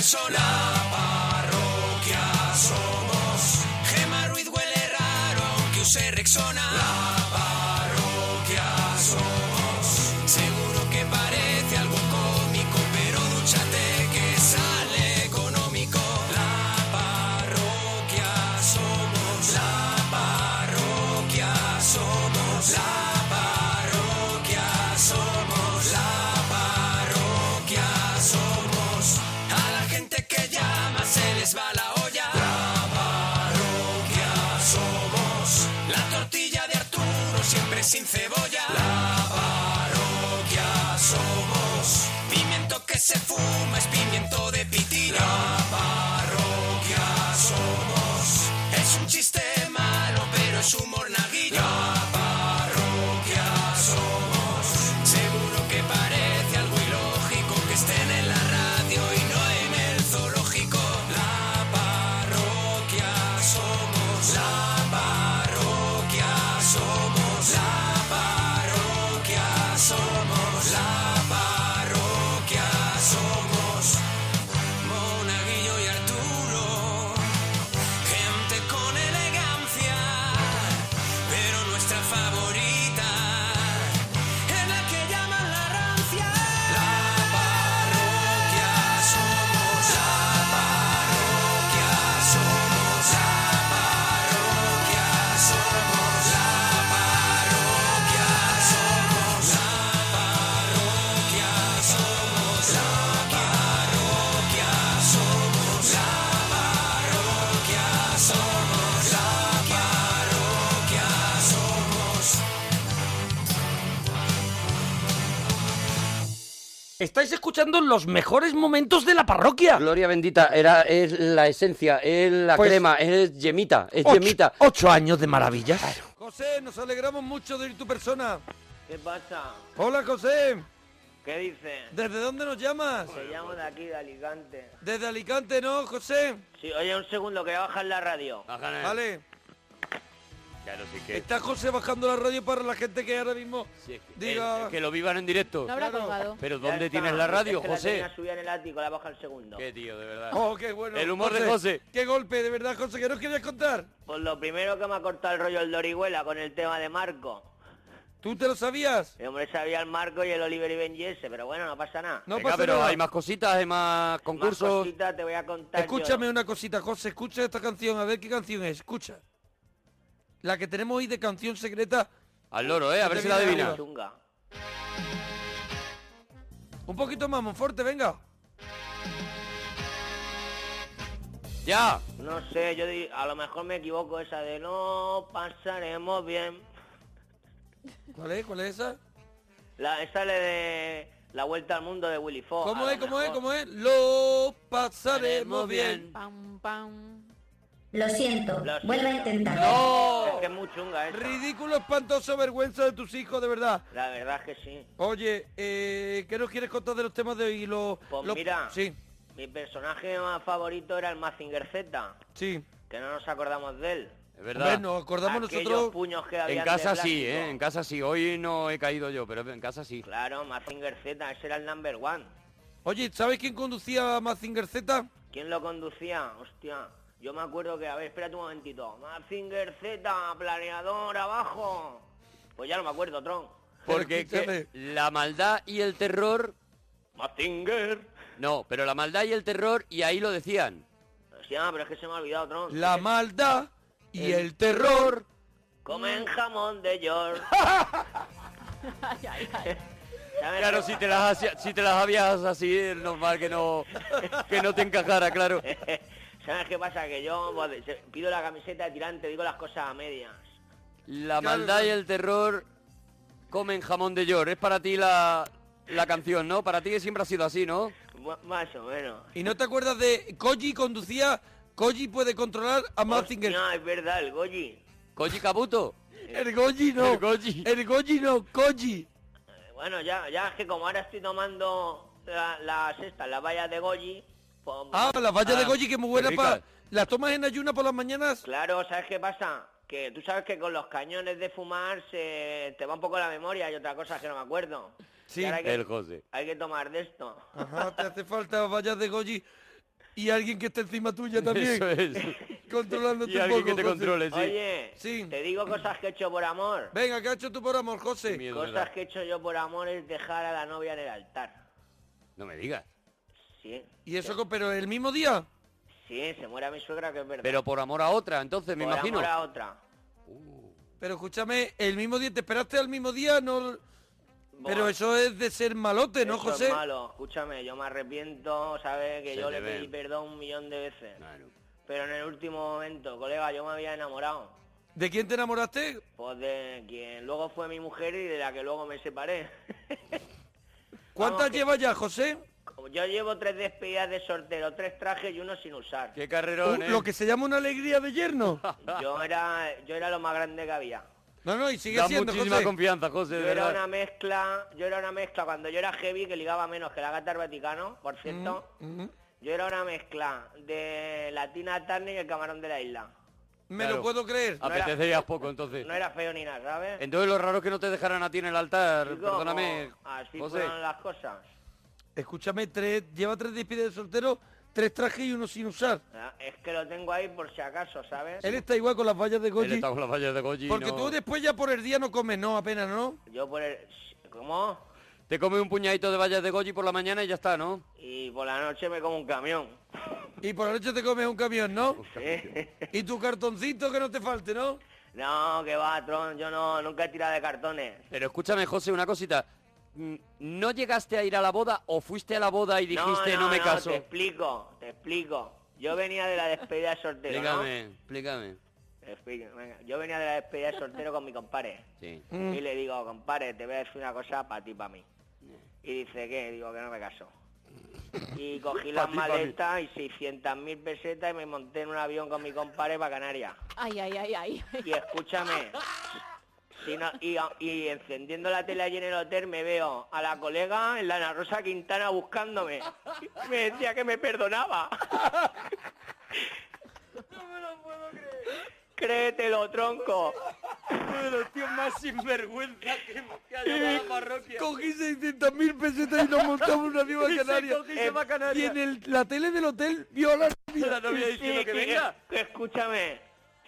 son la parroquia, somos Gema Ruiz huele raro, aunque use Rexona. La parroquia somos, seguro que parece algo cómico, pero dúchate que sale económico. La parroquia somos, la parroquia somos, la parroquia somos, la parroquia somos. A la gente que llama se les va la olla. La parroquia somos. La tortilla de Arturo siempre sin cebolla. La parroquia somos. Pimiento que se fuma es pimiento de pitilla. La parroquia somos. Es un chiste malo, pero es humor naguillo. La parroquia somos. Seguro que parece algo ilógico que estén en la radio y no en el zoológico. La parroquia somos. La parroquia somos. La parroquia somos. La parroquia somos. Monaguillo y Arturo. Gente con elegancia. Pero nuestra favorita. En la que llaman la rancia La parroquia somos La parroquia somos La parroquia somos La parroquia somos La parroquia somos La parroquia somos La parroquia somos La parroquia somos Estáis escuchando los mejores momentos de la parroquia. Gloria bendita, era, es la esencia, es la Pues- crema, es yemita, es Ocho- yemita. Ocho años de maravillas. José, nos alegramos mucho de ir tu persona. ¿Qué pasa? Hola, José. ¿Qué dices? ¿Desde dónde nos llamas? Te llamo de aquí, de Alicante. Desde Alicante, ¿no, José? Sí, oye, un segundo, que voy a bajar la radio. Vale. Ya no sé qué. Está José bajando la radio para la gente que ahora mismo Sí, es que- diga... eh, que lo vivan en directo. No habrá Claro. colgado. Pero Ya ¿dónde está. tienes la radio, Es que La José? tenía subida en el ático, la baja el segundo. Qué tío, de verdad. Oh, qué bueno. El humor de José. Qué golpe, de verdad, José, que nos querías contar. Pues lo primero que me ha cortado el rollo el Dorihuela con el tema de Marco. ¿Tú te lo sabías? El hombre sabía el Marco y el Oliver y Ben Yese, pero bueno, no pasa nada. No Venga, pasa pero nada. hay más cositas, hay más Más concursos. cositas te voy a contar Escúchame yo. una cosita, José, escucha esta canción, a ver qué canción es, escucha. La que tenemos hoy de canción secreta, Al loro, ¿eh? A ver si la Termina adivina. arriba. Chunga. un poquito más, Monforte, venga. Ah. ¡Ya! No sé, yo di- a lo mejor me equivoco esa de no pasaremos bien. ¿Cuál es? ¿Cuál es esa? La, esa le de la vuelta al mundo de Willy Fox. ¿Cómo a es? lo ¿Cómo es? mejor. ¿Cómo es? Lo pasaremos bien. Pam, pam. Lo siento, Lo vuelve a siento. intentar. Es que es muy chunga esa. Ridículo, espantoso, vergüenza de tus hijos, de verdad. La verdad es que sí. Oye, eh, ¿qué nos quieres contar de los temas de hoy? Lo, Pues lo- mira. Sí, Mi personaje más favorito era el Mazinger Z, sí. que no nos acordamos de él. Es verdad. Bueno, nos acordamos Aquellos nosotros... puños que había en casa sí, ¿eh? En casa sí. Hoy no he caído yo, pero en casa sí. Claro, Mazinger Z, ese era el number one. Oye, ¿sabes quién conducía a Mazinger Z? ¿Quién lo conducía? Hostia, yo me acuerdo que... A ver, espérate un momentito. Mazinger Z, planeador abajo. Pues ya no me acuerdo, Tron. Porque Pero escúchame. que la maldad y el terror... Mazinger. No, pero la maldad y el terror, y ahí lo decían. Sí, ah, pero es que se me ha olvidado, Tron. La maldad y el terror. Comen jamón de York. ¿Sabes? Claro, si te las, hacía- si te las habías así, es normal que no, que no te encajara, claro. ¿Sabes qué pasa? Que yo pues, se- pido la camiseta de tirante, digo las cosas a medias. La maldad y el terror comen jamón de york. Es para ti la, la canción, ¿no? Para ti siempre ha sido así, ¿no? M- más o menos. ¿Y no te acuerdas de Koji conducía? Koji puede controlar a Mazinger. Hostia, es verdad, el Goyi. Koji Kabuto. El Koji no. El Koji. El Koji no, Koji. Eh, Bueno, ya, ya es que como ahora estoy tomando la- las estas, las vallas de Goyi, pues, Ah, las vallas Ah, de Koji que muy buena qué para... rica. Las tomas en ayuna por las mañanas. claro, ¿sabes qué pasa? Que tú sabes que con los cañones de fumar se te va un poco la memoria y otra cosa que no me acuerdo. Sí. Y ahora hay que, El José. hay que tomar de esto. Ajá, te hace falta vallas de Koji. y alguien que esté encima tuya también. Eso es. Controlándote Y un alguien poco, que te José. controle, sí. Oye, Sí. te digo cosas que he hecho por amor. Venga, ¿qué has hecho tú por amor, José? Miedo me da. Cosas que he hecho yo por amor es dejar a la novia en el altar. No me digas. Sí, ¿Y eso, co- pero el mismo día? sí, se muere mi suegra que es verdad. Pero por amor a otra, entonces, me por imagino. amor a otra. Uh. Pero escúchame, el mismo día, ¿te esperaste al mismo día? No... Pero Buah. eso es de ser malote, ¿no, Eso es José? malo, escúchame, yo me arrepiento, sabes que Se yo te le ve. pedí perdón un millón de veces. Claro. Pero en el último momento, colega, yo me había enamorado. ¿De quién te enamoraste? Pues de quien luego fue mi mujer y de la que luego me separé. ¿Cuántas Vamos, que- llevas ya, José? Como yo llevo tres despedidas de sortero, tres trajes y uno sin usar. Qué carrerón, Uh, ¿eh? lo que se llama una alegría de yerno. Yo era, yo era lo más grande que había. No, no, y sigue Da siendo, muchísima José. confianza, José, de Yo era verdad. una mezcla, yo era una mezcla, cuando yo era heavy, que ligaba menos que la gata del Vaticano, por cierto, Mm. Mm, yo era una mezcla de Latina Turner y el camarón de la isla. Me Claro. lo puedo creer. era- Apetecerías poco, entonces. No era feo ni nada, ¿sabes? Entonces lo raro es que no te dejaran a ti en el altar. Chico, Perdóname, como Así José. fueron las cosas. Escúchame, tres, lleva tres despides de soltero, tres trajes y uno sin usar. Ah, Es que lo tengo ahí por si acaso, ¿sabes? Él está igual con las vallas de Él Goyi. está con las vallas de Goyi. Porque no- tú después ya por el día no comes, no, apenas, ¿no? Yo por el... ¿Cómo? Te comes un puñadito de vallas de Goyi por la mañana y ya está, ¿no? Y por la noche me como un camión. Y por la noche te comes un camión, ¿no? ¿Eh? Y tu cartoncito que no te falte, ¿no? No, que va, Tron, yo no, nunca he tirado de cartones. Pero escúchame, José, una cosita. Mm, ¿No llegaste a ir a la boda o fuiste a la boda y dijiste no, me caso? te explico, te explico. Yo venía de la despedida de soltero, Explícame, explícame. ¿no? Te explico, venga. Yo venía de la despedida de soltero con mi compadre. Sí. Mm. Y le digo, compadre, te voy a decir una cosa para ti, para mí. Y dice, ¿qué? Digo, que no me caso. Y cogí las Pa' ti, pa' mí. maletas y 600.000 pesetas y me monté en un avión con mi compadre para Canarias. Ay, ay, ay, ay. Y escúchame, si no- y, y encendiendo la tele allí en el hotel me veo a la colega, en la Ana Rosa Quintana, buscándome. Y Me decía que me perdonaba. Créetelo, tronco. los tíos más sinvergüenza que, haya la parroquia. Eh, Cogí 600.000 pesetas y nos montamos una avión a Y se Canarias. cogió y se va a Canarias. Y en el- la tele del hotel vio a la novia. Eh, La novia diciendo Sí, que que- venga. que escúchame,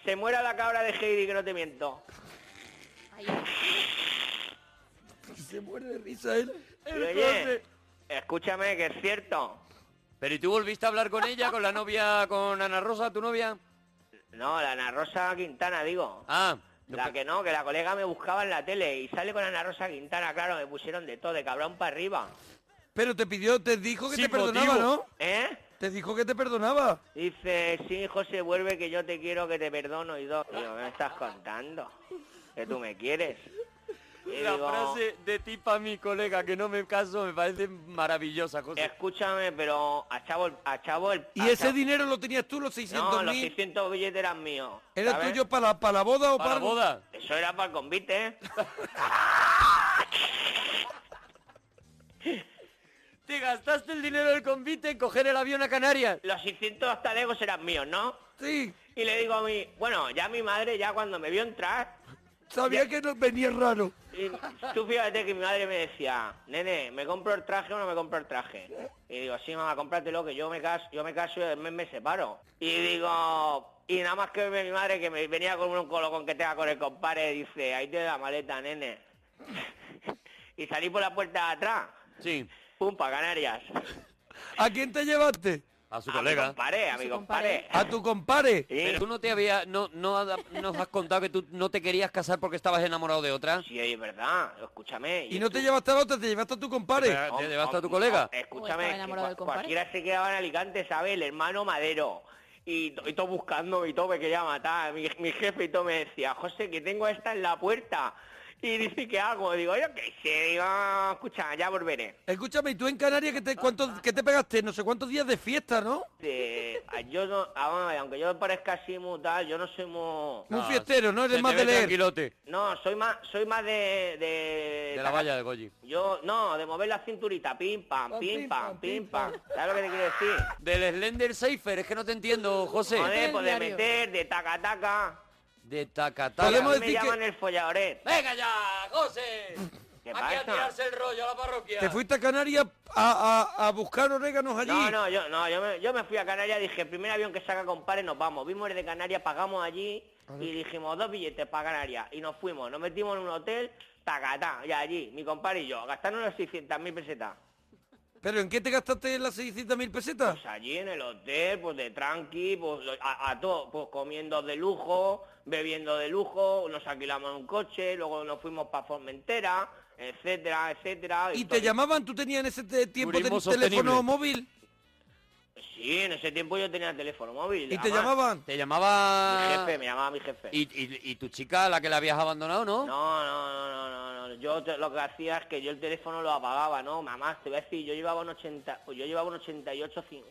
se muera la cabra de Heidi, que no te miento. Ay, ay. Y se muere de risa él. Y oye, escúchame, que es cierto. Pero ¿y tú volviste a hablar con ella, con la novia, con Ana Rosa, tu novia? No, la Ana Rosa Quintana, digo. Ah, no, La que no, que la colega me buscaba en la tele y sale con Ana Rosa Quintana, claro, me pusieron de todo, de cabrón para arriba. Pero te pidió, te dijo que Sin te perdonaba, motivo. ¿no? ¿Eh? Te dijo que te perdonaba. Dice, sí, José, vuelve que yo te quiero, que te perdono y dos. Digo, ¿qué me estás contando? Que tú me quieres. Y la digo, frase de ti para mi colega, que no me caso, me parece maravillosa, José. escúchame, pero a Chavo, el- a Chavo el... Y a ese Chavo- dinero lo tenías tú, los No, 600.000. los 600 billetes eran míos. ¿Era ¿sabes? tuyo para, la- para la boda o para, Para la boda. Eso era para el convite, ¿eh? Te gastaste el dinero del convite en coger el avión a Canarias. Los 600 talegos eran míos, ¿no? Sí, Y le digo a mi... Bueno, ya mi madre, ya cuando me vio entrar, sabía que no venía raro. Y tú fíjate que mi madre me decía, nene, ¿me compro el traje o no me compro el traje? Y digo, sí, mamá, cómpratelo, que yo me caso, yo me caso y al mes me separo. Y digo, y nada más que ve mi madre que me venía con un colo con que tenga con el compadre, dice, ahí tiene la maleta, nene. y salí por la puerta de atrás, Sí, pum, pa' Canarias. ¿A quién te llevaste? a su a mi colega. compadre, a Su mi compadre. compadre. A tu compare. Sí. Pero tú no te había, no, no ha- nos has contado que tú no te querías casar porque estabas enamorado de otra. Sí, es verdad, escúchame. Y no tú- te llevaste a la otra, te llevaste a tu compare. Pero- ¿Te Hom- llevaste a tu hom- colega? hom- ¿O Escúchame, estaba que enamorado cua- del compadre? cualquiera se quedaba en Alicante, ¿sabes? El hermano Madero. Y, to- y todo buscando, y todo me quería matar. Mi, mi jefe y todo me decía, José, que tengo a esta en la puerta. Y dice, ¿qué hago? Digo, yo qué sé, digo, "Ah, escucha, ya volveré. Escúchame, ¿y tú en Canarias que te, cuántos, que te pegaste? No sé cuántos días de fiesta, ¿no? Eh, yo no, ah, aunque yo parezca así muy tal, yo no soy muy... Muy fiestero, ¿no? Ah, Se Eres te más ve de leer. tranquilote. No, soy más, soy más de... de- De la valla de Goyi. Yo, no, de mover la cinturita, pim, pam, pim, pam, pim, pam. ¿Sabes lo que te quiero decir? Del Slender Safer, es que no te entiendo, José. Joder, el pues de diario. meter, de taca taca. De tacataca. Podemos A mí decir me que- llaman el folladoret. ¡Venga ya, José! Que ¿Qué Aquí a pasa? tirarse el rollo a la parroquia. ¿Te fuiste a Canarias a, a- a buscar oréganos allí? No, no, yo, no yo, me, yo me fui a Canarias, dije, primer avión que saca compadre, nos vamos. Vimos el de Canarias, pagamos allí y dijimos dos billetes para Canarias y nos fuimos. Nos metimos en un hotel, tacatá, y allí, mi compadre y yo, gastaron unos 600.000 pesetas. ¿Pero en qué te gastaste las 600.000 pesetas? Pues allí en el hotel, pues de tranqui, pues lo- a, a todo, pues comiendo de lujo, bebiendo de lujo, nos alquilamos un coche, luego nos fuimos para Formentera, etcétera, etcétera. ¿Y te todo. llamaban? ¿Tú tenías en ese te- tiempo Pues, Turismo teni- teléfono sostenible. móvil? Sí, en ese tiempo yo tenía teléfono móvil. ¿Y te además, llamaban? Te Mi llamaba... jefe, me llamaba mi jefe. Ah. ¿Y, y, y tu chica, la que la habías abandonado, no? No, no, no, no, no, no. Yo te- lo que hacía es que yo el teléfono lo apagaba, ¿no? Mamá, te voy a decir, yo llevaba un 80, yo llevaba un 88, cin-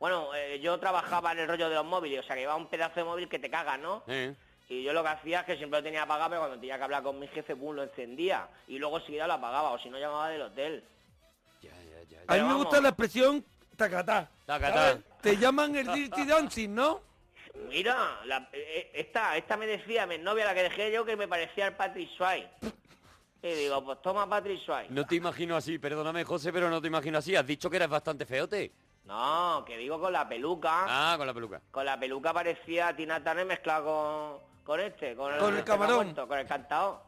bueno, eh, yo trabajaba en el rollo de los móviles, o sea, que llevaba un pedazo de móvil que te cagas, ¿no? Eh. Y yo lo que hacía es que siempre lo tenía apagado, pero cuando tenía que hablar con mi jefe, boom, lo encendía. Y luego seguida lo apagaba, o si no llamaba del hotel. Ya, ya, ya. ya. A mí me vamos. gusta la expresión tacatá. Tacatá. ¿Sabes? Te llaman el Dirty Dancing, ¿no? Mira, la- eh, eh, esta, esta me decía mi novia, la que dejé yo, que me parecía al Patrick Swayze. Y digo, pues toma Patrick Swayze. No te imagino así, perdóname, José, pero no te imagino así. Has dicho que eras bastante feote. No, que digo con la peluca. Ah, con la peluca. Con la peluca parecía Tina Turner mezclada con, con este, con el, Con el que me ha camarón. muerto, con el cantao.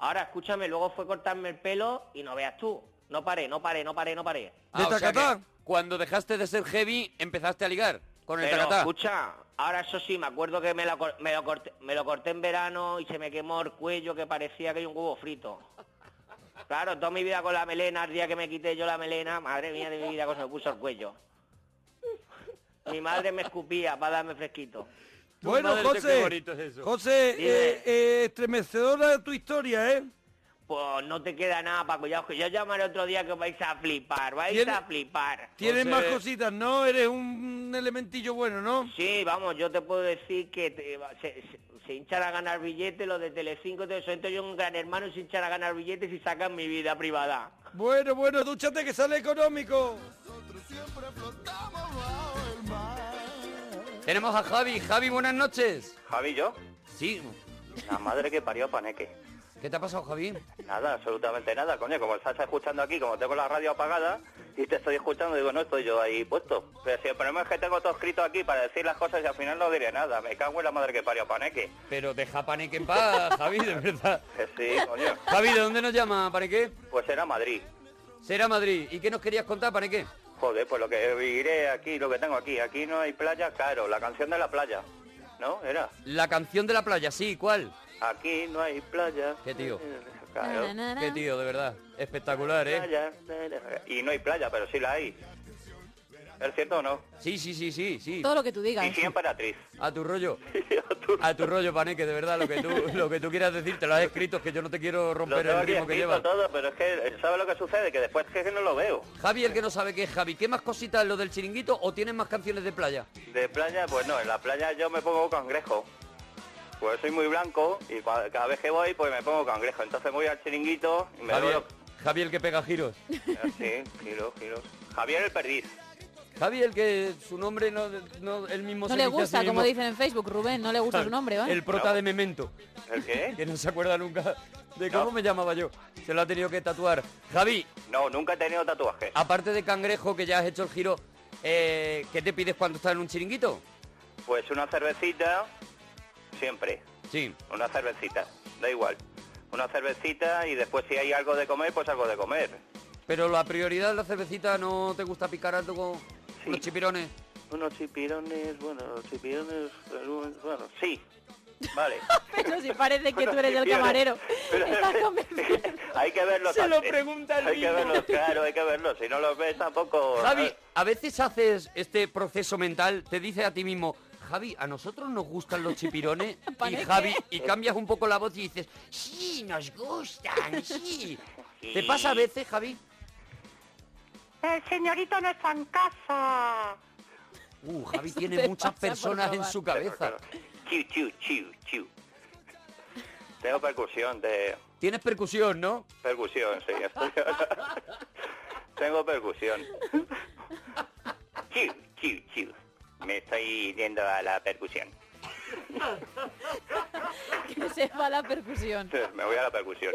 Ahora, escúchame, luego fue cortarme el pelo y no veas tú. No paré, no paré, no paré, no paré. Ah, De o sea que tacatá. cuando dejaste de ser heavy, empezaste a ligar con el Pero, tacatá. escucha, ahora eso sí, me acuerdo que me lo, cor- me, lo corté, me lo corté en verano y se me quemó el cuello que parecía que hay un huevo frito. Claro, toda mi vida con la melena, el día que me quité yo la melena, madre mía de mi vida, cómo se me puso el cuello. Mi madre me escupía para darme fresquito. Tu Bueno, madre, qué José, bonito es eso. José, Dime. eh, eh, estremecedora tu historia, ¿eh? Pues no te queda nada, Paco. Ya os- yo os llamaré otro día que os vais a flipar, vais ¿Tiene- a flipar. Tienes José. más cositas, ¿no? Eres un elementillo bueno, ¿no? Sí, vamos, yo te puedo decir que te- va- se, se- se hinchan a ganar billetes los de Telecinco, todo eso. Entonces yo un gran hermano y se hinchan a ganar billetes y sacan mi vida privada. Bueno, bueno, dúchate que sale económico. Tenemos a Javi. Javi, buenas noches. Javi, yo, Sí. la madre que parió a Paneque. ¿Qué te ha pasado, Javi? Nada, absolutamente nada, coño, como estás escuchando aquí, como tengo la radio apagada y te estoy escuchando, digo, no estoy yo ahí puesto. Pero si el problema es que tengo todo escrito aquí para decir las cosas y al final no diré nada, me cago en la madre que parió a Paneque. Pero deja Paneque en paz, Javi, de verdad. Que sí, coño, Javi, ¿de dónde nos llama, Paneque? pues era Madrid. Será Madrid. ¿Y qué nos querías contar, Paneque? Joder, pues lo que iré aquí, lo que tengo aquí, aquí no hay playa, claro, la canción de la playa, ¿no? Era, La canción de la playa, sí, ¿cuál? aquí no hay playa. Qué tío. Claro. Na, na, na. Qué tío, de verdad. Espectacular, ¿eh? Playa, na, na. Y no hay playa, pero sí la hay. ¿Es cierto o no? Sí, sí, sí, sí, sí. Todo lo que tú digas. Y siempre actriz. A tu rollo. A tu rollo, Paneque, de verdad, lo que tú, lo que tú quieras decir, te lo has escrito, es que yo no te quiero Lo romper tengo el aquí ritmo que llevas. escrito todo, pero es que, ¿sabes lo que sucede? Que después que no lo veo. Javi, el que no sabe qué es Javi, ¿qué más cositas lo del chiringuito o tienes más canciones de playa? De playa, pues no, en la playa yo me pongo cangrejo. Pues soy muy blanco y cua- cada vez que voy, pues me pongo cangrejo. Entonces voy al chiringuito y me Javi, veo... Javi, el que pega giros. Sí, giro, giro. Javier el perdiz. Javi, el que su nombre no, no él mismo No se le dice a sí gusta, como mismo. dicen en Facebook, Rubén, no le gusta su nombre, ¿vale? El prota de Memento, ¿El qué? que no se acuerda nunca de cómo me llamaba yo. Se lo ha tenido que tatuar. Javi, No, nunca he tenido tatuajes. aparte de cangrejo que ya has hecho el giro, eh, ¿qué te pides cuando estás en un chiringuito? Pues una cervecita, siempre. Sí. Una cervecita, da igual. Una cervecita y después si hay algo de comer, pues algo de comer. Pero la prioridad de la cervecita no te gusta picar algo con Sí. los chipirones. Unos chipirones, bueno, los chipirones, bueno, sí. Vale. Pero si parece que tú eres el Pero- camarero. pero- Estás convencido. hay que verlos. Se lo antes. pregunta el Hay que mismo. verlos, claro, hay que verlos. Si no los ves tampoco... Javi, a veces haces este proceso mental, te dices a ti mismo, Javi, a nosotros nos gustan los chipirones y Parece. Javi, y cambias un poco la voz y dices, sí, nos gustan, sí. Sí. ¿Te pasa a veces, Javi? El señorito no está en casa. Uh, Javi Eso tiene te muchas pasa por personas en probar. su cabeza. Chiu, chiu, chiu, chiu. Tengo percusión de... Tienes percusión, ¿no? Percusión, sí. estoy- Tengo percusión. Chiu, chiu, chiu. Me estoy yendo a la percusión. Que se va la percusión. Me voy a la percusión.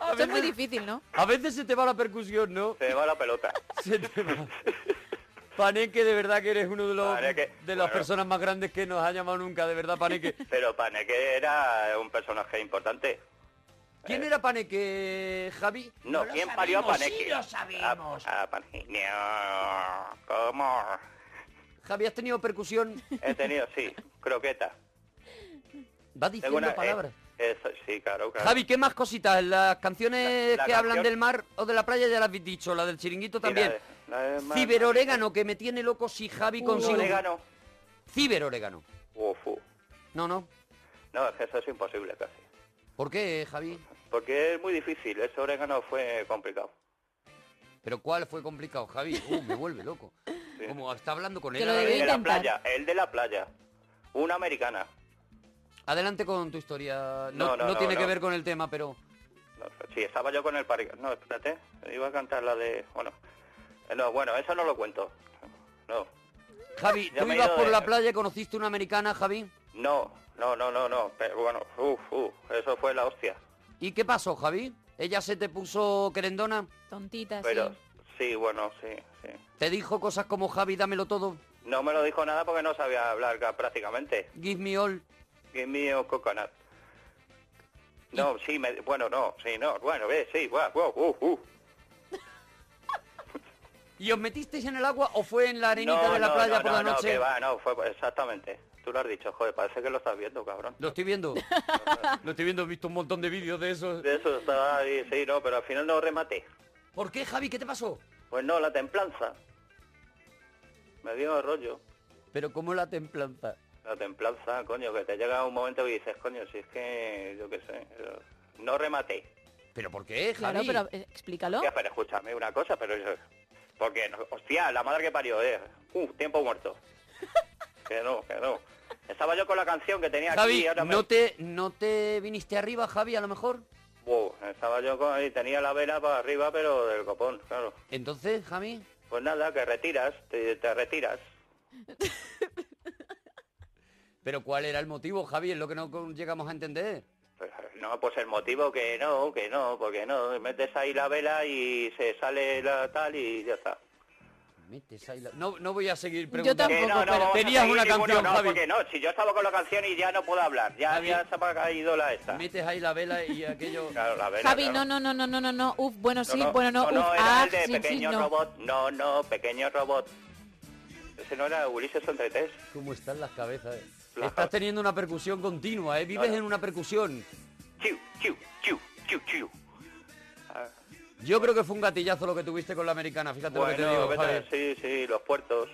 A Esto es muy difícil, ¿no? A veces se te va la percusión, ¿no? Se me va la pelota. Se te va. Paneque, de verdad que eres uno de los Paneque, de las bueno. personas más grandes que nos ha llamado nunca, de verdad, Paneque. Pero Paneque era un personaje importante. Eh. ¿Quién era Paneque, Javi? No, ¿quién parió a sabemos, Paneque? Ah. sí lo sabemos. A, a Paneque. No, ¿Cómo? Javi, ¿has tenido percusión? He tenido, sí, croqueta. Vas diciendo una- eh, palabras. eso, sí, claro, claro. Javi, ¿qué más cositas? Las canciones La- la que hablan canción- del mar o de la playa ya las habéis dicho, la del chiringuito Sí, la también. de- la de Mar- Ciberorégano, que me tiene loco si Javi consigue... "Uh, Orégano. Ciberorégano. Uf, uf. No, no. No, es que eso es imposible casi. ¿Por qué, Javi? Porque es muy difícil, ese orégano fue complicado. ¿Pero cuál fue complicado, Javi? Uh, me vuelve loco. Como está hablando con Te él. lo ahora debí- El Voy a mismo. de la intentar. playa, el de la playa. Una americana. Adelante con tu historia. No, no, No, no no, tiene que no. ver con el tema, pero... No, sí, estaba yo con el parque. No, espérate, iba a cantar la de... Bueno, Eh, no, bueno, eso no lo cuento. No, Javi, Ya tú me he ibas ido por de- la playa y conociste una americana, Javi. no, no, no, no, no. Pero bueno, uf, uf, eso fue la hostia. ¿Y qué pasó, Javi? ¿Ella se te puso querendona? ¿Ah, Tontita, Pero sí. sí, bueno, sí, sí. ¿Te dijo cosas como Javi, dámelo todo? No me lo dijo nada porque no sabía hablar ca- prácticamente. Give me all. Give me a coconut. No, sí, me- bueno, no, sí, no, bueno, ve, sí, guau, guau, uh, uh. ¿Y os metisteis en el agua o fue en la arenita No, de la no, playa no, por no, la no, noche? que va, no, fue exactamente. Tú lo has dicho, joder, parece que lo estás viendo, cabrón. Lo estoy viendo. Lo estoy viendo, he visto un montón de vídeos de eso. De eso estaba ahí, sí, no, pero al final no rematé. ¿Por qué, Javi? ¿Qué te pasó? Pues no, la templanza. Me dio rollo. Pero como la templanza. La templanza, coño, que te llega un momento que dices, coño, si es que, yo qué sé, yo- no rematé. ¿Pero por qué, Claro, Javi? pero eh, explícalo. Ya, pero escúchame una cosa, pero yo... Porque, no- hostia, la madre que parió, eh. Uh, tiempo muerto. que no, que no. Estaba yo con la canción que tenía aquí. Javi, y ahora me- ¿no te, ¿no te viniste arriba, Javi, a lo mejor? Buh, estaba yo con... y tenía la vela para arriba, pero del copón, claro. Entonces, Javi... Pues nada, que retiras, te, te retiras. ¿Pero cuál era el motivo, Javi? Es lo que no con- llegamos a entender. Pero, No, pues el motivo que no, que no, porque no. Metes ahí la vela y se sale la tal y ya está. Metes ahí la- no, no voy a seguir Yo preguntando. tampoco, Que no, no, pero- vamos a Tenías seguir una ninguno, canción, no, Javi. porque no, si yo estaba con la canción y ya no puedo hablar. Ya, Javi. ya se me ha caído la esta. Metes ahí la vela y aquello... Claro, la vela, Javi, claro. no, no, no, no, no, no, no. Uf, bueno sí, bueno no, no, uf, era ah, el de sí, sí, pequeño no. robot. No, no, pequeño robot. Ese no era Ulises entre tres. ¿Cómo están las cabezas? eh? Claro. Estás teniendo una percusión continua, ¿eh? Vives Claro. en una percusión. Chiu, chiu, chiu, chiu, chiu. Yo creo que fue un gatillazo lo que tuviste con la americana, fíjate lo que te digo, vete a- Javi. sí, sí, los puertos.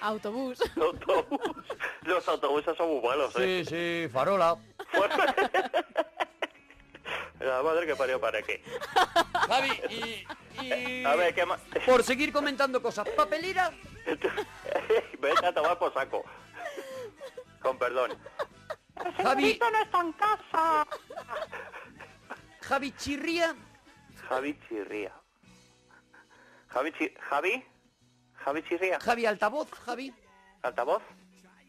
Autobús. Los autobús. los autobuses son muy malos, ¿eh? Sí, sí, farola. La madre que parió para qué. Javi, y... y- A ver, ¿qué más? Por seguir comentando cosas. Papelera, Vete a tomar por saco. Con perdón. Javi, Señorito no está en casa. Javi Chirría. Javi Chirría. Javi Chi- Javi? Javi Chirría. Javi Altavoz, Javi. ¿Altavoz?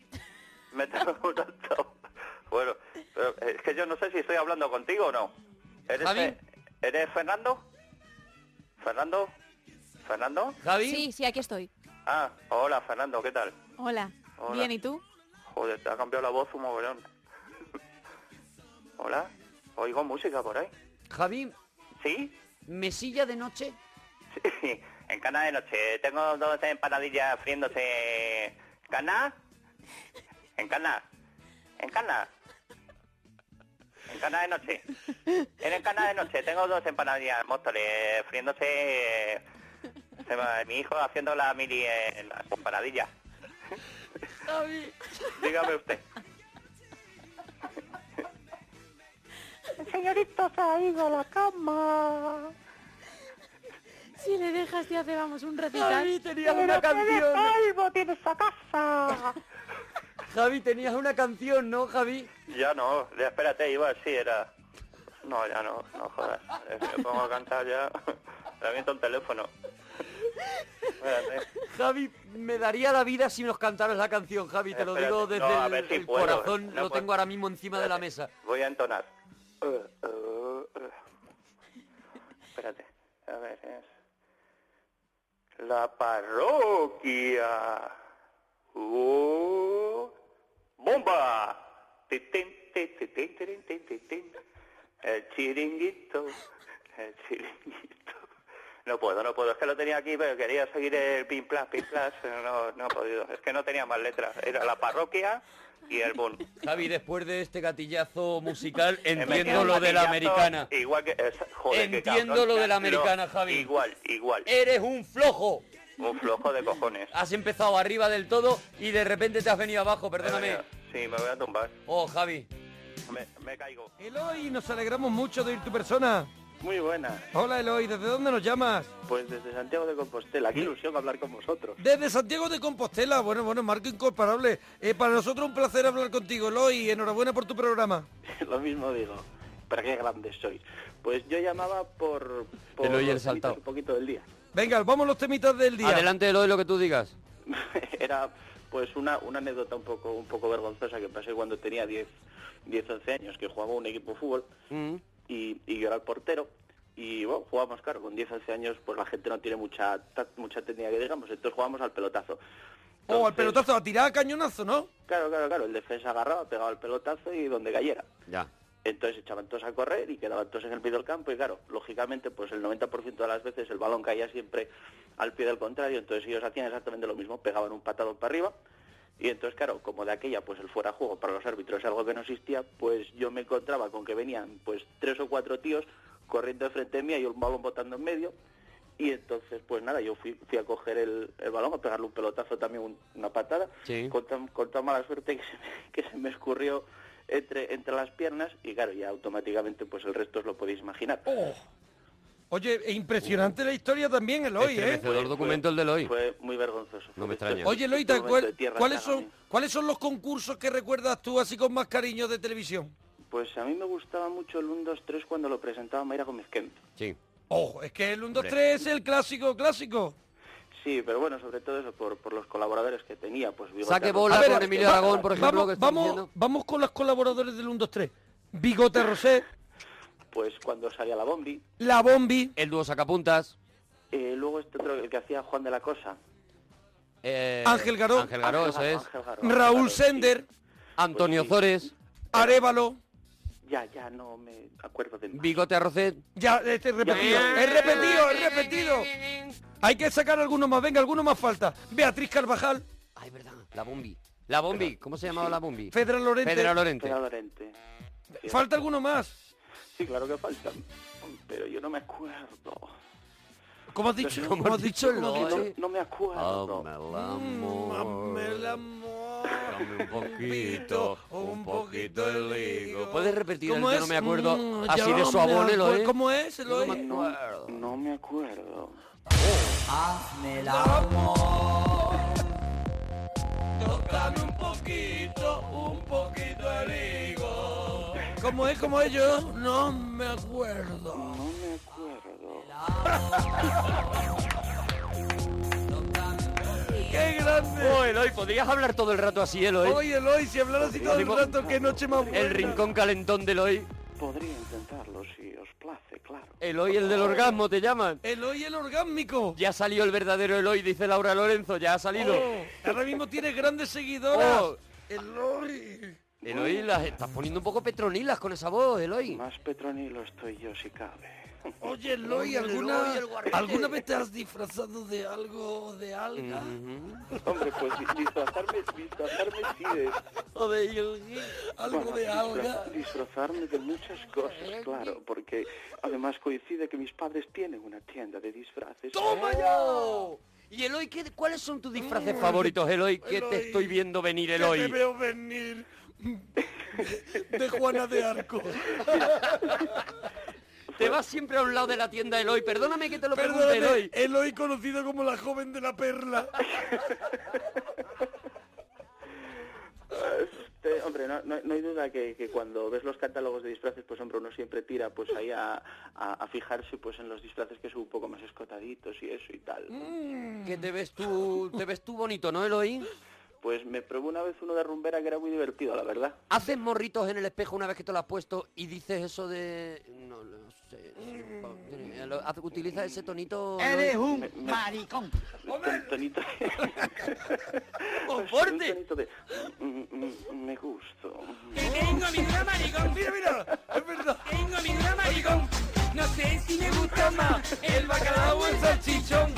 Me tengo un altavoz. Bueno, pero eh, es que yo no sé si estoy hablando contigo o no. ¿Eres, Javi. Fe- ¿eres Fernando? ¿Fernando? ¿Fernando? Javi. Sí, sí, aquí estoy. Ah, hola Fernando, ¿qué tal? Hola. Hola. Bien, ¿y tú? Joder, te ha cambiado la voz un mogollón. hola, oigo música por ahí. Javi, ¿Sí? mesilla de noche. Sí, en Cana de noche. Tengo dos empanadillas friéndose. ¿Cana? En Cana. En Cana. En Cana de noche. En Cana de noche. Tengo dos empanadillas móstoles friéndose. Se va- Mi hijo haciendo la mili en las empanadillas. Dígame usted. El señorito se ha ido a la cama. Si le dejas, te hace, vamos, un recital. tenías Pero qué de polvo tiene esa casa. Javi, tenías una canción, ¿no, Javi? Ya no, ya, espérate, iba así, era... No, ya no, no jodas. Es que Me pongo a cantar ya, le aviento el teléfono. Espérate. Javi, me daría la vida si nos cantaras la canción, Javi. Te lo Espérate. digo desde No, a el, ver si el puedo. corazón. No lo puedo. tengo ahora mismo encima de la Espérate. Uh, mesa. Voy a entonar. Eh, eh, la parroquia. ¡Oh! ¡Bomba! Titén, titén, titén, titén, titén, titén. El chiringuito, el chiringuito. No puedo, no puedo. Es que lo tenía aquí, pero quería seguir el pin plas, pin plas. No, no he podido. Es que no tenía más letras. Era la parroquia y el boom. Javi, después de este gatillazo musical, Me queda entiendo un lo de la gatillazo americana. Igual que... es- joder, qué Entiendo cabrón. lo de la americana, Javi. Igual, igual. Eres un flojo. Un flojo de cojones. Has empezado arriba del todo y de repente te has venido abajo, perdóname. Sí, me voy a tumbar. Oh, Javi. Me, me caigo. Eloy, nos alegramos mucho de oír tu persona. Muy buena. Hola Eloy, ¿desde dónde nos llamas? Pues desde Santiago de Compostela. Qué ilusión hablar con vosotros. Desde Santiago de Compostela. Bueno, bueno, Marco Incomparable. Eh, para nosotros un placer hablar contigo, Eloy. Enhorabuena por tu programa. Lo mismo digo. Pero qué grande sois. Pues yo llamaba por... por Eloy el los saltao. temitas Un poquito del día. Venga, vamos a los temitas del día. Adelante de lo que tú digas. Era pues una, una anécdota un poco un poco vergonzosa que pasé cuando tenía 10, 10 11 años, que jugaba un equipo de fútbol Mm. y, y yo era el portero. Y bueno, jugábamos, claro, con 10 11 años pues la gente no tiene mucha ta- mucha técnica que digamos, entonces jugábamos al pelotazo. O Oh, al Entonces, pelotazo, a tirar a cañonazo, ¿no? Claro, claro, claro. El defensa agarraba, pegaba el pelotazo y donde cayera. Ya. Entonces echaban todos a correr y quedaban todos en el medio del campo y claro, lógicamente pues el 90% de las veces el balón caía siempre al pie del contrario, entonces ellos hacían exactamente lo mismo, pegaban un patadón para arriba y entonces claro, como de aquella pues el fuera de juego para los árbitros es algo que no existía, pues yo me encontraba con que venían pues tres o cuatro tíos corriendo de frente mía y un balón botando en medio y entonces pues nada, yo fui, fui a coger el, el balón, a pegarle un pelotazo también, un- una patada, Sí. con, tan, con tan mala suerte que se me, que se me escurrió entre, entre las piernas y claro, ya automáticamente pues el resto os lo podéis imaginar. Oh. Oye, e impresionante la historia también, Eloy, ¿eh? Estremecedor documento el de Eloy. Fue muy vergonzoso. No me Esto- extraña. Oye, Eloy, ¿te este momento acuer- de tierra ¿cuáles saga, son, ¿cuáles son los concursos que recuerdas tú así con más cariño de televisión? ¿eh? Pues a mí me gustaba mucho el 1, 2, 3 cuando lo presentaba Mayra Gómez Kemp. Sí. Ojo, es que el 1, 2, 3 es el clásico, clásico. Sí, pero bueno, sobre todo eso por, por los colaboradores que tenía. Pues Bigote Saque Arroz- bola A ver, con Emilio Aragón, por ejemplo, vamos, que está vamos, diciendo. vamos con los colaboradores del 1, 2, 3. Bigote Rosé, Pues cuando salía la bombi. La Bombi, El dúo sacapuntas. eh, luego este otro, el que hacía Juan de la Cosa. eh, Ángel Garó. Ángel Garó, eso Ángel es. Garó, Ángel Garó, Ángel Garó, Raúl sí. Sender, Antonio Zores. Arevalo. Ya, ya, no me acuerdo del nombre. Bigote Arrocet. Ya, este es repetido. Ya. Es repetido, es repetido. Hay que sacar alguno más, venga, alguno más falta. Beatriz Carvajal, Ay, verdad. La bombi. La bombi. ¿Cómo se llamaba la bombi? Fedra Lorente. Pedro Lorente. Pedro Lorente. Falta alguno más. Sí, claro que faltan. Pero yo no me acuerdo. ¿Cómo has dicho? ¿Cómo ¿Cómo has has dicho? dicho, eh. ¿Cómo has Lola? dicho? No, no me acuerdo. Hazme el Hazme el amor. amor. Dame un poquito, poquito, un un poquito poquito de de ligo. ligo. ¿Puedes repetir el ¿Cómo que no es? me acuerdo? Mm, ya Así de ¿eh? me suavón, Eloy. acuerdo. ¿Cómo es, Eloy? No me acuerdo. Oh. No me acuerdo. Tócame un poquito, un poquito de ligo. ¿Cómo es? ¿Cómo es? Yo no me acuerdo. No me acuerdo. ¡Qué grande! Oh, Eloy, podrías hablar todo el rato así, Eloy. Oye, Eloy, si hablar así todo el Digo, rato, qué noche más buena. El rincón calentón de Eloy. Podría intentarlo si os place, claro. Eloy, el del orgasmo, te llaman. Eloy el orgásmico. Ya salió el verdadero Eloy, dice Laura Lorenzo, ya ha salido. Oh, ahora mismo tienes grandes seguidoras. Oh. Eloy. Eloy, las estás poniendo un poco petronilas con esa voz, Eloy. Más petronilo estoy yo si cabe. Oye, Eloy, ¿alguna, ¿alguna vez te has disfrazado de algo, de alga? Mm. Hombre, pues di- disfrazarme, disfrazarme sí de... ¿Algo bueno, de alga? disfraza- disfrazarme de muchas cosas, claro, porque además coincide que mis padres tienen una tienda de disfraces. ¡Toma ya! Oh. ¿Y Eloy, ¿qué, cuáles son tus disfraces favoritos, Eloy? Que te Eloy. estoy viendo venir, Que Eloy. te veo venir de Juana de Arco. Te vas siempre a un lado de la tienda, Eloy. Perdóname que te lo pregunte, Perdóname, Eloy. Eloy conocido como la joven de la perla. Este, hombre, no, no- no hay duda que, que cuando ves los catálogos de disfraces, pues hombre, uno siempre tira pues ahí a, a- a fijarse pues en los disfraces que son un poco más escotaditos y eso y tal. Que te ves tú, te ves tú bonito, ¿no, Eloy? Pues me probé una vez uno de rumbera que era muy divertido, la verdad. Haces morritos en el espejo una vez que te lo has puesto y dices eso de... No lo sé. lo- haz- utiliza ese tonito... ¿no? Eres un maricón. Un tonito. Pues Un tonito de... "Mm, mm, mm, Me gusto. Tengo mi gran maricón, mira, mira, es verdad. Tengo mi gran maricón, no sé si me gusta más el bacalao o el salchichón.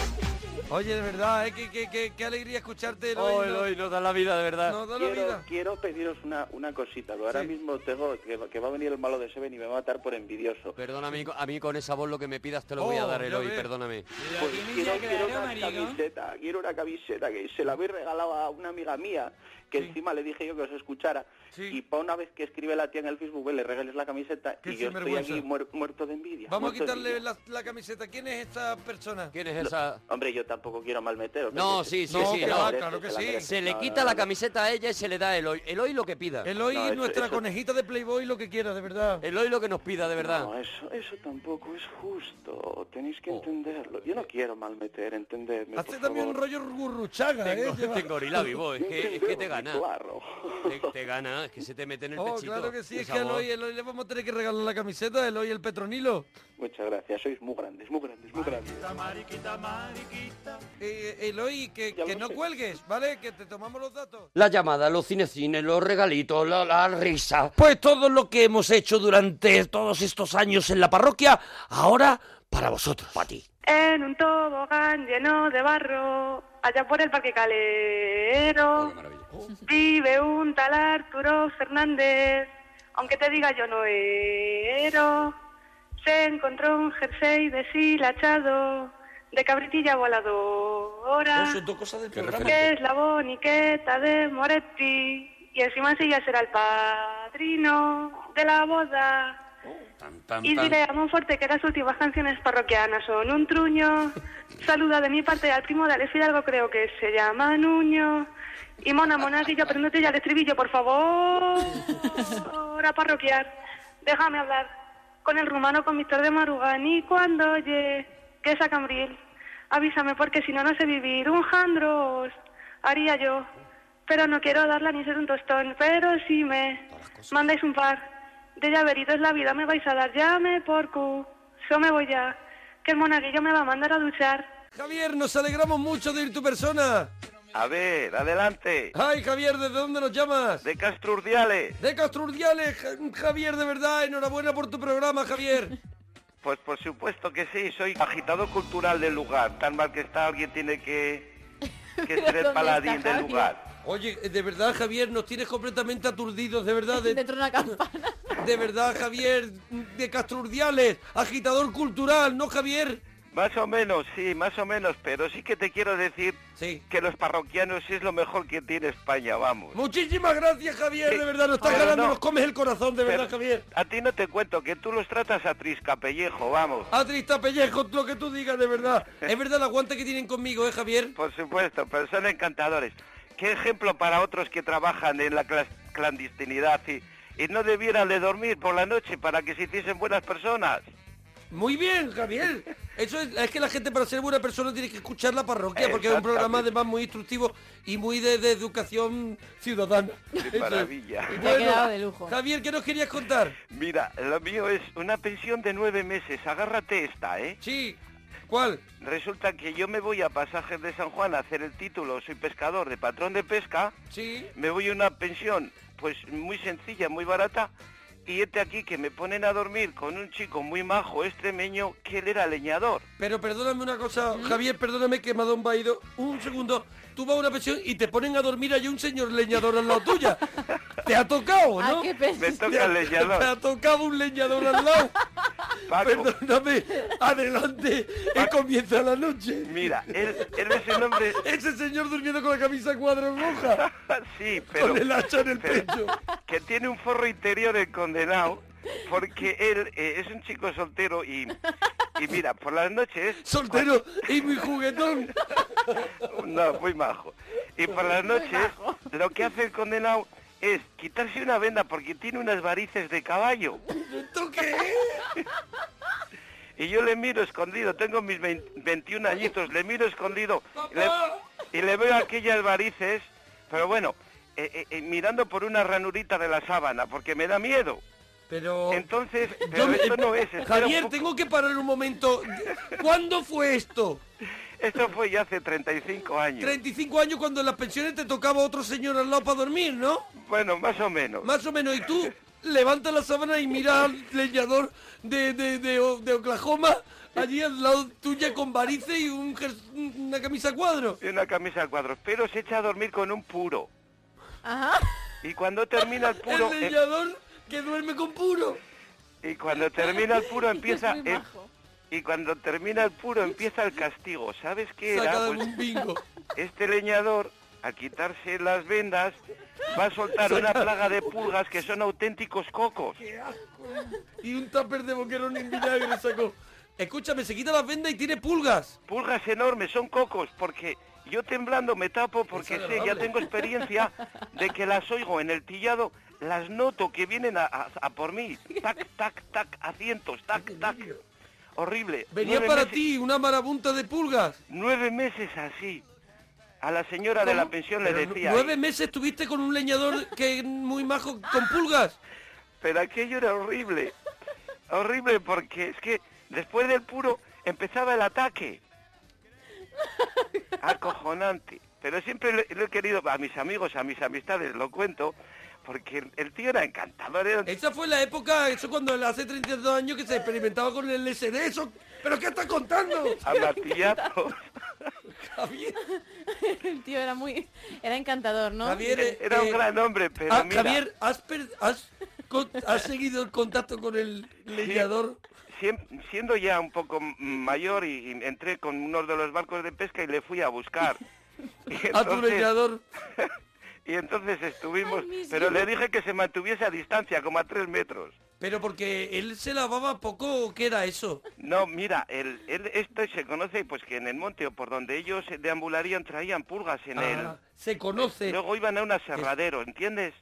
Oye, de verdad, ¿eh? qué, qué- qué- qué alegría escucharte. Eloy, Oh, Eloy, nos da la vida, de verdad. Nos da la Quiero, vida. quiero pediros una, una cosita, porque ahora mismo tengo que, que va a venir el malo de Seven y me va a matar por envidioso. Perdona, a mí, a mí con esa voz lo que me pidas te lo voy a Oh, dar, ya Eloy, ves. perdóname. Pues quiero, dice quiero claro, una marico. camiseta, quiero una camiseta que se la habéis regalado a una amiga mía, que encima le dije yo que os escuchara, y para una vez que escribe la tía en el Facebook, le regales la camiseta Qué y yo estoy sinvergüenza. aquí muer- muerto de envidia. Vamos a muerto de quitarle envidia. la, la camiseta. ¿Quién es esta persona? ¿Quién es esa...? Hombre, yo tampoco quiero malmeteros. No, porque- sí, sí, se sí. la no. merece, la merece. Se le No, quita no, la no. camiseta a ella y se le da a Eloy. Eloy lo que pida. Eloy, No, eso- nuestra eso- conejita de Playboy, lo que quiera, de verdad. Eloy lo que nos pida, de verdad. No, eso, eso tampoco es justo. Tenéis que entenderlo. Yo no quiero malmeter, entenderme. Hace por Oh. también un favor. rollo gurruchaga, ¿eh? Tengo, Lleva- tengo gorila vivo, Pues, es que, es que te gana. Claro. Te, te gana, es que se te mete en el Oh, pechito. claro que sí, es esa que a voz. Eloy, Eloy le vamos a tener que regalar la camiseta, Eloy el petronilo. Muchas gracias. Sois muy grandes, muy grandes, muy grandes. Eh, Eloy, que, que no cuelgues, ¿vale? Que te tomamos los datos. La llamada, los cinecines, los regalitos, la, la risa. Pues todo lo que hemos hecho durante todos estos años en la parroquia, ahora para vosotros. Para ti. En un tobogán lleno de barro, allá por el Parque Calero, vive un tal Arturo Fernández, aunque te diga yo no ero. Se encontró un jersey deshilachado, de cabritilla voladora, dos cosas del que es la boniqueta de Moretti, y encima sí ya será el padrino de la boda. Y diré a Monforte que las últimas canciones parroquianas son un truño. Saluda de mi parte al primo de Alex Hidalgo, creo que se llama Nuño. Y Mona Monaguillo, apréndete ya el estribillo, por favor. A parroquiar. Déjame hablar con el rumano conductor de Marugán. Y cuando oye que es a Cambril, avísame porque si no, no sé vivir. Un jandros haría yo. Pero no quiero darla ni ser un tostón. Pero si me mandáis un par de llaveritos la vida me vais a dar, llame por cu. Yo me voy ya, que el monaguillo me va a mandar a duchar. Javier, nos alegramos mucho de ir tu persona. A ver, adelante. Ay, Javier, ¿desde dónde nos llamas? De Castro Urdiales. De Castro Urdiales, Ja- Javier, de verdad, enhorabuena por tu programa, Javier. Pues por supuesto que sí, soy agitador cultural del lugar. Tan mal que está, alguien tiene que, que ser el paladín del lugar. Oye, eh, de verdad, Javier, nos tienes completamente aturdidos, de verdad. De... Dentro de una campana. De verdad, Javier, de Castro Urdiales, agitador cultural, ¿no, Javier? Más o menos, sí, más o menos, pero sí que te quiero decir que los parroquianos es lo mejor que tiene España, vamos. Muchísimas gracias, Javier, de verdad, nos estás Pero ganando, no. nos comes el corazón, de verdad, Javier. A ti no te cuento que tú los tratas a triscapellejo, vamos. A triste pellejo, lo que tú digas, de verdad. Es verdad el aguante que tienen conmigo, ¿eh, Javier? Por supuesto, pero son encantadores. Qué ejemplo para otros que trabajan en la clas- clandestinidad y, y no debieran de dormir por la noche para que se hiciesen buenas personas. Muy bien, Javier. Eso es, es que la gente para ser buena persona tiene que escuchar la parroquia, porque es un programa además muy instructivo y muy de, de educación ciudadana. Eso es. maravilla. Y Te ha quedado de lujo. Javier, ¿qué nos querías contar? Mira, lo mío es una pensión de nueve meses. Agárrate esta, ¿eh? Sí. ¿Cuál? Resulta que yo me voy a Pasajes de San Juan a hacer el título. Soy pescador de patrón de pesca. Sí. Me voy a una pensión, pues muy sencilla, muy barata. Y este aquí que me ponen a dormir con un chico muy majo extremeño que él era leñador. Pero perdóname una cosa, Mm. Javier, perdóname que Madón va ido un segundo. Tú vas a una pensión y te ponen a dormir allí un señor leñador al lado tuya. Te ha tocado, Ah, ¿no? qué pena. Me toca Te ha- el leñador. Te ha tocado un leñador al lado. Perdóname, adelante, que comienza la noche. Mira, él, él es un hombre... Ese señor durmiendo con la camisa cuadro roja. Sí, pero... Con el hacha en el pero- pecho. Que tiene un forro interior el condenado, porque él eh, es un chico soltero y... Y mira, por las noches... Soltero y muy juguetón. No, muy majo. Y por las noches lo que hace el condenado es quitarse una venda porque tiene unas varices de caballo. ¿Tú qué? Y yo le miro escondido, tengo mis 20 21 añitos, le miro escondido y le, y le veo aquellas varices, pero bueno, eh, eh, eh, mirando por una ranurita de la sábana porque me da miedo. Pero... Entonces, pero esto no es, espera Javier, un tengo que parar un momento. ¿Cuándo fue esto? Esto fue ya hace 35 años. 35 años cuando en las pensiones te tocaba otro señor al lado para dormir, ¿no? Bueno, más o menos. Más o menos. Y tú levantas la sábana y miras al leñador de, de- de O- de Oklahoma allí al lado tuya con varices y un jer- una camisa a cuadro. Y una camisa a cuadros, pero se echa a dormir con un puro. Y cuando termina el puro... El eh, leñador que duerme con puro. Y cuando termina el puro empieza... muy eh, y cuando termina el puro empieza el castigo. ¿Sabes qué era? Saca de Pues algún bingo. este leñador, al quitarse las vendas, va a soltar una Saca- plaga de pulgas que son auténticos cocos. Y un tupper de boquerón en vinagre sacó. Escúchame, se quita las vendas y tiene pulgas. Pulgas enormes, son cocos, porque yo temblando me tapo porque sé, ya agradable. tengo experiencia de que las oigo en el tillado, las noto que vienen a, a- a por mí. Tac, tac, tac, a cientos, tac, tac. Horrible. Venía Nueve para meses- ti una marabunta de pulgas. Nueve meses así. A la señora de la pensión le Pero nu- decía... Nueve meses estuviste con un leñador que es muy majo con pulgas. Pero aquello era horrible. Horrible porque es que después del puro empezaba el ataque. Acojonante. Pero siempre lo, lo he querido, a mis amigos, a mis amistades, lo cuento, porque el, el tío era encantador. era- Esa fue la época, eso cuando hace 32 años que se experimentaba con el LSD. Eso, ¿Pero qué estás contando? A martillazos. El tío era muy... Era encantador, ¿no? era un gran hombre, pero eh, Ah, mira, Javier, ¿has, per- has con- has seguido el contacto con el leñador? siem- siendo ya un poco m- mayor y, y entré con uno de los barcos de pesca y le fui a buscar. Y A tu entonces- leñador. Y entonces estuvimos, mis pero le hijos. dije que se mantuviese a distancia, como a tres metros. Pero porque él se lavaba poco, ¿o ¿qué era eso? No, mira, el, el- esto se conoce pues que en el monte o por donde ellos deambularían traían pulgas en Ah, Se el... conoce. Luego iban a un aserradero, ¿entiendes?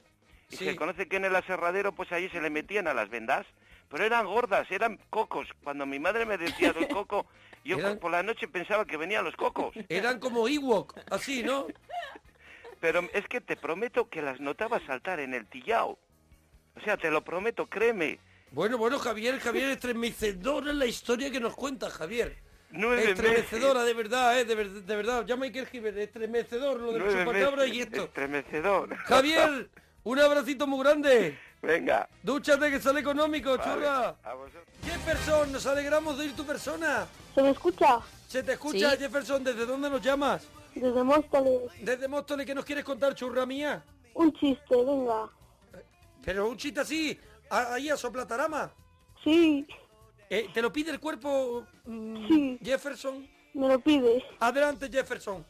Y se conoce que en el aserradero pues allí se le metían a las vendas, pero eran gordas, eran cocos. Cuando mi madre me decía del coco, yo por la noche pensaba que venían los cocos. Eran como Ewok, así, ¿no? Pero es que te prometo que las notaba saltar en el tillao. O sea, te lo prometo, créeme. Bueno, bueno, Javier, Javier, estremecedora es la historia que nos cuenta, Javier. Nueve estremecedora, de verdad, eh, de, ver- de verdad. Llama a Iker Jiménez, estremecedor, lo de los Nueve chupacabras meses, y esto. Estremecedor. Javier, un abracito muy grande. Venga. Dúchate que sale económico, Vale, churra. a vosotros. Jefferson, nos alegramos de oír tu persona. ¿Se me escucha? Se te escucha, Sí. Jefferson, ¿desde dónde nos llamas? Desde Móstoles. Desde Móstoles, ¿qué nos quieres contar, churra mía? Un chiste, venga. Pero un chiste así, a- ahí a soplatarama. Eh, Sí. ¿Te lo pide el cuerpo, mm, Jefferson? Me lo pide. Adelante, Jefferson.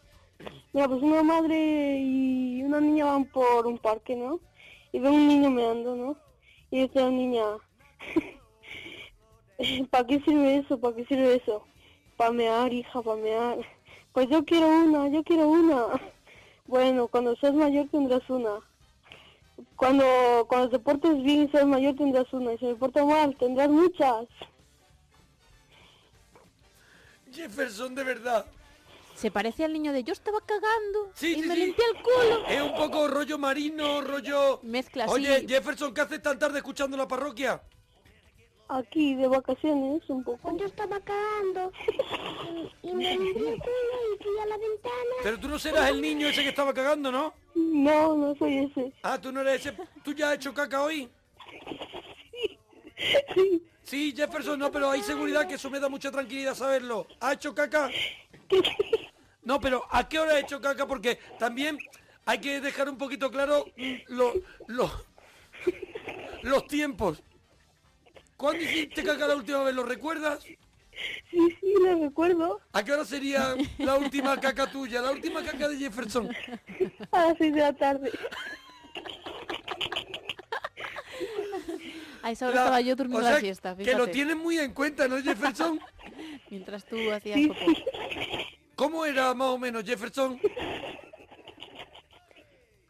Mira, pues una madre y una niña van por un parque, ¿no? Y ve un niño meando, ¿no? Y dice la niña, ¿para qué sirve eso? ¿Para qué sirve eso? Para mear, hija, para mear. Pues yo quiero una, yo quiero una. Bueno, cuando seas mayor tendrás una. Cuando, cuando te portes bien y seas mayor tendrás una. Y si me porto mal, tendrás muchas. Jefferson, de verdad. Se parece al niño de yo estaba cagando Sí, y sí, me sí. limpié el culo. Es un poco rollo marino, rollo... Mezcla así. Oye, Jefferson, ¿qué haces tan tarde escuchando la parroquia? Aquí, de vacaciones, un poco. Yo estaba cagando y me levanté y fui a la ventana. Pero tú no serás el niño ese que estaba cagando, ¿no? No, no soy ese. Ah, tú no eres ese. ¿Tú ya has hecho caca hoy? Sí, Jefferson, no, pero hay seguridad que eso me da mucha tranquilidad saberlo. ¿Ha hecho caca? No, pero ¿a qué hora ha hecho caca? Porque también hay que dejar un poquito claro mm, lo- lo- los tiempos. ¿Cuándo hiciste caca la última vez? ¿Lo recuerdas? Sí, sí, lo recuerdo. ¿A qué hora sería la última caca tuya? La última caca de Jefferson. A las seis Ah, de la tarde. A esa hora La- estaba yo durmiendo o sea, la siesta, Que lo fíjate. tienen muy en cuenta, ¿no, Jefferson? Mientras tú hacías popó. ¿Cómo era más o menos, Jefferson?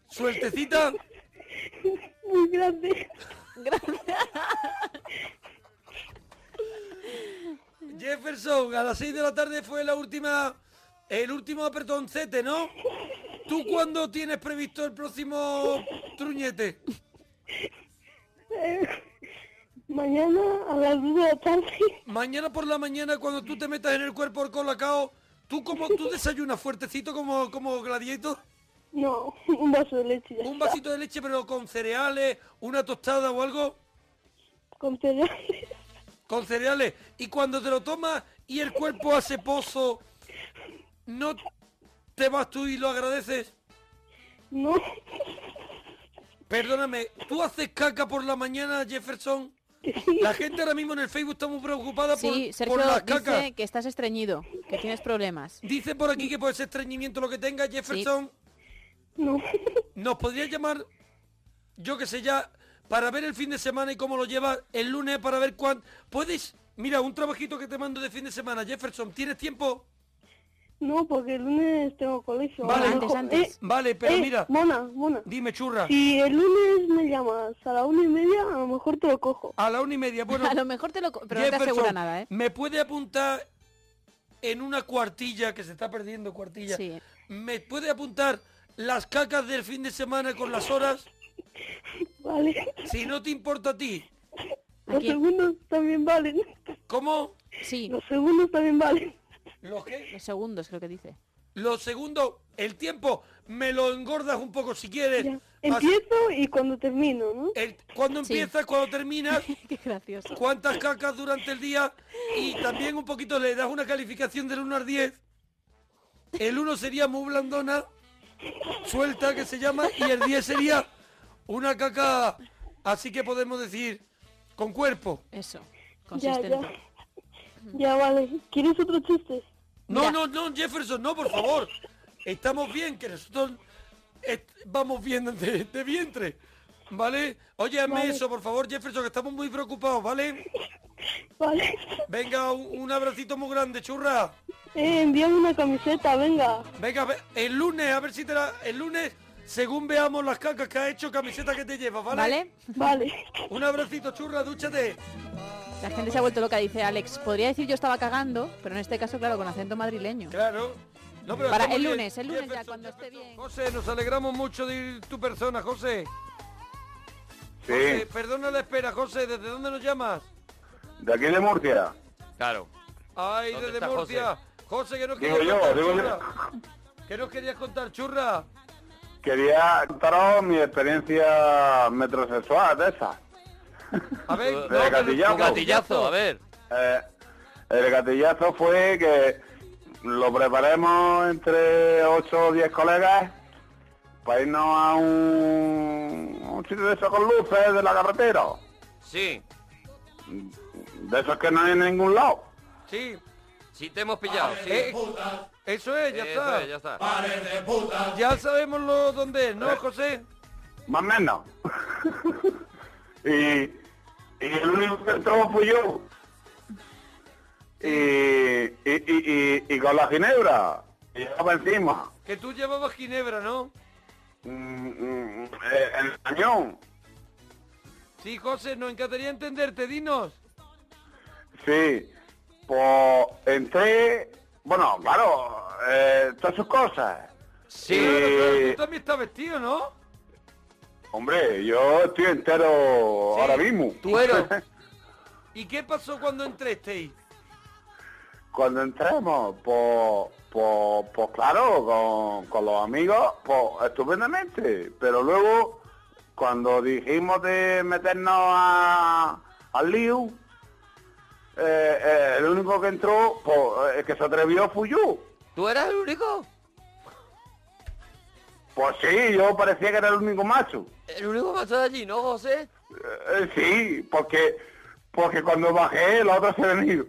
¿Sueltecita? Muy grande. Jefferson, a las 6 de la tarde fue la última, el último apertoncete, ¿no? ¿Tú cuándo tienes previsto el próximo truñete? Eh, Mañana a las 2 de la tarde. Mañana por la mañana, cuando tú te metas en el cuerpo con la cao, ¿tú, como, ¿tú desayunas fuertecito como, como gladiator? No, un vaso de leche. ya ¿Un está. vasito de leche pero con cereales, una tostada o algo? Con cereales. Con cereales. Y cuando te lo tomas y el cuerpo hace pozo, ¿no te vas tú y lo agradeces? No. Perdóname, ¿tú haces caca por la mañana, Jefferson? La gente ahora mismo en el Facebook está muy preocupada por- Sí, por, Sergio las cacas. dice que estás estreñido, que tienes problemas. Dice por aquí que por ese estreñimiento lo que tenga Jefferson. Nos podría llamar, yo que sé ya, para ver el fin de semana y cómo lo lleva el lunes, para ver cuán... ¿Puedes? Mira, un trabajito que te mando de fin de semana, Jefferson. ¿Tienes tiempo? No, porque el lunes tengo colegio. Vale, Bueno, antes, antes. Vale, pero mira. Mona, Mona. Dime, churra. eh, Si el lunes me llamas a la una y media, a lo mejor te lo cojo. A la una y media, bueno. a lo mejor te lo... co- Pero no te Jefferson, asegura nada, ¿eh? ¿Me puede apuntar en una cuartilla, que se está perdiendo cuartilla? Sí. ¿Me puede apuntar las cacas del fin de semana con las horas? Vale. Si no te importa a ti. Los segundos también valen. ¿Cómo? Sí. Los segundos también valen. ¿Los qué? Los segundos, creo que dice. Lo segundo, el tiempo, me lo engordas un poco si quieres. Así- Empiezo y cuando termino, ¿no? el- cuando Sí. empiezas, cuando terminas, Qué gracioso. cuántas cacas durante el día y también un poquito le das una calificación del 1 al 10. El 1 sería muy blandona, suelta que se llama, y el 10 sería una caca, así que podemos decir, con cuerpo. Eso, Ya, ya. Ya, vale. ¿Quieres otro chiste? No, no, no, Jefferson, no, por favor. Estamos bien, que nosotros est- vamos bien de, de vientre. ¿Vale? Oye, hazme Vale. eso, por favor, Jefferson, que estamos muy preocupados, ¿vale? Vale. Venga, un, un abracito muy grande, churra. Eh, envíame una camiseta, venga. Venga, ve- el lunes, a ver si te la... El lunes, según veamos las cacas que ha hecho, camiseta que te llevas, ¿vale? ¿Vale? Vale. Un abracito, churra, dúchate. La gente se ha vuelto loca, dice Alex. Podría decir yo estaba cagando, pero en este caso, claro, con acento madrileño. Claro. No, pero Para estamos el bien. lunes, el lunes ya, Jefferson, cuando esté bien. José, nos alegramos mucho de ir tu persona, José. Sí, José, perdona la espera, José, ¿desde dónde nos llamas? de aquí de Murcia. Claro. Ay, ¿Dónde desde está Murcia. José? que nos Digo querías yo, contar, digo churra. ¿Qué nos querías contar, churra? Quería contaros mi experiencia metrosexual de esa. A ver, De Eh, gatillazo. gatillazo, a ver. Eh, el gatillazo fue que lo preparemos entre 8 o 10 colegas para irnos a un, un sitio de esos con luces de la carretera. Sí, De esos que no hay en ningún lado. sí. Sí, te hemos pillado. sí. Eh, eso es, ya Eso está. es, ya está. Ya sabemos lo, dónde es, ¿no, José? Eh, Más o menos. y, y el único que entró fui yo. Y, y, y, y- y con la ginebra. Y llevaba encima. Que tú llevabas Ginebra, ¿no? Mm, mm, eh, el cañón. Sí, José, nos encantaría entenderte, dinos. Sí. Pues entré. Bueno, claro, eh, todas sus cosas. Sí. Tú también estás vestido, ¿no? hombre, yo estoy entero ahora mismo. ¿Y qué pasó cuando entrasteis? cuando entremos, pues, pues, pues claro, con, con los amigos, pues estupendamente. Pero luego, cuando dijimos de meternos a, al lío, eh, eh, el único que entró, pues eh, el que se atrevió fui yo. ¿Tú eras el único? Pues sí, yo parecía que era el único macho. El único macho de allí, ¿no, José? Eh, sí, porque porque cuando bajé, los otros se han ido.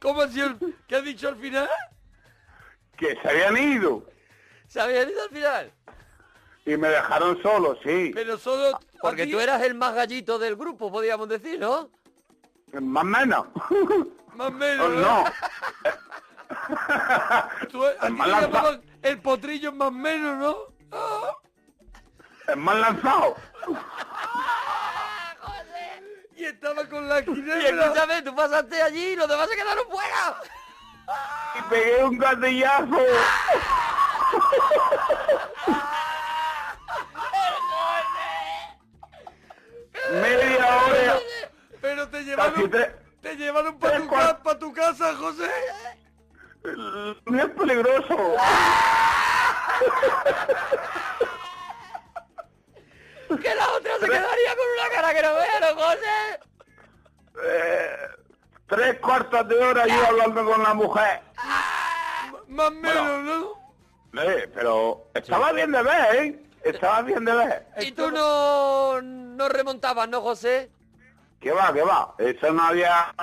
¿Cómo ha sido? el- ¿Qué has dicho al final? Que se habían ido. ¿Se habían ido al final? Y me dejaron solo, sí. Pero solo... Porque tú eras el más gallito del grupo, podríamos decir, ¿no? Más o menos. Más o menos. No. Tú, a ti te Malanza. llamaban el potrillo más o menos, ¿no? Es más lanzado. Y estaba con la Y escúchame, tú pasaste allí y los demás se quedaron fuera. Y pegué un gatillazo. Media hora, Te llevaron, tres- te llevaron para tu, ca- pa' tu casa, José. No es peligroso. Que la otra se quedaría con una cara que no vea, ¿no, José? Eh, tres cuartas de hora yo hablando con la mujer. Más menos, ¿no? Eh, pero estaba bien de ver, ¿eh? Estaba bien de ver. Y tú no, no remontabas, ¿no, José? ¿Qué va, qué va? Eso no había...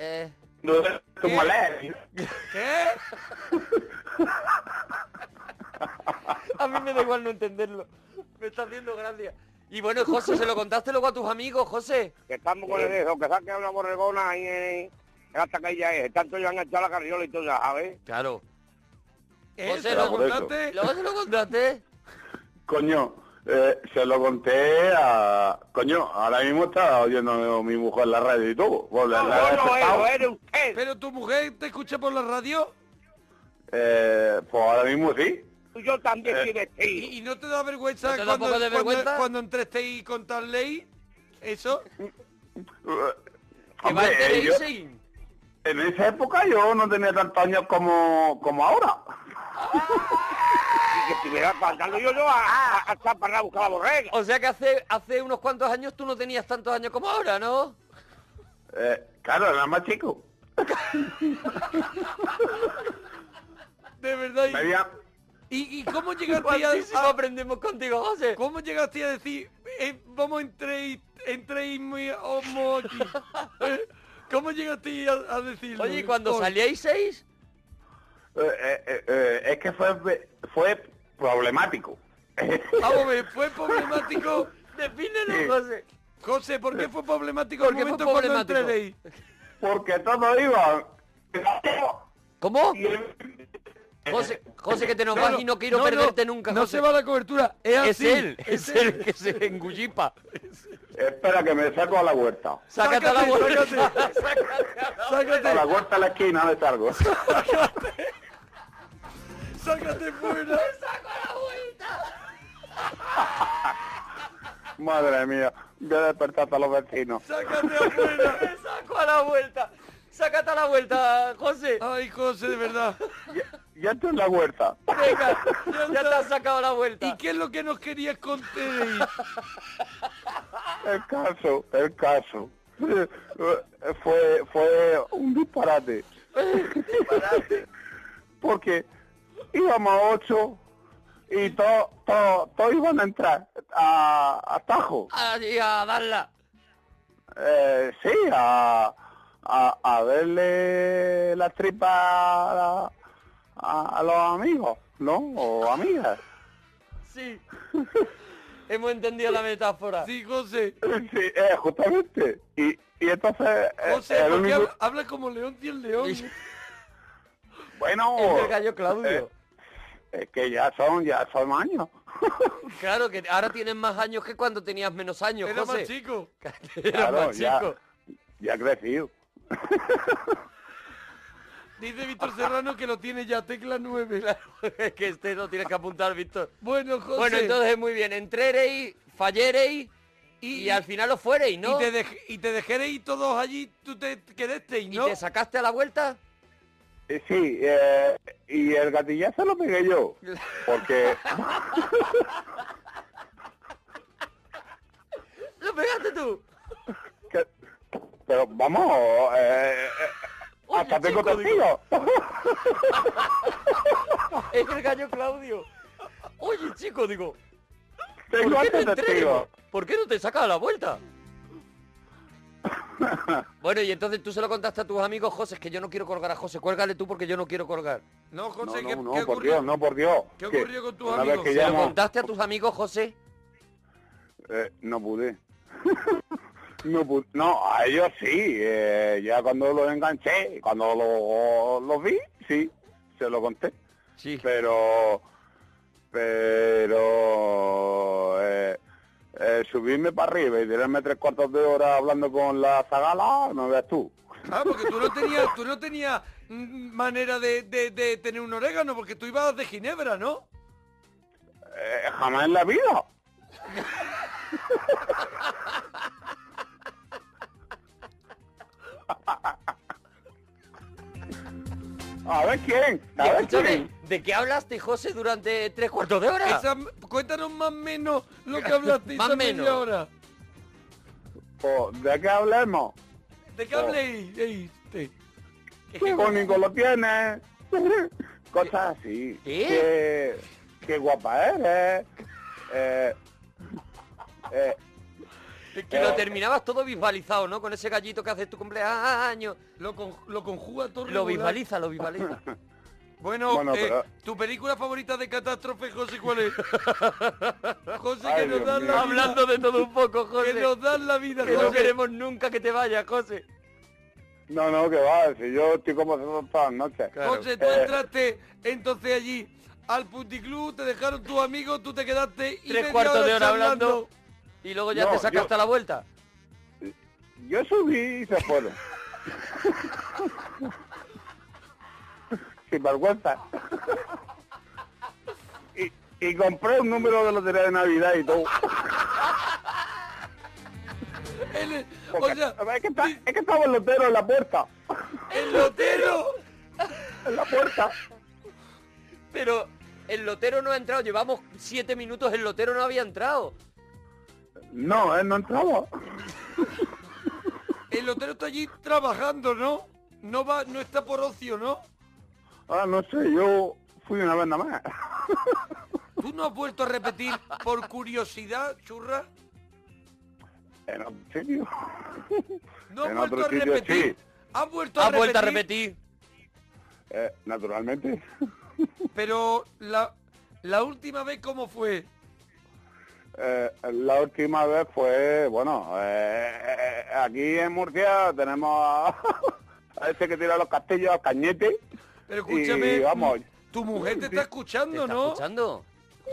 Eh, No era tu malé. ¿Qué? a mí me da igual no entenderlo. Me está haciendo gracia. Y bueno, José, ¿se lo contaste luego a tus amigos, José? Que estamos con Eh. el eso, que saque una borregona ahí en, hasta que ella es. Tanto ya han echado la carriola y todo ya, ¿sabes? Claro. José, ¿Se lo contaste? ¿Luego se lo contaste? Coño, eh, se lo conté a... Coño, ahora mismo está oyendo mi mujer en la radio y todo. Pues, Ah, la- la- Pero tu mujer te escucha por la radio eh, pues ahora mismo sí. Yo también Eh. ¿Y, y no te da vergüenza, ¿No te da un cuando, poco de cuando- vergüenza? cuando entrasteis con tal ley? ¿Eso? Hombre, eh, yo- en esa época yo no tenía tantos años como, como ahora. Ah. Y que estuviera mandando yo yo a, a, a Chaparra a buscar la borrega. O sea que hace, hace unos cuantos años tú no tenías tantos años como ahora, ¿no? Eh, claro, era más chico. De verdad. y- Media- ¿Y, y cómo llegaste Cuantísimo a, aprendemos contigo, José? ¿Cómo llegaste a decir, eh, vamos entre entre muy homo aquí? Eh, ¿Cómo llegaste a, a decirlo? Oye, ¿y cuando salíais seis? Eh, eh, eh, eh, es que fue, fue problemático. Vamos a ver, fue problemático. Defínelo, José. José, ¿por qué fue problemático el Porque fue momento cuando problemático. entraréis? Porque todo iba. ¿Cómo? José, José, que te nos vas y no quiero perderte nunca, No José. se va la cobertura, es así. él, es él que se engullipa. Espera que me saco a la huerta. Sácate a la vuelta. Sácate. A la huerta a la esquina me salgo. Sácate fuera. Madre mía, voy a despertar a los vecinos. Sácate afuera. Me saco a la vuelta. Sácate a la vuelta, José. Ay, José, de verdad. Ya estoy en la huerta. Venga, ya, te has sacado la vuelta. ¿Y qué es lo que nos querías contar? El caso, el caso. eh, Fue, fue un disparate. Porque íbamos a ocho y todos to, to iban a entrar a, a Tajo. Así a darla. Eh, sí, a, a, a verle las tripas a, a- a los amigos, ¿no? O amigas. Sí. Hemos entendido la metáfora. Sí, José. Sí, eh, justamente. Y, y entonces... eh, José, el ¿por qué único- habla, habla como León y el León? Bueno... Es el gallo Claudio. eh, es que ya son, ya son años. Claro, que ahora tienes más años que cuando tenías menos años, Era José. más chico. Era Claro, más ya, chico. ya he crecido. Dice Víctor Serrano que lo tiene ya, tecla 9. es que este lo tienes que apuntar, Víctor. Bueno, José. Bueno, entonces muy bien. Entrereis, fallereis y, al final os fuereis, ¿no? Y te, dej y te dejaréis todos allí, tú te quedasteis, ¿no? te sacaste a la vuelta? Eh, Sí, eh, y el gatillazo lo pegué yo. Porque... ah, ¡Lo pegaste tú! Pero vamos, eh, eh, hasta tengo chico, testigos. Es el gallo Claudio. Oye, chico, digo. Tengo ¿por qué hasta no testigos. entrenes? ¿Por qué no te sacas a la vuelta? bueno, y entonces tú se lo contaste a tus amigos, José, es que yo no quiero colgar a José. Cuélgale tú porque yo no quiero colgar. No, No, José, no, ¿qué, no, qué por ocurrió? Dios, no, por Dios. ¿Qué Que ocurrió con tus una vez amigos? que ¿Se lo llamo- contaste a tus amigos, José? Eh, no pude. No, pude. no, a ellos sí, eh, ya cuando los enganché, cuando lo- los vi, sí, se lo conté. Sí. Pero, pero, eh, eh, subirme para arriba y tirarme tres cuartos de hora hablando con la zagala, no veas tú. Ah, porque tú no tenías, tú no tenías mm, manera de, de- de tener un orégano, porque tú ibas de Ginebra, ¿no? Eh, jamás en la vida. A ver quién, a Y ver escúchame, quién. ¿De qué hablaste, José, durante tres cuartos de hora? Esa- cuéntanos más o menos lo que hablaste Más esa menos. media hora. Pues, ¿De qué hablemos? ¿De qué habléis? Ey, te- ¿Qué cónico lo tienes? Cosas así. ¿Qué? Qué, guapa eres. Eh, eh, Que lo terminabas todo visualizado, ¿no? Con ese gallito que haces tu cumpleaños. Lo, conjuga todo Lo regular. visualiza, lo visualiza. Bueno, Bueno, eh, pero- ¿tu película favorita de catástrofe, José, cuál es? José, Ay, que nos Dios dan mío. la vida. Hablando de todo un poco, José. Que nos dan la vida, Que no José. queremos nunca que te vayas, José. no, no, que va, si yo estoy como cerdo todas las noches. José, tú Eh, entraste entonces allí al puticlub, te dejaron tus amigos, tú te quedaste y Tres media cuartos de hora charlando. hablando. Y luego ya No, te sacaste yo- a la vuelta. Yo subí y se fueron. Sin vergüenza. Y, y compré un número de lotería de Navidad y todo. Porque, a ver, es, que está- es que estaba el lotero en la puerta. ¡El lotero! en la puerta. Pero el lotero no ha entrado. Llevamos siete minutos, el lotero no había entrado. No, él no entraba. El lotero está allí trabajando, ¿no? No va, no está por ocio, ¿no? Ah, no sé, yo fui una vez nada más. ¿Tú no has vuelto a repetir por curiosidad, churra? En otro sitio. No has en vuelto otro a sitio repetir. sí. Has vuelto a Ah, repetir. Eh, naturalmente. Pero la, la última vez, ¿cómo fue? Eh, la última vez fue, bueno, eh, eh, aquí en Murcia tenemos a, a este que tira los castillos a cañete. Pero escúchame, y, vamos, Tu mujer te está escuchando, está ¿no? escuchando?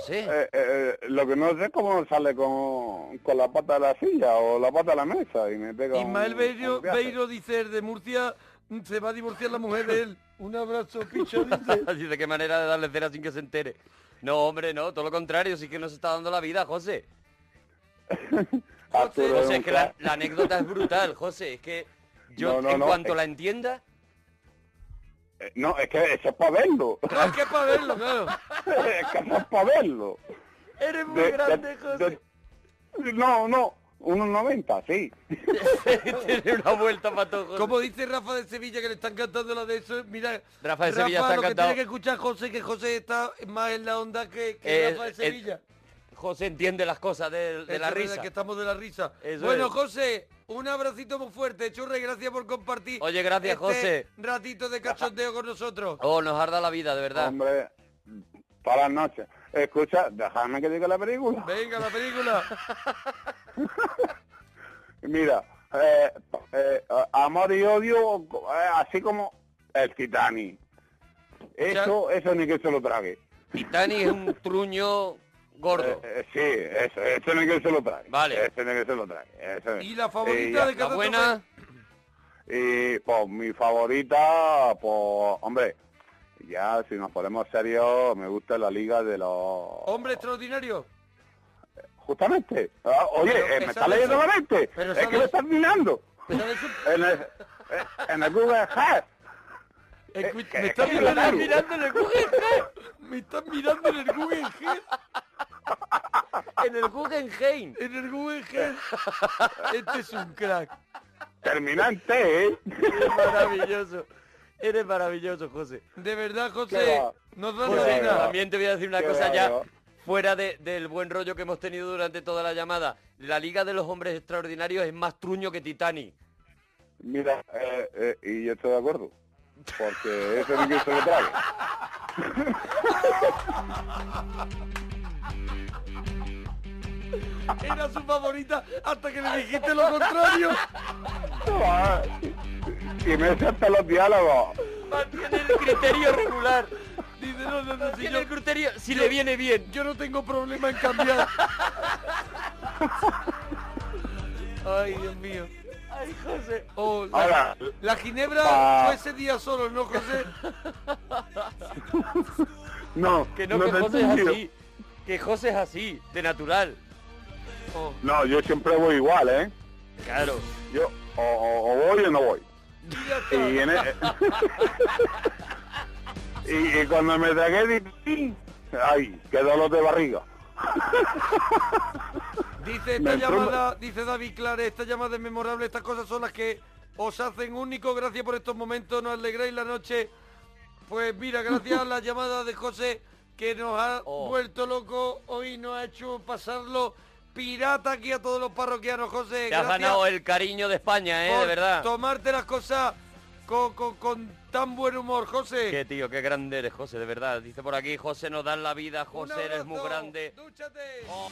Sí. eh, eh, lo que no sé es cómo sale con, con la pata de la silla o la pata de la mesa y me pega un- Ismael Beiro, un viaje. Beiro dice, el de Murcia mm, se va a divorciar la mujer de él. Un abrazo, picho, dice. Dice, qué manera de darle cera sin que se entere. No, hombre, no, todo lo contrario, sí que nos está dando la vida, José. José, José, es que la, la anécdota es brutal, José, es que yo No, no, en no, cuanto es- la entienda, Eh, No, es que eso es para verlo. es que es para verlo, claro. es que eso es para verlo. Eres muy De- de- grande, José. No, no, unos 90, sí. Tiene una vuelta para todo, José. Como dice Rafa de Sevilla que le están cantando la de eso, mira, Rafa de Sevilla está lo que cantado. tiene que escuchar José, que José está más en la onda que, que Eh, Rafa de eh, Sevilla. José entiende las cosas de, de Eso la es verdad, risa. que estamos de la risa. Eso bueno, es. José, un abracito muy fuerte, churre, gracias por compartir. Oye, gracias, este José. Ratito de cachondeo con nosotros. Oh, nos arda la vida, de verdad. Hombre, todas las noches. Escucha, déjame que diga la película. Venga, la película. Mira, eh, eh, amor y odio, eh, así como el Titanic. Eso, eso ni que se lo trague. Titanic es un truño gordo. Eh, sí, eso, eso ni que se lo trague. Vale. Eso ni que se lo trague. eso. ¿Y la Y favorita ya. de cada Y pues mi favorita, pues hombre, ya si nos ponemos serios, me gusta la liga de los... Hombre extraordinario. Justamente. Ah, oye, Pero eh, que me está sale leyendo eso. la mente. Pero es sale que me eso. estás mirando. En el, eh, en el Google Earth. Escu- que- Eh, me que estás yo lo mirando, tengo. mirando en el Guggenheim. Me estás mirando en el Guggenheim. En el Guggenheim. En el Guggenheim. Este es un crack. Terminante, ¿eh? Eres maravilloso. Eres maravilloso, José. De verdad, Qué José, va. nos da la José, vida. también te voy a decir una Qué cosa ya bárbaro. fuera de- del buen rollo que hemos tenido durante toda la llamada. La Liga de los Hombres Extraordinarios es más truño que Titanic. Mira, eh, eh, y yo estoy de acuerdo. Porque eso ni que se lo trague. Era su favorita hasta que le dijiste lo contrario. Ah, Y me saltan los diálogos. Mantiene el criterio regular. Dice, no, no, no, si yo- el criterio, si yo- le viene bien. Yo no tengo problema en cambiar. Ay, Dios mío. Ay, José. Oh, la, Ahora, la ginebra pa- fue ese día solo, ¿no, José? No, Que no, que te he José es entendido. así. Que José es así, de natural. o- No, yo siempre voy igual, ¿eh? Claro. Yo o, o- o voy o no voy. Y, en e- y- y cuando me tragué, di- ay, qué dolor de barriga. Dice Me esta entró un- llamada, dice David Clare, esta llamada es memorable, estas cosas son las que os hacen único, gracias por estos momentos, nos alegráis la noche. Pues mira, gracias a la llamada de José que nos ha Oh. vuelto loco, hoy nos ha hecho pasarlo pirata aquí a todos los parroquianos, José. Te has gracias ganado el cariño de España, ¿eh? por De verdad. Tomarte las cosas con, con- con tan buen humor, José. Qué tío, qué grande eres, José, de verdad. Dice por aquí, José nos dan la vida, José, eres muy grande. Oh.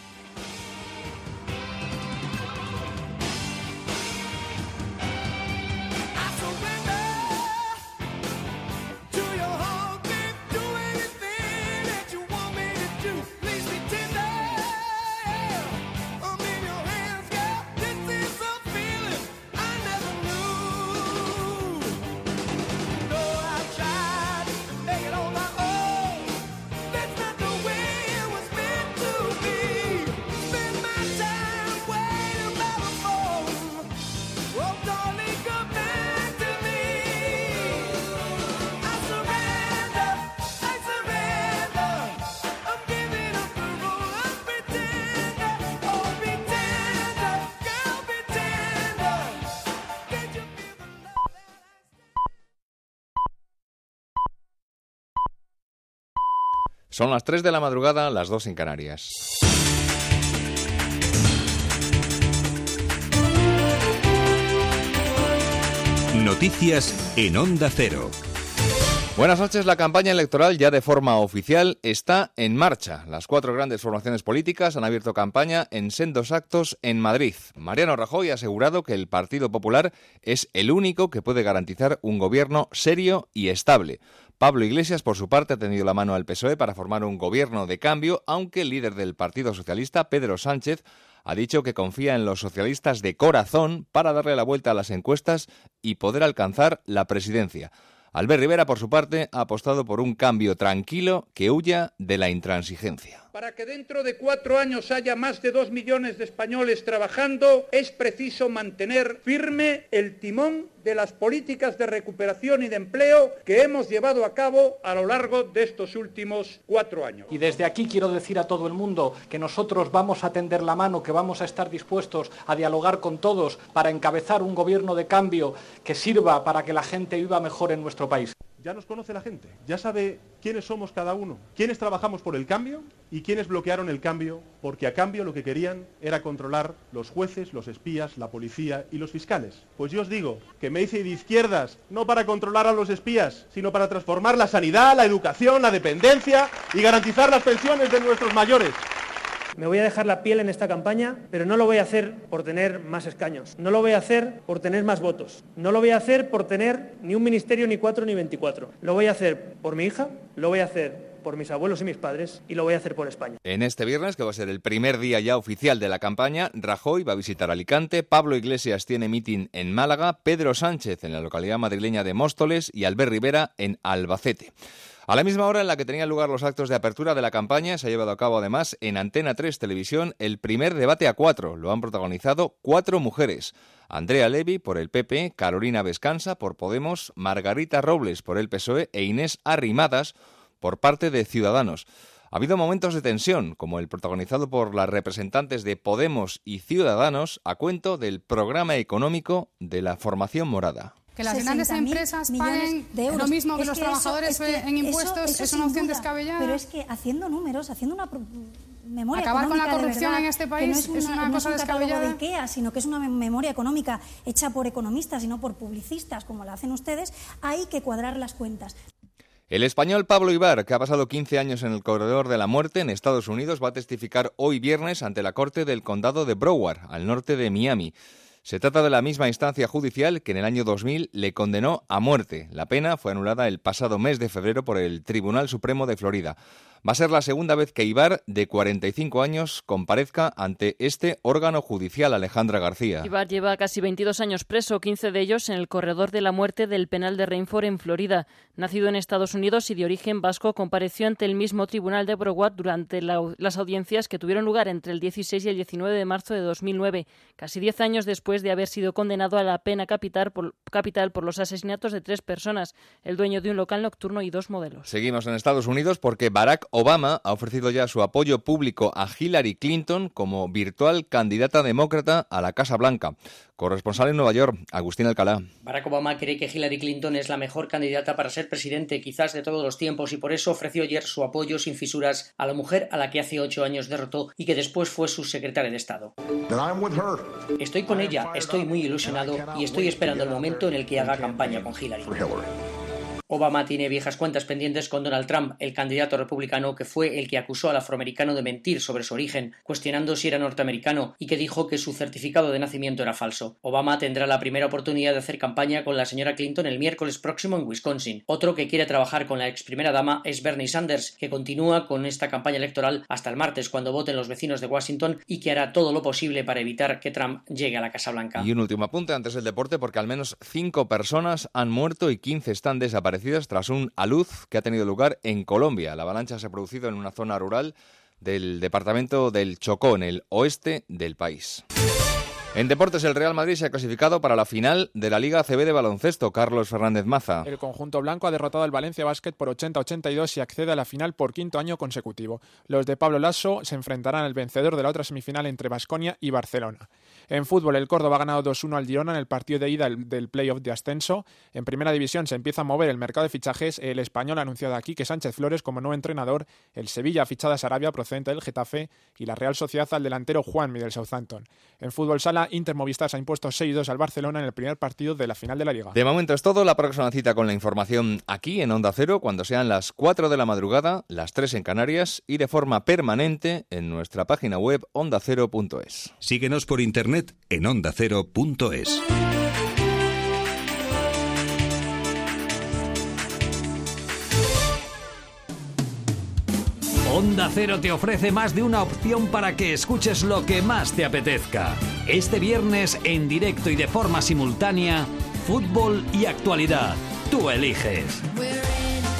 Oh, darling, come back to me. I surrender, I surrender. I'm giving up the role of pretender. Oh, be tender, girl, be tender. Can't you feel the love that Son las 3 de la madrugada, las 2 en Canarias. Noticias en Onda Cero. Buenas noches, la campaña electoral ya de forma oficial está en marcha. Las cuatro grandes formaciones políticas han abierto campaña en sendos actos en Madrid. Mariano Rajoy ha asegurado que el Partido Popular es el único que puede garantizar un gobierno serio y estable. Pablo Iglesias, por su parte, ha tenido la mano al PSOE E para formar un gobierno de cambio, aunque el líder del Partido Socialista, Pedro Sánchez, ha dicho que confía en los socialistas de corazón para darle la vuelta a las encuestas y poder alcanzar la presidencia. Albert Rivera, por su parte, ha apostado por un cambio tranquilo que huya de la intransigencia. Para que dentro de cuatro años haya más de dos millones de españoles trabajando, es preciso mantener firme el timón de las políticas de recuperación y de empleo que hemos llevado a cabo a lo largo de estos últimos cuatro años. Y desde aquí quiero decir a todo el mundo que nosotros vamos a tender la mano, que vamos a estar dispuestos a dialogar con todos para encabezar un gobierno de cambio que sirva para que la gente viva mejor en nuestro país. Ya nos conoce la gente, ya sabe quiénes somos cada uno, quiénes trabajamos por el cambio y quiénes bloquearon el cambio, porque a cambio lo que querían era controlar los jueces, los espías, la policía y los fiscales. Pues yo os digo que me hice de izquierdas no para controlar a los espías, sino para transformar la sanidad, la educación, la dependencia y garantizar las pensiones de nuestros mayores. Me voy a dejar la piel en esta campaña, pero no lo voy a hacer por tener más escaños, no lo voy a hacer por tener más votos, no lo voy a hacer por tener ni un ministerio, ni cuatro, ni veinticuatro. Lo voy a hacer por mi hija, lo voy a hacer por mis abuelos y mis padres y lo voy a hacer por España. En este viernes, que va a ser el primer día ya oficial de la campaña, Rajoy va a visitar Alicante, Pablo Iglesias tiene mitin en Málaga, Pedro Sánchez en la localidad madrileña de Móstoles y Albert Rivera en Albacete. A la misma hora en la que tenían lugar los actos de apertura de la campaña, se ha llevado a cabo además en Antena 3 Televisión el primer debate a cuatro. Lo han protagonizado cuatro mujeres. Andrea Levy por el PP, Carolina Vescanza por Podemos, Margarita Robles por el PSOE e Inés Arrimadas por parte de Ciudadanos. Ha habido momentos de tensión, como el protagonizado por las representantes de Podemos y Ciudadanos a cuento del programa económico de la formación morada. Que las grandes 60.000 empresas millones paguen de euros. lo mismo que Es los eso- trabajadores es que en impuestos eso- eso es sin una opción duda. descabellada. Pero es que haciendo números, haciendo una pro- memoria Acabar con la económica de corrupción verdad, en este que no país es una, es una no cosa es un catálogo descabellada. de IKEA, sino que es una mem- memoria económica hecha por economistas y no por publicistas como la hacen ustedes, hay que cuadrar las cuentas. El español Pablo Ibar, que ha pasado 15 años en el corredor de la muerte en Estados Unidos, va a testificar hoy viernes ante la Corte del Condado de Broward, al norte de Miami. Se trata de la misma instancia judicial que en el año 2000 le condenó a muerte. La pena fue anulada el pasado mes de febrero por el Tribunal Supremo de Florida. Va a ser la segunda vez que Ibar, de 45 años, comparezca ante este órgano judicial, Alejandra García. Ibar lleva casi 22 años preso, 15 de ellos en el corredor de la muerte del penal de Rainford en Florida. Nacido en Estados Unidos y de origen vasco, compareció ante el mismo tribunal de Broward durante la- las audiencias que tuvieron lugar entre el 16 y el 19 de marzo de 2009, casi 10 años después de haber sido condenado a la pena capital por, capital por los asesinatos de tres personas, el dueño de un local nocturno y dos modelos. Seguimos en Estados Unidos porque Barack Obama ha ofrecido ya su apoyo público a Hillary Clinton como virtual candidata demócrata a la Casa Blanca. Corresponsal en Nueva York, Agustín Alcalá. Barack Obama cree que Hillary Clinton es la mejor candidata para ser presidente quizás de todos los tiempos y por eso ofreció ayer su apoyo sin fisuras a la mujer a la que hace ocho años derrotó y que después fue su secretaria de Estado. Estoy con ella, estoy muy ilusionado y estoy esperando el momento en el que haga campaña con Hillary. Obama tiene viejas cuentas pendientes con Donald Trump, el candidato republicano que fue el que acusó al afroamericano de mentir sobre su origen, cuestionando si era norteamericano y que dijo que su certificado de nacimiento era falso. Obama tendrá la primera oportunidad de hacer campaña con la señora Clinton el miércoles próximo en Wisconsin. Otro que quiere trabajar con la ex primera dama es Bernie Sanders, que continúa con esta campaña electoral hasta el martes cuando voten los vecinos de Washington y que hará todo lo posible para evitar que Trump llegue a la Casa Blanca. Y un último apunte antes del deporte porque al menos cinco personas han muerto y 15 están desaparecidas tras un aluz que ha tenido lugar en Colombia. La avalancha se ha producido en una zona rural del departamento del Chocó, en el oeste del país. En deportes, el Real Madrid se ha clasificado para la final de la Liga CB de baloncesto. Carlos Fernández Maza. El conjunto blanco ha derrotado al Valencia Basket por 80-82 y accede a la final por quinto año consecutivo. Los de Pablo Lasso se enfrentarán al vencedor de la otra semifinal entre Basconia y Barcelona. En fútbol, el Córdoba ha ganado 2-1 al Girona en el partido de ida del- del playoff de ascenso. En primera división se empieza a mover el mercado de fichajes. El español ha anunciado aquí que Sánchez Flores como nuevo entrenador. El Sevilla ha fichado a Sarabia procedente del Getafe y la Real Sociedad al delantero Juanmi del Southampton. En fútbol sala, Inter Movistar se ha impuesto 6-2 al Barcelona en el primer partido de la final de la Liga. De momento es todo. La próxima cita con la información aquí en Onda Cero, cuando sean las 4 de la madrugada, las 3 en Canarias y de forma permanente en nuestra página web ondacero.es. Síguenos por internet en ondacero.es. Onda Cero te ofrece más de una opción para que escuches lo que más te apetezca. Este viernes, en directo y de forma simultánea, fútbol y actualidad. Tú eliges.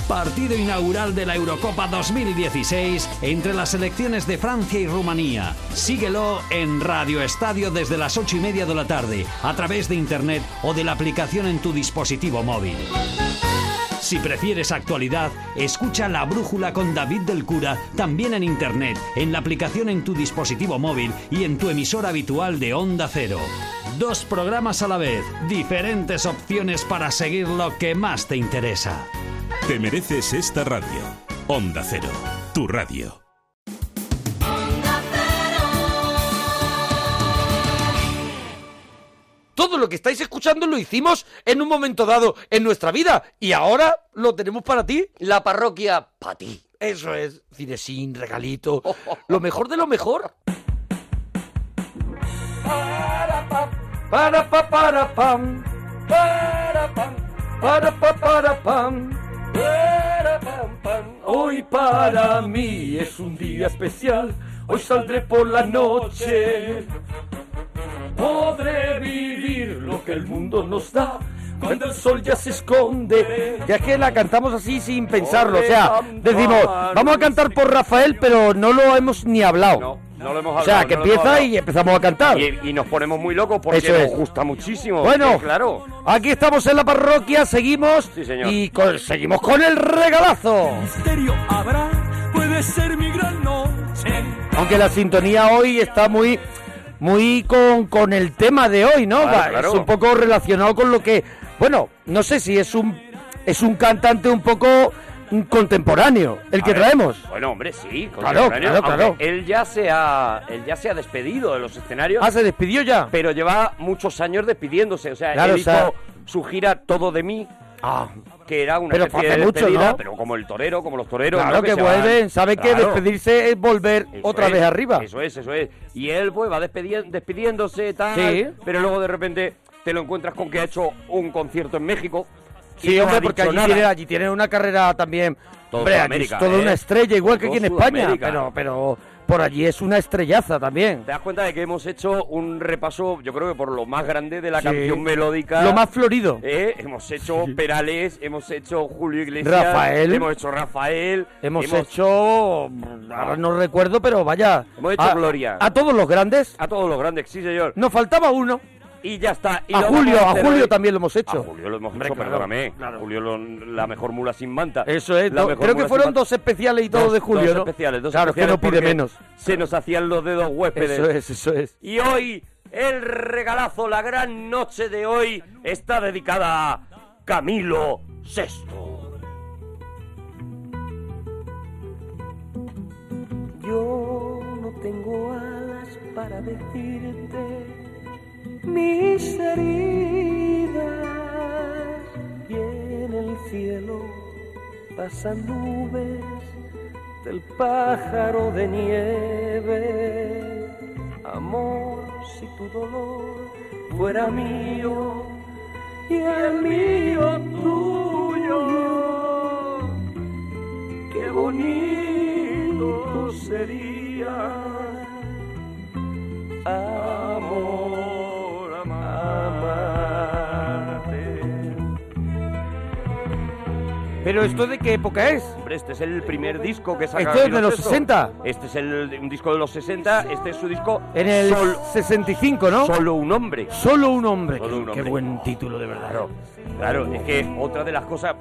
Partido inaugural de la Eurocopa 2016 entre las selecciones de Francia y Rumanía. Síguelo en Radio Estadio desde las 8 y media de la tarde, a través de internet o de la aplicación en tu dispositivo móvil. Si prefieres actualidad, escucha La Brújula con David del Cura también en internet, en la aplicación en tu dispositivo móvil y en tu emisora habitual de Onda Cero. Dos programas a la vez, diferentes opciones para seguir lo que más te interesa. Te mereces esta radio. Onda Cero, tu radio. Todo lo que estáis escuchando lo hicimos en un momento dado en nuestra vida y ahora lo tenemos para ti. La parroquia para ti. Eso es, cine sin regalito, lo mejor de lo mejor. Para pa para pam, para pam, para pa para pam, para pam pam. Hoy para mí es un día especial, hoy saldré por la noche. Podré vivir lo que el mundo nos da cuando el sol ya se esconde. Ya es que la cantamos así sin pensarlo, o Ole, sea, decimos, Amparo, vamos a cantar por Rafael, pero no lo hemos ni hablado. No lo hemos O sea, hablado, que no lo hemos empieza hablado. y empezamos a cantar. Y, y nos ponemos muy locos porque Eso nos es. gusta muchísimo. Bueno, sí, claro. aquí estamos en la parroquia, seguimos Sí, señor. y con- seguimos con el regalazo. Misterio habrá, puede ser mi gran noche. Aunque la sintonía hoy está muy muy con, con el tema de hoy, ¿no? Claro, Va, claro. Es un poco relacionado con lo que, bueno, no sé si es un es un cantante un poco contemporáneo el que A ver, traemos. Bueno, hombre, sí. Claro, contemporáneo, claro, claro. aunque Él ya, se ha, él ya se ha despedido de los escenarios. Ah, se despidió ya. Pero lleva muchos años despidiéndose. O sea, Claro, él o sea- hizo su gira Todo de mí. que era una Pero especie hace de mucho, despedida, ¿no? pero como el torero, como los toreros. Claro ¿no? que se van- vuelven, sabe que Claro. despedirse es volver Eso otra es, vez arriba. Eso es, eso es. Y él pues va despedi- despidiéndose, tal, Sí. pero luego de repente te lo encuentras con que ha hecho un concierto en México. y Sí, no hombre, ha porque dicho allí nada. tiene, allí tiene una carrera también. Todo hombre, allí Sudamérica, es toda ¿eh? una estrella, igual que Todo aquí en España. Sudamérica. Pero, pero por allí es una estrellaza también. Te das cuenta de que hemos hecho un repaso, yo creo que por lo más grande de la Sí. canción melódica. Lo más florido. Eh, hemos hecho Perales, hemos hecho Julio Iglesias. Rafael. Hemos hecho Rafael. Hemos, hecho. Ahora no recuerdo, pero vaya. Hemos hecho a, gloria. A todos los grandes. A todos los grandes, sí, señor. Nos faltaba uno. Y ya está. Y a lo Julio, vamos a hacer Julio hoy. también lo hemos hecho. A Julio lo hemos Hombre, hecho, claro, perdóname. Julio, lo- la mejor mula sin manta. Eso es. La do- mejor creo que mula fueron sin manta. dos especiales y todo Dos- de Julio, dos ¿no? especiales, dos claro, especiales que no pide porque menos. Se nos hacían los dedos huéspedes. Eso es, eso es. Y hoy, el regalazo, la gran noche de hoy, está dedicada a Camilo VI. Yo no tengo alas para decirte mis heridas y en el cielo pasan nubes del pájaro de nieve. Amor, si tu dolor fuera mío y el mío tuyo. Qué bonito sería amor, amarte. Pero esto de qué época es? Hombre, este es el primer disco que saca Este es de Camilo los VI. 60. Este es el, un disco de los 60. Este es su disco En el Sol- 65, ¿no? Solo un hombre. Solo un hombre. Solo un Qué- Qué hombre. buen título, de verdad. Claro, claro, Uh. es que otra de las cosas.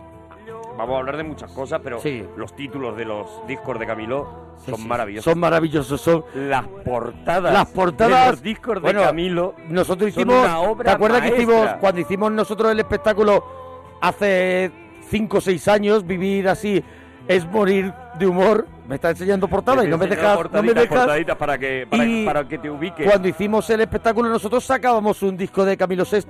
Vamos a hablar de muchas cosas, pero Sí. los títulos de los discos de Camilo Sí, son sí, maravillosos. Son maravillosos, son. Las portadas. Las portadas. De los discos de bueno, Camilo. Nosotros son hicimos. una obra ¿Te acuerdas que maestra. hicimos cuando hicimos nosotros el espectáculo hace 5 o 6 años? Vivir así es morir de humor. Me está enseñando portadas y no me Enseñaba dejas. No me portaditas, dejas. portaditas para que, para, Y para que te ubiques. Cuando hicimos el espectáculo nosotros sacábamos un disco de Camilo VI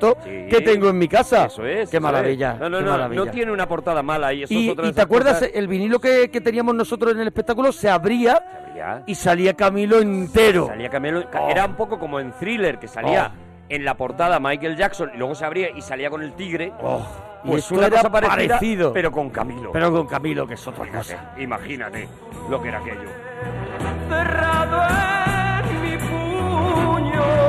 que tengo en mi casa. Eso es. Qué eso maravilla. es. No, no, qué no, maravilla. no tiene una portada mala. Y, eso es Y, otra de y te esas acuerdas, cosas- el vinilo que, que teníamos nosotros en el espectáculo se abría, y salía Camilo entero. Salía Camilo. ca- Era un poco como en thriller, que salía Oh. en la portada Michael Jackson y luego se abría y salía con el tigre. Oh. y Pues eso una era cosa parecida, parecido. Pero con Camilo. Pero con Camilo, que es otra cosa. Imagínate lo que era aquello.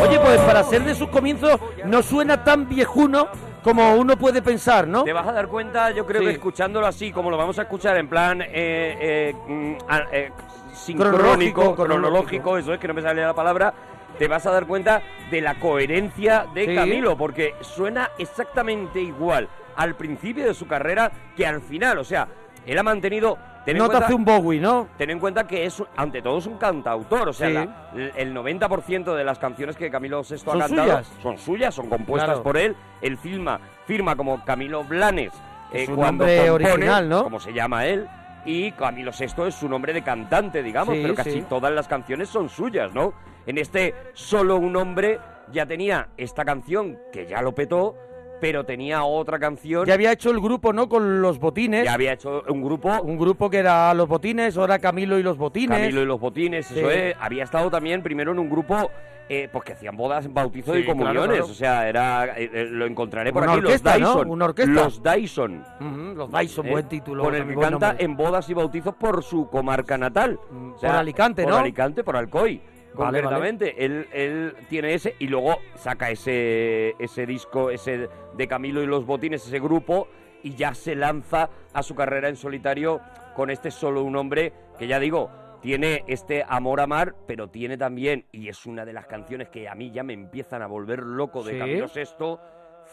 Oye, pues para ser de sus comienzos no suena tan viejuno como uno puede pensar, ¿no? Te vas a dar cuenta, yo creo Sí. que escuchándolo así, como lo vamos a escuchar en plan eh, eh, mm, a- eh, sincrónico, Cronológico, cronológico, cronológico. eso es que no me sale la palabra, te vas a dar cuenta de la coherencia de Sí. Camilo, porque suena exactamente igual al principio de su carrera que al final. O sea, él ha mantenido. ten en No te cuenta- hace un Bowie, ¿no? Ten en cuenta que es, ante todo, es un cantautor. O sea, Sí. la- el 90% de las canciones que Camilo VI Son ha cantado suyas. son suyas, son compuestas Claro. por él. Él firma, firma como Camilo Blanes eh, Es un cuando nombre compone, original, ¿no? Como se llama él. Y Camilo VI es su nombre de cantante, digamos, Sí, pero casi sí. todas las canciones son suyas, ¿no? En este Solo un hombre ya tenía esta canción que ya lo petó, pero tenía otra canción. Ya había hecho el grupo, ¿no? Con los botines. Ya había hecho un grupo. Un grupo que era los botines, ahora Camilo y los botines. Camilo y los botines, eso Sí. es. Había estado también primero en un grupo eh, pues que hacían bodas, bautizos Sí, y comuniones. claro, claro. O sea, era eh, eh, lo encontraré por Una aquí. orquesta, ¿no? los Dyson. Una orquesta. Los Dyson. Eh, Ujú, los Dyson, buen título, Con el también que buen canta nombre. Mm, en bodas y bautizos por su comarca natal. Mm, O sea, por Alicante, por ¿no? Alicante, por Alcoy. Vale, Concretamente, Él, él tiene ese y luego saca ese, ese disco, ese de Camilo y los Botines, ese grupo, y ya se lanza a su carrera en solitario con este solo un hombre que ya digo, tiene este amor a mar, pero tiene también, y es una de las canciones que a mí ya me empiezan a volver loco de Sí. Camilo VI,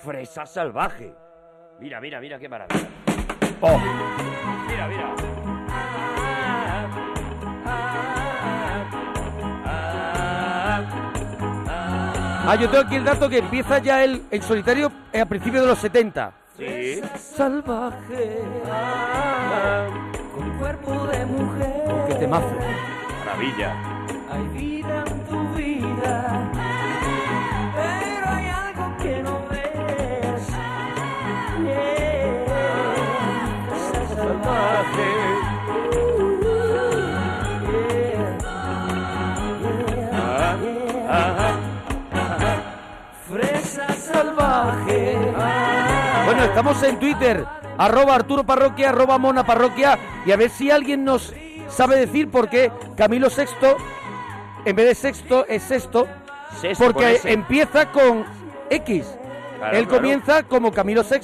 Fresa Salvaje. Mira, mira, mira qué maravilla. Oh. Mira, mira. Ah, yo tengo aquí el dato que empieza ya el, el solitario eh, a principios de los 70. Sí. Salvaje. ah, Con cuerpo de mujer. Qué temazo. Maravilla. Hay vida en tu vida, pero hay algo que no ves. Yeah. Ah, Bueno, estamos en Twitter, arroba Arturo Parroquia, arroba Mona Parroquia, y a ver si alguien nos sabe decir por qué Camilo VI, en vez de sexto, es sexto, Sexto, con porque ese. empieza con X. Claro, Él claro. comienza como Camilo VI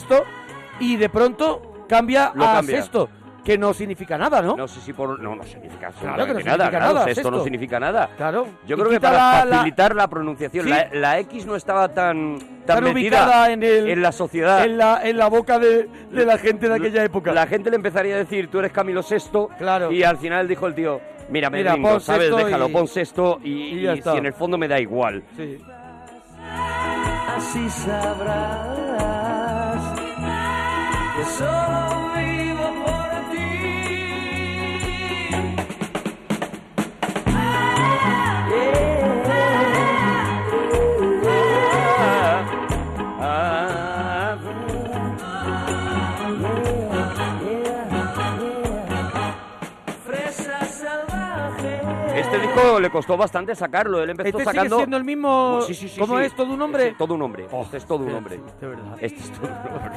y de pronto cambia Lo a cambia. sexto, que no significa nada, ¿no? No sé si por... No, no significa Claro que no absolutamente significa nada. nada, Esto no sexto. significa nada. Claro. Yo Y creo que quita para la- la- facilitar la, pronunciación, Sí. la, la X no estaba tan, Tan tan ubicada metida en el- la sociedad. en la- en la boca de, de la gente de aquella época. La gente le empezaría a decir, tú eres Camilo VI. Claro. Y al final dijo el tío, mira, me Mira, rindo, pon ¿sabes? sexto Déjalo, y- pon sexto y, y ya y está. si en el fondo me da igual. Sí. Así sabrás que solo vivo por ti. Fresa salvaje. Este disco le costó bastante sacarlo. Él empezó Este sigue sacando. Oh, siendo el mismo- Sí, sí, sí, ¿Cómo sí. es? ¿Todo un hombre? Este es todo un hombre. este es todo un sí, hombre. sí, de verdad. Este es todo un hombre.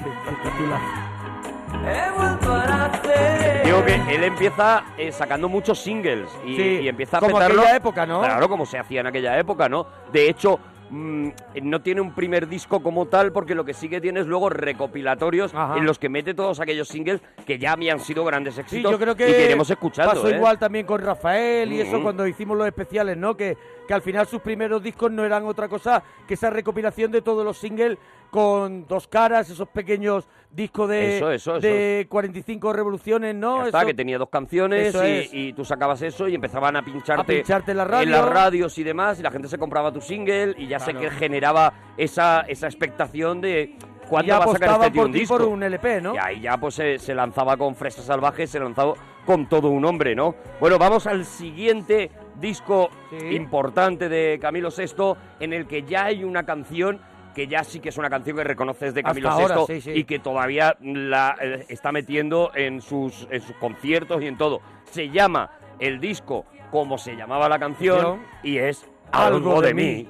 He vuelto a nacer. Digo que él empieza eh, sacando muchos singles y, Sí, y empieza a como petarlo. aquella época, ¿no? Claro, como se hacía en aquella época, ¿no? De hecho. mm, No tiene un primer disco como tal, porque lo que sí que tiene es luego recopilatorios en los que mete todos aquellos singles que ya habían sido grandes Sí, éxitos yo creo que y que iremos escuchando. pasó ¿eh? igual también con Rafael y eso Ujú. cuando hicimos los especiales, ¿no? Que, que al final sus primeros discos no eran otra cosa que esa recopilación de todos los singles con dos caras, esos pequeños discos de, Eso, eso, eso. de 45 revoluciones, ¿no? Ya está, Eso- que tenía dos canciones Eso y, es. y tú sacabas eso y empezaban a pincharte, A pincharte en la radio. las radios y demás y la gente se compraba tu single y ya sé Claro. que generaba esa, esa expectación de y cuándo va a sacar apostaban este tío por un ti disco. por un LP, ¿no? Y ahí ya pues se, se lanzaba con Fresa Salvaje, se lanzaba con todo un hombre, ¿no? Bueno, vamos al siguiente disco Sí. importante de Camilo VI en el que ya hay una canción que ya sí que es una canción que reconoces de Hasta Camilo ahora, VI sí, sí. y que todavía la eh, está metiendo en sus, en sus conciertos y en todo. Se llama el disco como se llamaba la canción y es Algo, de mí.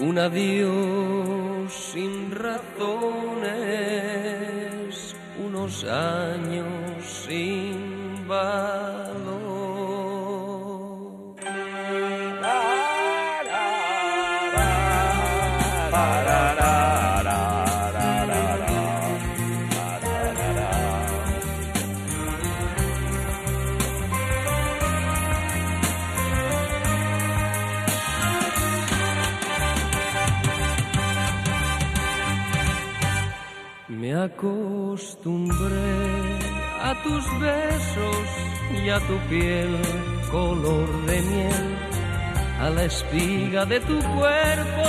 Un adiós sin razones, unos años sin valor. Me acostumbré a tus besos y a tu piel color de miel, a la espiga de tu cuerpo,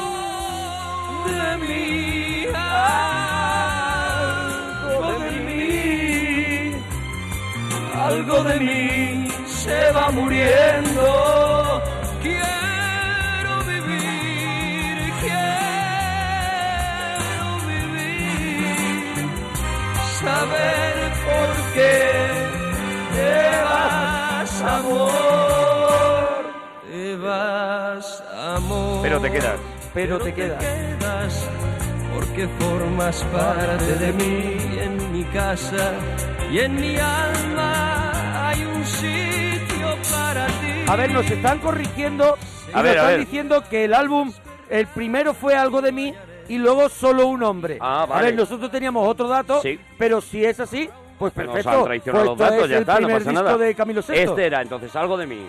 Algo de mí, algo de mí, algo de mí se va muriendo. Quiero vivir, quiero vivir, saber por qué te vas, amor. Te vas, amor. Pero te quedas. Pero te quedas. Porque formas parte de mí en mi casa y en mi alma hay un sitio para ti. A ver, nos están corrigiendo y A nos ver, a están ver. diciendo que el álbum, el primero fue Algo de mí y luego Solo un hombre. A Ah, vale. ver, nosotros teníamos otro dato, Sí. pero si es así, pues Nos han perfecto. traicionado Pues los esto datos, es ya el está, no primer pasa disco nada. de Camilo VI. Este era entonces Algo de mí.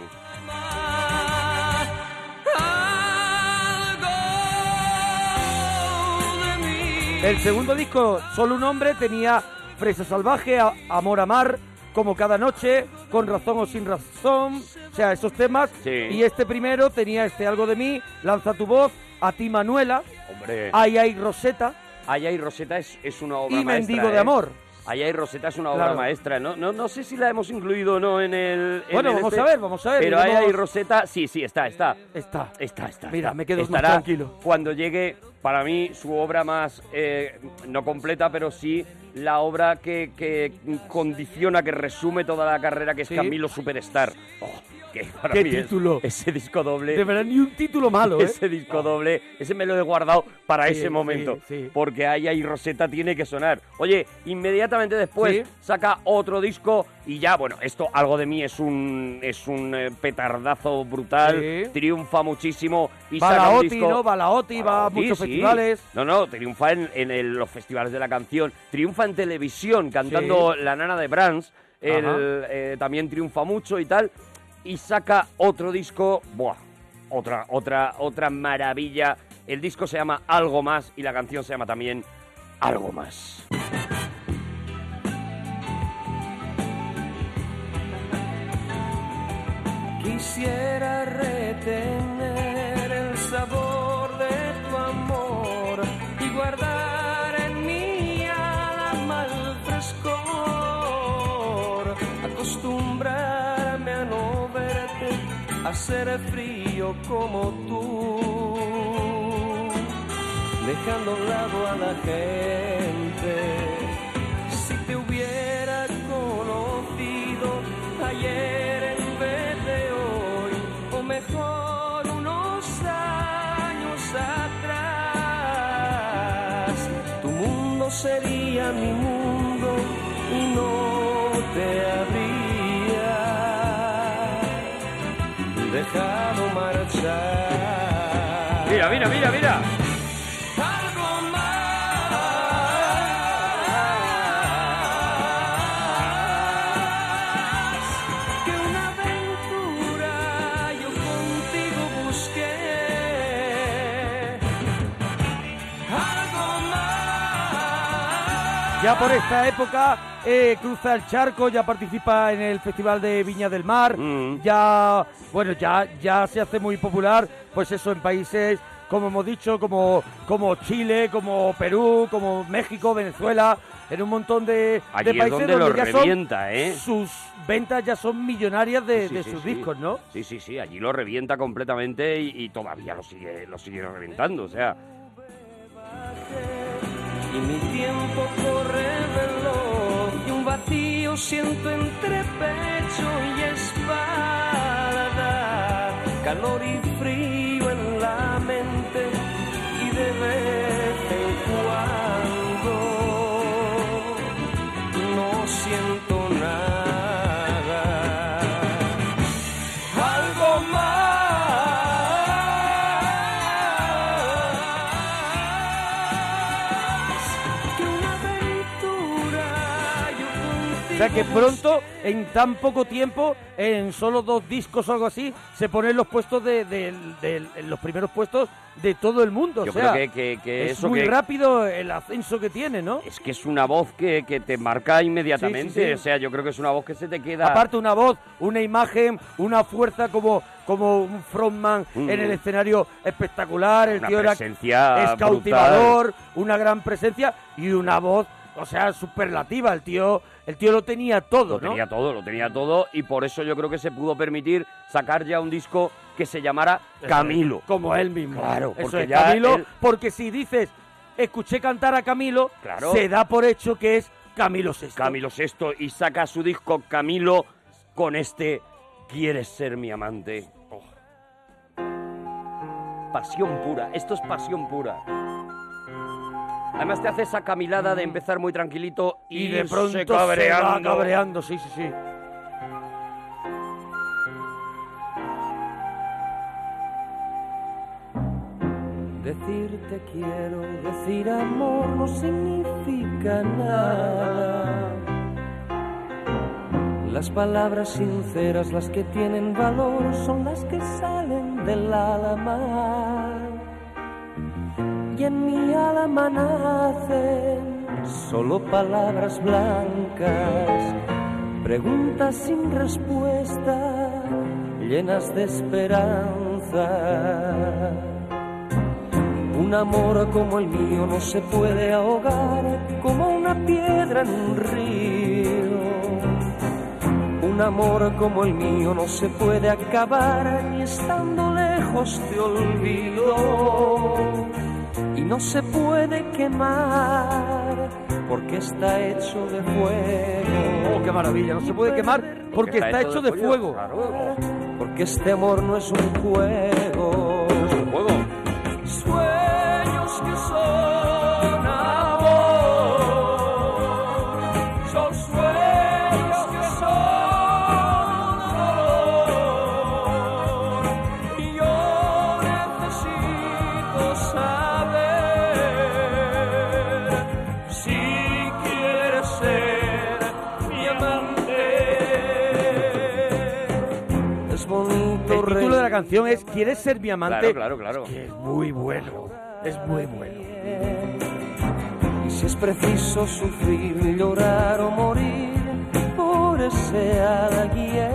El segundo disco, Solo un hombre, tenía Fresa Salvaje, A- Amor a Mar, Como cada noche, Con razón o sin razón, o sea, esos temas. Y este primero tenía este Algo de mí, Lanza tu voz, A ti Manuela, Hombre. Ay Ay Rosetta Ay, ay, Rosetta es, es una obra y maestra, Mendigo de ¿eh? Amor. Allá hay Rosetta, es una Claro. obra maestra. No, no, no sé si la hemos incluido o no en el. en Bueno, el vamos este, a ver, vamos a ver, Pero iremos- Allá hay Rosetta, sí, sí, está, está. Está, está, está. Mira, está. me quedo más Estará tranquilo. Cuando llegue, para mí, su obra más. eh, no completa, pero sí la obra que, que condiciona, que resume toda la carrera, que es Sí. Camilo Superstar. Oh, que para ¿Qué mí es- título? ese disco doble. De verdad, ni un título malo, ¿eh? Ese disco doble, ese me lo he guardado para Sí, ese momento. sí, sí. Porque ahí hay Rosetta tiene que sonar. Oye, inmediatamente después saca otro disco y ya, bueno, esto algo de mí es un es un eh, petardazo brutal, Sí. triunfa muchísimo y saca un Balaoti, disco. ¿no? Balaoti va a muchos Sí, sí. festivales. No, no, triunfa en, en el- los festivales de la canción, triunfa en televisión cantando Sí. La Nana de Brans, el, Ajá. eh, también triunfa mucho y tal, y saca otro disco, buah, otra, otra, otra maravilla. El disco se llama Algo Más y la canción se llama también Algo Más. Quisiera retener el sabor de tu amor y guardar en mi alma el frescor. Acostumbrarme a no verte, a ser frío como tú. Dejando a un lado a la gente. Si te hubiera conocido ayer en vez de hoy, o mejor unos años atrás, tu mundo sería mi mundo y no te habría dejado marchar. Mira, mira, mira, mira. Algo más. que una aventura yo contigo busqué. Algo Ya por esta época eh, cruza el charco, ya participa en el Festival de Viña del Mar, Mm. ya bueno, ya, ya se hace muy popular, pues eso en países como hemos dicho, como, como Chile, como Perú, como México, Venezuela, en un montón de, Allí de es países donde lo ya revienta, son, ¿eh? sus ventas ya son millonarias de, Sí, de sí, sus sí. discos, ¿no? Sí, sí, sí, allí lo revienta completamente y, y todavía lo sigue, lo sigue reventando, o sea, Y mi tiempo corre veloz y un vacío siento entre pecho y espalda, calor y frío en la mente y de vez en cuando no siento nada. Algo más. O sea que pronto, en tan poco tiempo, en solo dos discos o algo así, se ponen los puestos de, de- de- en los primeros puestos de todo el mundo. Yo o sea, creo que- que- que es eso muy que- rápido el ascenso que tiene, ¿no? es que es una voz que, que te marca inmediatamente, Sí, sí, sí. o sea, yo creo que es una voz que se te queda... Aparte una voz, una imagen, una fuerza como, como un frontman Mm. en el escenario espectacular, el Una tío era presencia es cautivador, una gran presencia y una voz, o sea, superlativa, el tío, el tío lo tenía todo, Lo ¿no? tenía todo, lo tenía todo y por eso yo creo que se pudo permitir sacar ya un disco que se llamara Camilo. Como él mismo. Claro, Eso porque es, ya Camilo, él- porque si dices, escuché cantar a Camilo, Claro. se da por hecho que es Camilo VI. Camilo VI y saca su disco Camilo con este Quieres ser mi amante. Oh. Pasión pura, esto es pasión pura. Además te hace esa camilada de empezar muy tranquilito y Y de pronto se va cabreando, sí, sí, sí. Decir te quiero, decir amor no significa nada. Las palabras sinceras, las que tienen valor, son las que salen del alma. Y en mi alma nacen solo palabras blancas, preguntas sin respuesta, llenas de esperanza. Un amor como el mío no se puede ahogar como una piedra en un río. Un amor como el mío no se puede acabar ni estando lejos de olvido. Y no se puede quemar porque está hecho de fuego. Oh, qué maravilla, no se puede quemar porque está hecho de fuego. Porque este amor no es un juego. Sueños que son amor, son sueños que son dolor. Y yo necesito saber si quieres ser mi amante. Es bonito. El título de la canción es ¿Quieres ser mi amante? Claro, claro, claro. Es, que es muy bueno. Es muy bueno. Y si es preciso sufrir, llorar o morir por ese alguien.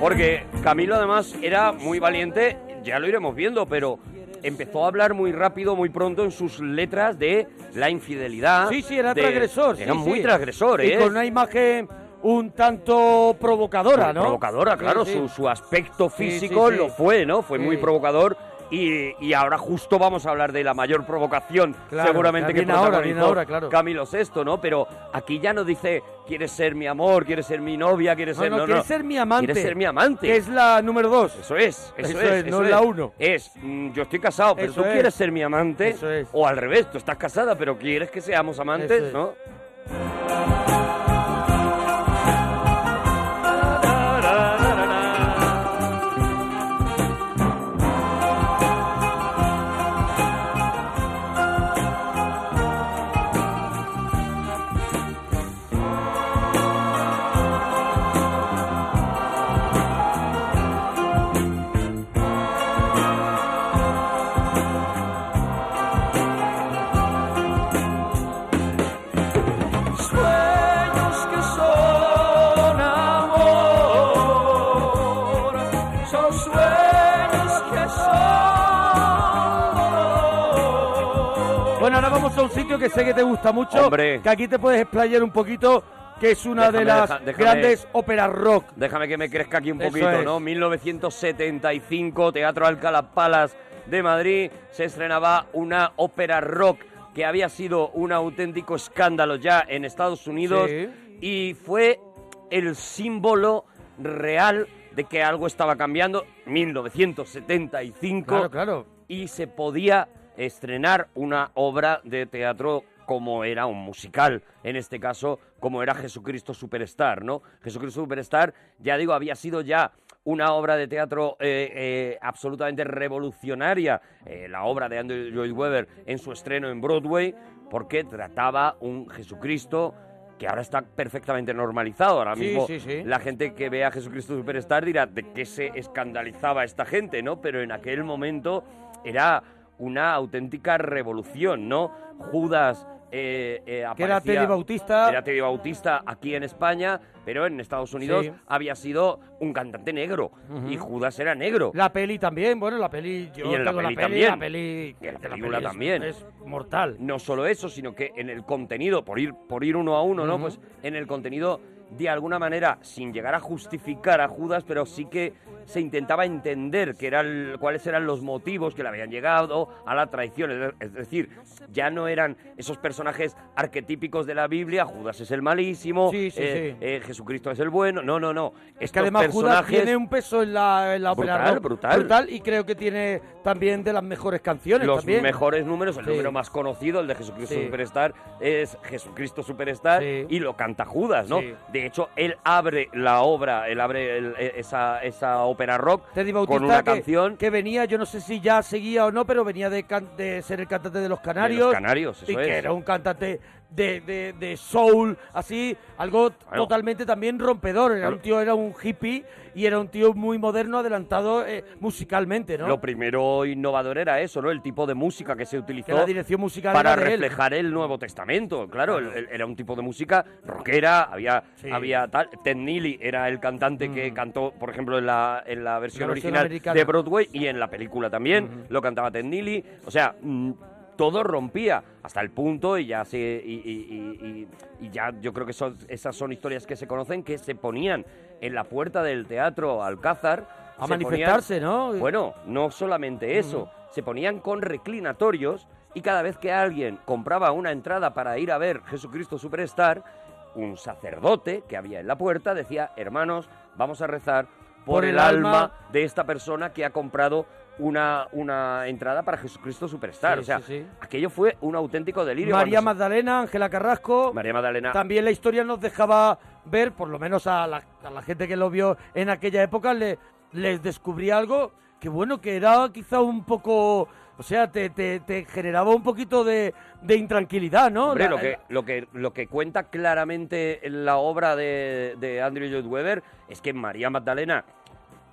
Porque Camilo además era muy valiente, ya lo iremos viendo, pero empezó a hablar muy rápido, muy pronto en sus letras de la infidelidad. Sí, sí, era de- transgresor. sí, Era muy sí. transgresor, ¿eh? Y con una imagen un tanto provocadora, Muy ¿no? Provocadora, claro, Sí, sí. Su, su aspecto Sí, sí, físico sí. lo fue, ¿no? Fue Sí. muy provocador. Y, y ahora justo vamos a hablar de la mayor provocación, Claro, seguramente que viene ahora, protagonizó viene ahora, claro. Camilo VI, ¿no? Pero aquí ya no dice, quieres ser mi amor, quieres ser mi novia, quieres No, ser... no, "Quieres ser mi amante", Quieres ser mi amante. que es la número dos. Eso es, eso, Eso es. es, no eso es la uno. Es, mm, yo estoy casado, pero Eso tú es. quieres ser mi amante. Eso es. O al revés, tú estás casada, pero quieres que seamos amantes, Eso es. ¿no? Sueños que son amor, son sueños que son dolor. Bueno, ahora vamos a un sitio que sé que te gusta mucho. Hombre. Que aquí te puedes explayar un poquito, que es una de Déjame, las deja- déjame. grandes óperas rock. Déjame que me crezca aquí un Eso poquito, es. ¿no? 1975, Teatro Alcalá Palace de Madrid, se estrenaba una ópera rock que había sido un auténtico escándalo ya en Estados Unidos Sí. y fue el símbolo real de que algo estaba cambiando. 1975 Claro, claro. y se podía estrenar una obra de teatro como era un musical, en este caso como era Jesucristo Superstar, ¿no? Jesucristo Superstar, ya digo, había sido ya una obra de teatro eh, eh, absolutamente revolucionaria, eh, la obra de Andrew Lloyd Webber en su estreno en Broadway, porque trataba un Jesucristo que ahora está perfectamente normalizado, ahora Sí, mismo sí, sí. la gente que ve a Jesucristo Superstar dirá de qué se escandalizaba esta gente, ¿no? Pero en aquel momento era una auténtica revolución, ¿no? Judas eh, eh, Que era aparecía- Teddy Bautista. Era Teddy Bautista aquí en España, pero en Estados Unidos Sí. había sido un cantante negro Ujú. y Judas era negro. La peli también, bueno, la peli. Yo Y en la tengo peli la peli, también. la peli. Y en la que película peli es- también. Es mortal. No solo eso, sino que en el contenido, por ir, por ir uno a uno, ¿no? Ujú. Pues en el contenido, de alguna manera, sin llegar a justificar a Judas, pero sí que se intentaba entender que eran, cuáles eran los motivos que le habían llegado a la traición. Es- Es decir, ya no eran esos personajes arquetípicos de la Biblia, Judas es el malísimo, Sí, sí, eh, sí. eh, Jesucristo es el bueno. No, no, no. Es que Estos además Judas personajes- tiene un peso en la, en la ópera Brutal, rock brutal. y creo que tiene también de las mejores canciones. los también. mejores números, el Sí. número más conocido, el de Jesucristo Sí. Superstar, es Jesucristo Superstar y lo canta Judas, ¿no? Sí. De hecho, él abre la obra, él abre el- e- esa, esa ópera rock Teddy con Bautista una que, canción que venía, yo no sé si ya seguía o no, pero venía de, can- de ser el cantante de los Canarios. Canarios, eso y que es. era un cantante de, de- de soul, así, algo totalmente también rompedor. Era un tío, era un hippie y era un tío muy moderno, adelantado eh, musicalmente, ¿no? Lo primero innovador era eso, ¿no? El tipo de música que se utilizó Que la dirección musical para era de él. reflejar el Nuevo Testamento. Claro, el- el- era un tipo de música rockera, había, había tal. Ted Neely era el cantante que cantó, por ejemplo, en la, en la versión Mm. versión original americana. de Broadway y en la película también. Lo cantaba Ted Neely. O sea, mm, todo rompía hasta el punto y ya se y, y- y- y- y ya yo creo que son, esas son historias que se conocen que se ponían en la puerta del teatro Alcázar A se ponían- Pues manifestarse, ¿no? Bueno, no solamente eso, se ponían con reclinatorios y cada vez que alguien compraba una entrada para ir a ver Jesucristo Superstar, un sacerdote que había en la puerta decía, hermanos, vamos a rezar por, el, alma, de esta persona que ha comprado una, una entrada para Jesucristo Superstar. Sí, o sea, sí, sí. aquello fue un auténtico delirio. María cuando Magdalena, Ángela Carrasco. se- María Magdalena. También la historia nos dejaba ver, por lo menos a la, a la gente que lo vio en aquella época, le, les descubría algo que bueno, que era quizá un poco... O sea, te, te- te generaba un poquito de, de intranquilidad, ¿no? Hombre, La- lo que, lo, que, lo que cuenta claramente en la obra de, de Andrew Lloyd Webber es que María Magdalena,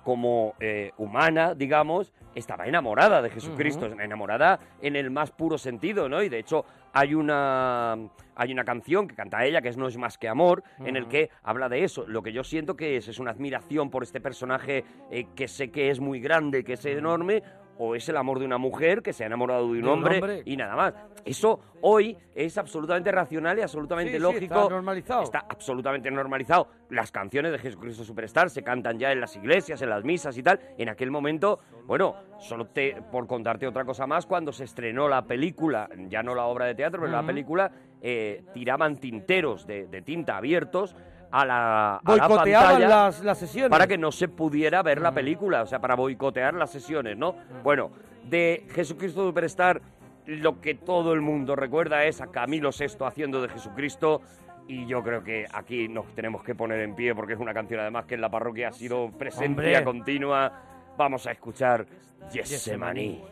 como eh, humana, digamos, estaba enamorada de Jesucristo, Ujú. enamorada en el más puro sentido, ¿no? Y de hecho hay una, hay una canción que canta ella, que es No es más que amor, en el Ujú. que habla de eso. Lo que yo siento que es, es una admiración por este personaje eh, que sé que es muy grande, que es enorme, o es el amor de una mujer que se ha enamorado de un, De un hombre, hombre. y nada más. Eso hoy es absolutamente racional y absolutamente Sí, sí, lógico. está normalizado. Está absolutamente normalizado. Las canciones de Jesucristo Superstar se cantan ya en las iglesias, en las misas y tal. En aquel momento, bueno, solo te, por contarte otra cosa más, cuando se estrenó la película, ya no la obra de teatro, pero la Ujú. película, eh, tiraban tinteros de, de tinta abiertos a la, a la boicoteaban pantalla las, las sesiones. para que no se pudiera ver la película, o sea, para boicotear las sesiones, ¿no? Bueno, de Jesucristo Superstar, lo que todo el mundo recuerda es a Camilo VI haciendo de Jesucristo. Y yo creo que aquí nos tenemos que poner en pie porque es una canción además que en la parroquia ha sido presencia Hombre. continua. Vamos a escuchar Yesemaní.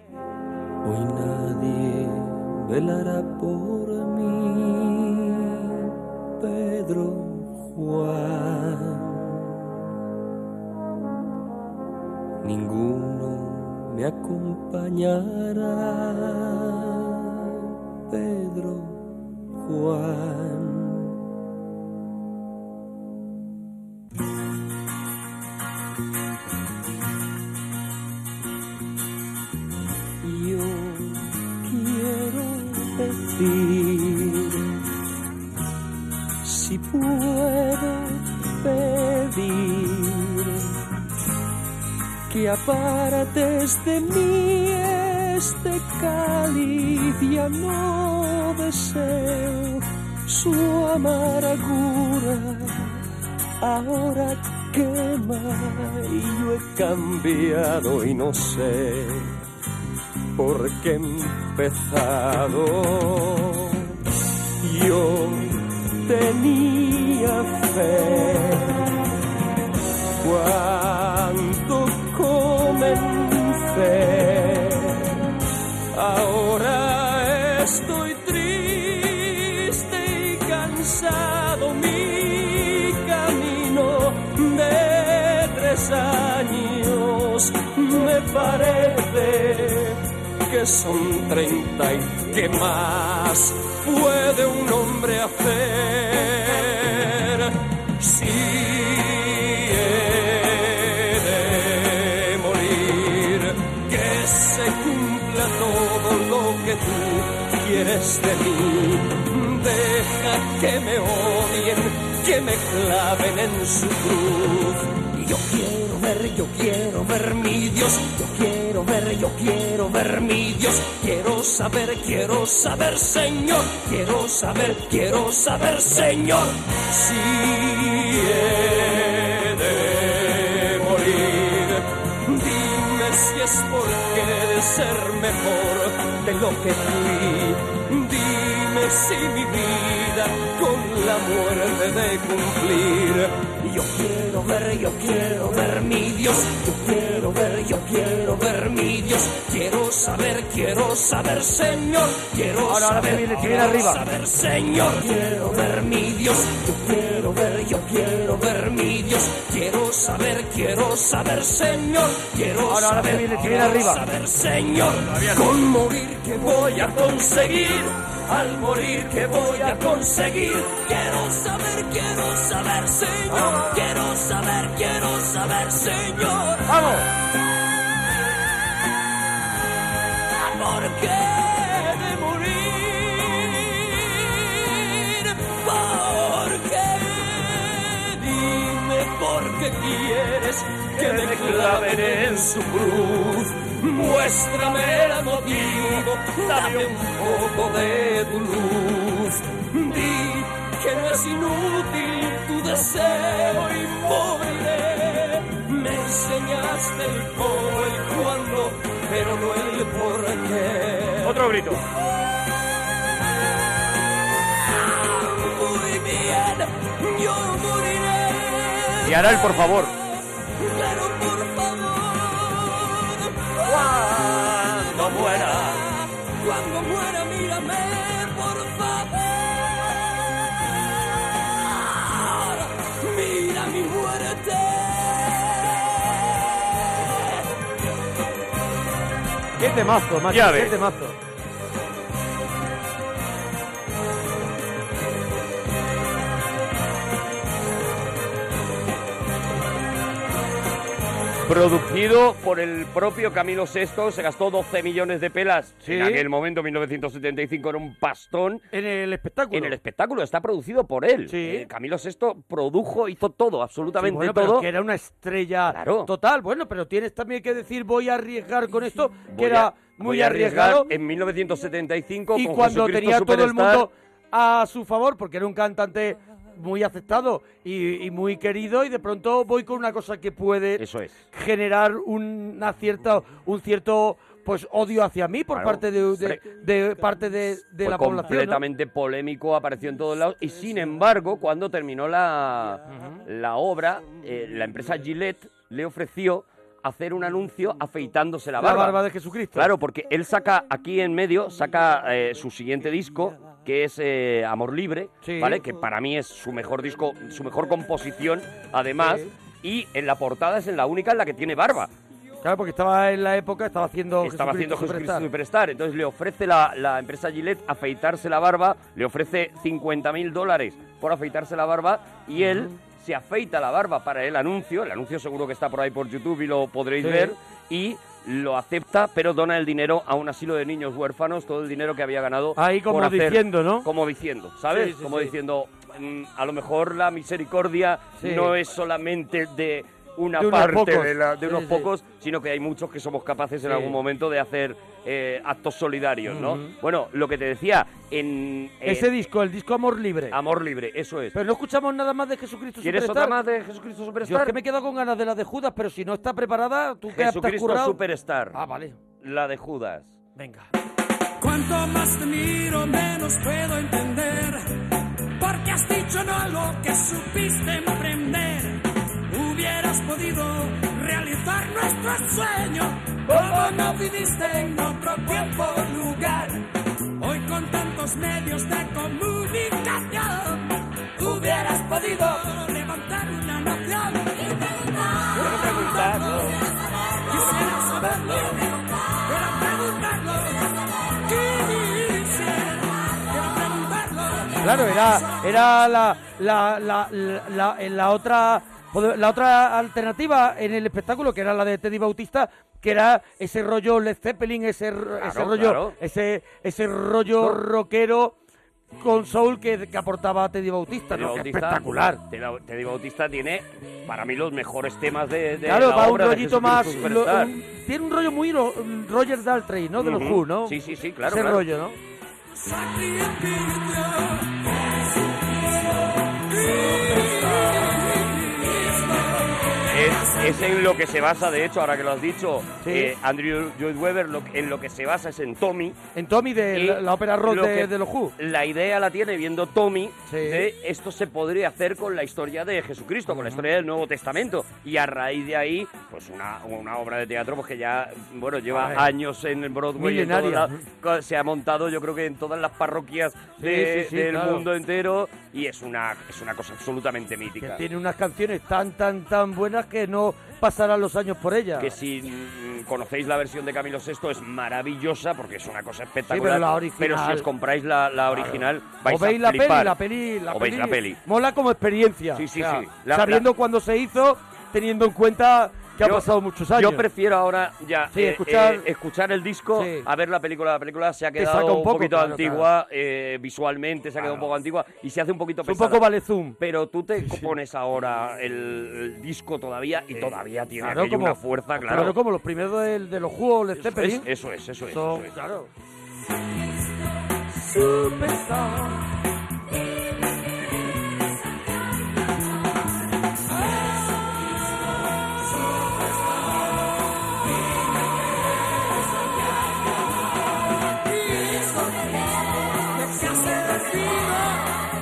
Hoy nadie velará por mí, Pedro Juan. Ninguno me acompañará, Pedro Juan. Yo quiero decir si puedo pedir que apartes de mí este cáliz ya no deseo su amargura ahora quema y yo he cambiado y no sé porque he empezado. Yo tenía fe cuando comencé. Ahora estoy triste y cansado. Mi camino de tres años me parece que son treinta y que más puede un hombre hacer si he de morir que se cumpla todo lo que tú quieres de mí deja que me odien que me claven en su cruz y yo quiero ver yo quiero ver mi Dios yo quiero ver yo quiero ver mi Dios quiero saber quiero saber Señor quiero saber quiero saber Señor si he de morir Dime si es porque de ser mejor de lo que fui. Dime si mi vida con la muerte de cumplir. Yo quiero ver, yo quiero ver mi Dios. Yo quiero quiero ver, yo quiero ver mi Dios. Quiero saber, quiero saber, Señor. Quiero Ahora, ahora te saber, viene- te quiero viene arriba. saber, Señor. Quiero ver mi Dios. Yo quiero ver, yo quiero ver mi Dios. Quiero saber, quiero saber, Señor. Quiero Ahora, ahora te saber, viene- te quiero viene arriba. saber, Señor. Con morir que voy a conseguir. Al morir que voy a conseguir. Quiero saber, quiero saber, Señor. Quiero saber, quiero saber, Señor. ¡Vamos! ¿Por qué de morir? ¿Por qué? Dime por qué quieres que me claven en su cruz. Muéstrame el motivo, dame un poco de tu luz. Di que no es inútil tu deseo y moriré. Me enseñaste el cómo, el cuándo, pero no el por qué. Otro grito. Muy bien, yo moriré, Y ahora el por favor. pero por favor, cuando muera, cuando muera, mírame, por favor, mira mi muerte. ¡Qué temazo, macho! Ya ¡Qué ves. temazo! Producido por el propio Camilo VI, se gastó 12 millones de pelas. Sí. En aquel momento, 1975, era un pastón. En el espectáculo. En el espectáculo, está producido por él. Eh, Camilo VI produjo, hizo todo, absolutamente Sí, bueno, pero todo. que era una estrella Claro. total. Bueno, pero tienes también que decir voy a arriesgar con esto, Voy que a- era voy muy a arriesgar arriesgado. En 1975, Y con cuando Jesucristo tenía todo el Superstar, mundo a su favor, porque era un cantante muy aceptado y, y muy querido, y de pronto voy con una cosa que puede generar una cierta, un cierto pues odio hacia mí por Claro, parte de, de- de parte de, de fue la población. ¿no? Pues completamente polémico, apareció en todos lados. Y sin embargo, cuando terminó la, la obra, eh, la empresa Gillette le ofreció hacer un anuncio afeitándose la La barba. barba de Jesucristo. Claro, porque él saca aquí en medio, saca eh, su siguiente disco, que es eh, Amor Libre, Sí. ¿vale? Que para mí es su mejor disco, su mejor composición, además. Sí. Y en la portada es en la única en la que tiene barba Claro, porque estaba en la época, estaba haciendo estaba Jesucristo haciendo Jesucristo Superstar. Superstar. Entonces le ofrece la, la empresa Gillette afeitarse la barba, le ofrece 50 mil dólares por afeitarse la barba y él se afeita la barba para el anuncio. El anuncio seguro que está por ahí por YouTube y lo podréis Sí. ver. Y lo acepta, pero dona el dinero a un asilo de niños huérfanos, todo el dinero que había ganado. Ahí como por hacer- diciendo, ¿no? Como diciendo, ¿sabes? Sí, sí, como sí. diciendo, mm, a lo mejor la misericordia Sí. no es solamente de una De unos parte pocos. de, la- de Sí, unos sí. pocos, sino que hay muchos que somos capaces en Sí. algún momento de hacer eh, actos solidarios, ¿no? Ujú. Bueno, lo que te decía, en... eh, Ese disco, el disco Amor Libre. Amor Libre, eso es. Pero no escuchamos nada más de Jesucristo ¿Quieres Superstar. otra más de Jesucristo Yo es Superstar? que me he quedado con ganas de la de Judas, pero si no está preparada, tú que has te has Jesucristo currado. Superstar. Ah, vale. La de Judas. Venga. Cuanto más te miro, menos puedo entender. Porque has dicho no a lo que supiste emprender. Hubieras podido realizar nuestro sueño. Como no viviste en otro tiempo o lugar. Hoy con tantos medios de comunicación. Hubieras podido levantar una nación. Y preguntarlo. Quisiera saberlo. Pero preguntarlo. Claro, era, era la, la, la, la, la- en la otra la otra alternativa en el espectáculo, que era la de Teddy Bautista, que era ese rollo Led Zeppelin, ese, r- ese rollo, claro. ese, ese rollo rockero con soul que, que aportaba Teddy Bautista, Teddy ¿no? Que Bautista- espectacular. Teddy- Teddy Bautista tiene, para mí, los mejores temas de, de claro, la va un obra de rollito más. Jesucristo lo- Superstar. un- tiene un rollo muy ro- Roger Daltrey, ¿no? De los Ujú. Who, ¿no? Sí, sí, sí, claro, Ese claro. rollo, ¿no? Es, es en lo que se basa, de hecho, ahora que lo has dicho, eh, Andrew Lloyd Webber, lo que- en lo que se basa es en Tommy. En Tommy de Y la, la ópera rock lo de, que- de los Who. La idea la tiene viendo Tommy de esto se podría hacer con la historia de Jesucristo, con la historia del Nuevo Testamento. Y a raíz de ahí, pues una, una obra de teatro pues, que ya, bueno, lleva Hombre. años en el Broadway. en todos Milenaria. lados. Co- se ha montado yo creo que en todas las parroquias Sí, de- sí, sí, del claro. mundo entero y es una, es una cosa absolutamente Que mítica. tiene unas canciones tan, tan, tan buenas que no pasarán los años por ellas. que si mm, conocéis la versión de Camilo VI es maravillosa porque es una cosa espectacular. la original. Pero si os compráis la, la original, vais o veis a la peli, flipar. la peli, la o peli. veis la peli. Mola como experiencia. Sí, sí, O sea, sí. La- sabiendo cuándo se hizo, teniendo en cuenta que Yo- ha pasado muchos años. Yo prefiero ahora ya Sí, eh, escuchar- eh, escuchar el disco a ver la película. La película se ha Te quedado saca un un, poco, poquito claro, antigua eh, visualmente, se ha quedado un poco antigua y se hace un poquito Es un pesada. poco vale zoom. Pero tú te pones ahora el, el disco todavía y todavía tiene Claro, aquello como- una fuerza, claro. claro. como los primeros de, de los juegos, de eso, es, Zeppelin. eso es, eso es. Son- eso es. claro.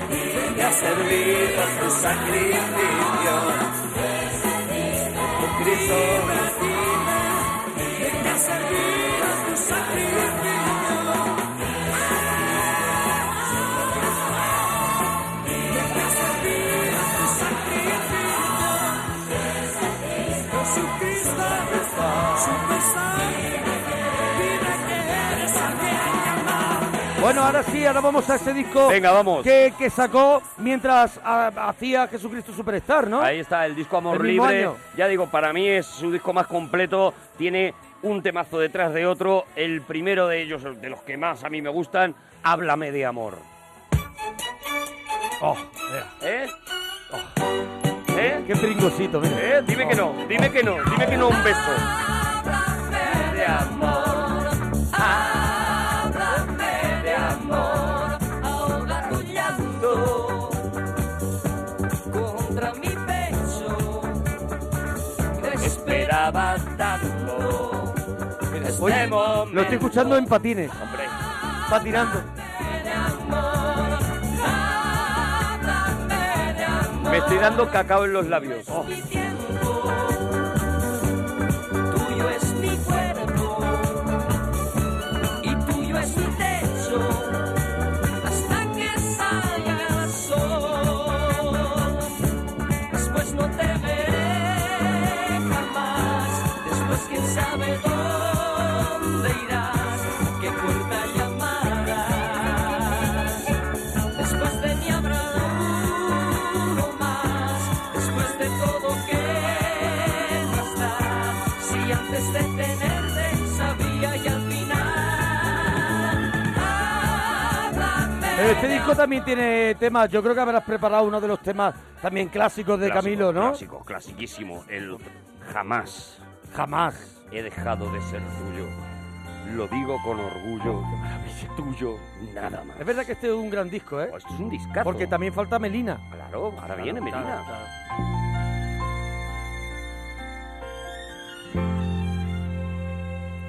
Venga a servir a tu sacrificio. Jesucristo Venga a servir a tu sacrificio. Venga a servir a tu sacrificio. Jesucristo Superstar. Dime que eres alguien llamado. Bueno, ahora sí, ahora vamos a ese disco Que, que sacó mientras ah, hacía Jesucristo Superstar, ¿no? Ahí está, el disco Amor El mismo Libre. año. Ya digo, para mí es su disco más completo. Tiene un temazo detrás de otro. El primero de ellos, el de los que más a mí me gustan, Háblame de amor. Oh, ¿Eh? Oh. ¿Eh? Qué pringosito, mira. ¿Eh? Dime que no, dime que no, dime que no un beso. de amor, háblame de amor, ahoga tu llanto contra mi pecho. Te esperaba tanto, Oye, este lo estoy momento escuchando en patines. Hombre. Patinando. de amor, háblame de amor. Me estoy dando cacao en los labios. Oh. Mi tiempo, tuyo es mi cuerpo y tuyo es mi techo hasta que salga el sol. Después no te veré jamás, después quién sabe dónde irás, qué puerta llamarás. Después de mi habrá uno más, después de todo que gastar, si antes de tenerte sabía y al final. háblame Pero este disco también tiene temas. Yo creo que habrás preparado uno de los temas también clásicos de Clásico, Camilo, ¿no? Clásico, clasiquísimo. El jamás. Jamás. He dejado de ser tuyo. Lo digo con orgullo. Es tuyo, nada más. Es verdad que este es un gran disco, ¿eh? es un discazo. Porque también falta Melina. Claro, ahora viene claro, Melina. claro.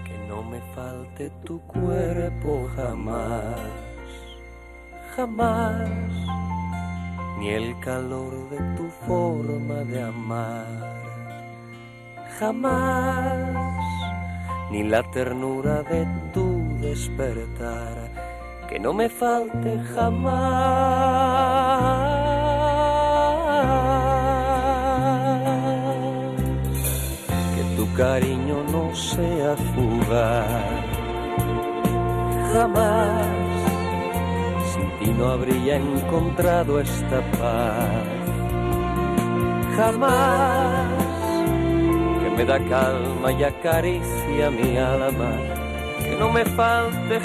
Que no me falte tu cuerpo jamás, jamás, ni el calor de tu forma de amar, jamás, ni la ternura de tu despertar, que no me falte jamás que tu cariño no sea fugaz. Jamás sin ti no habría encontrado esta paz. Jamás que me da calma y acaricia mi alma. Que no me falte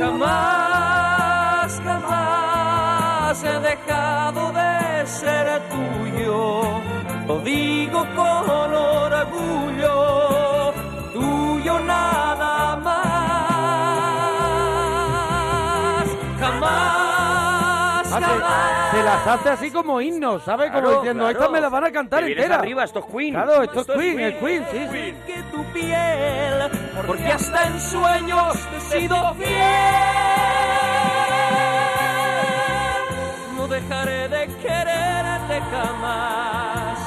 jamás. Jamás, jamás he dejado de ser tuyo. Lo digo con orgullo, tuyo nada más. Jamás. hace, se las hace así como himnos, ¿sabes? como Claro, diciendo, claro. estas me las van a cantar Te vienes entera. arriba, esto es Queen. Claro, esto, Esto es es Queen, es Queen, Queen, sí, sí. que tu piel, porque hasta en sueños te he sido fiel. No dejaré de quererte jamás,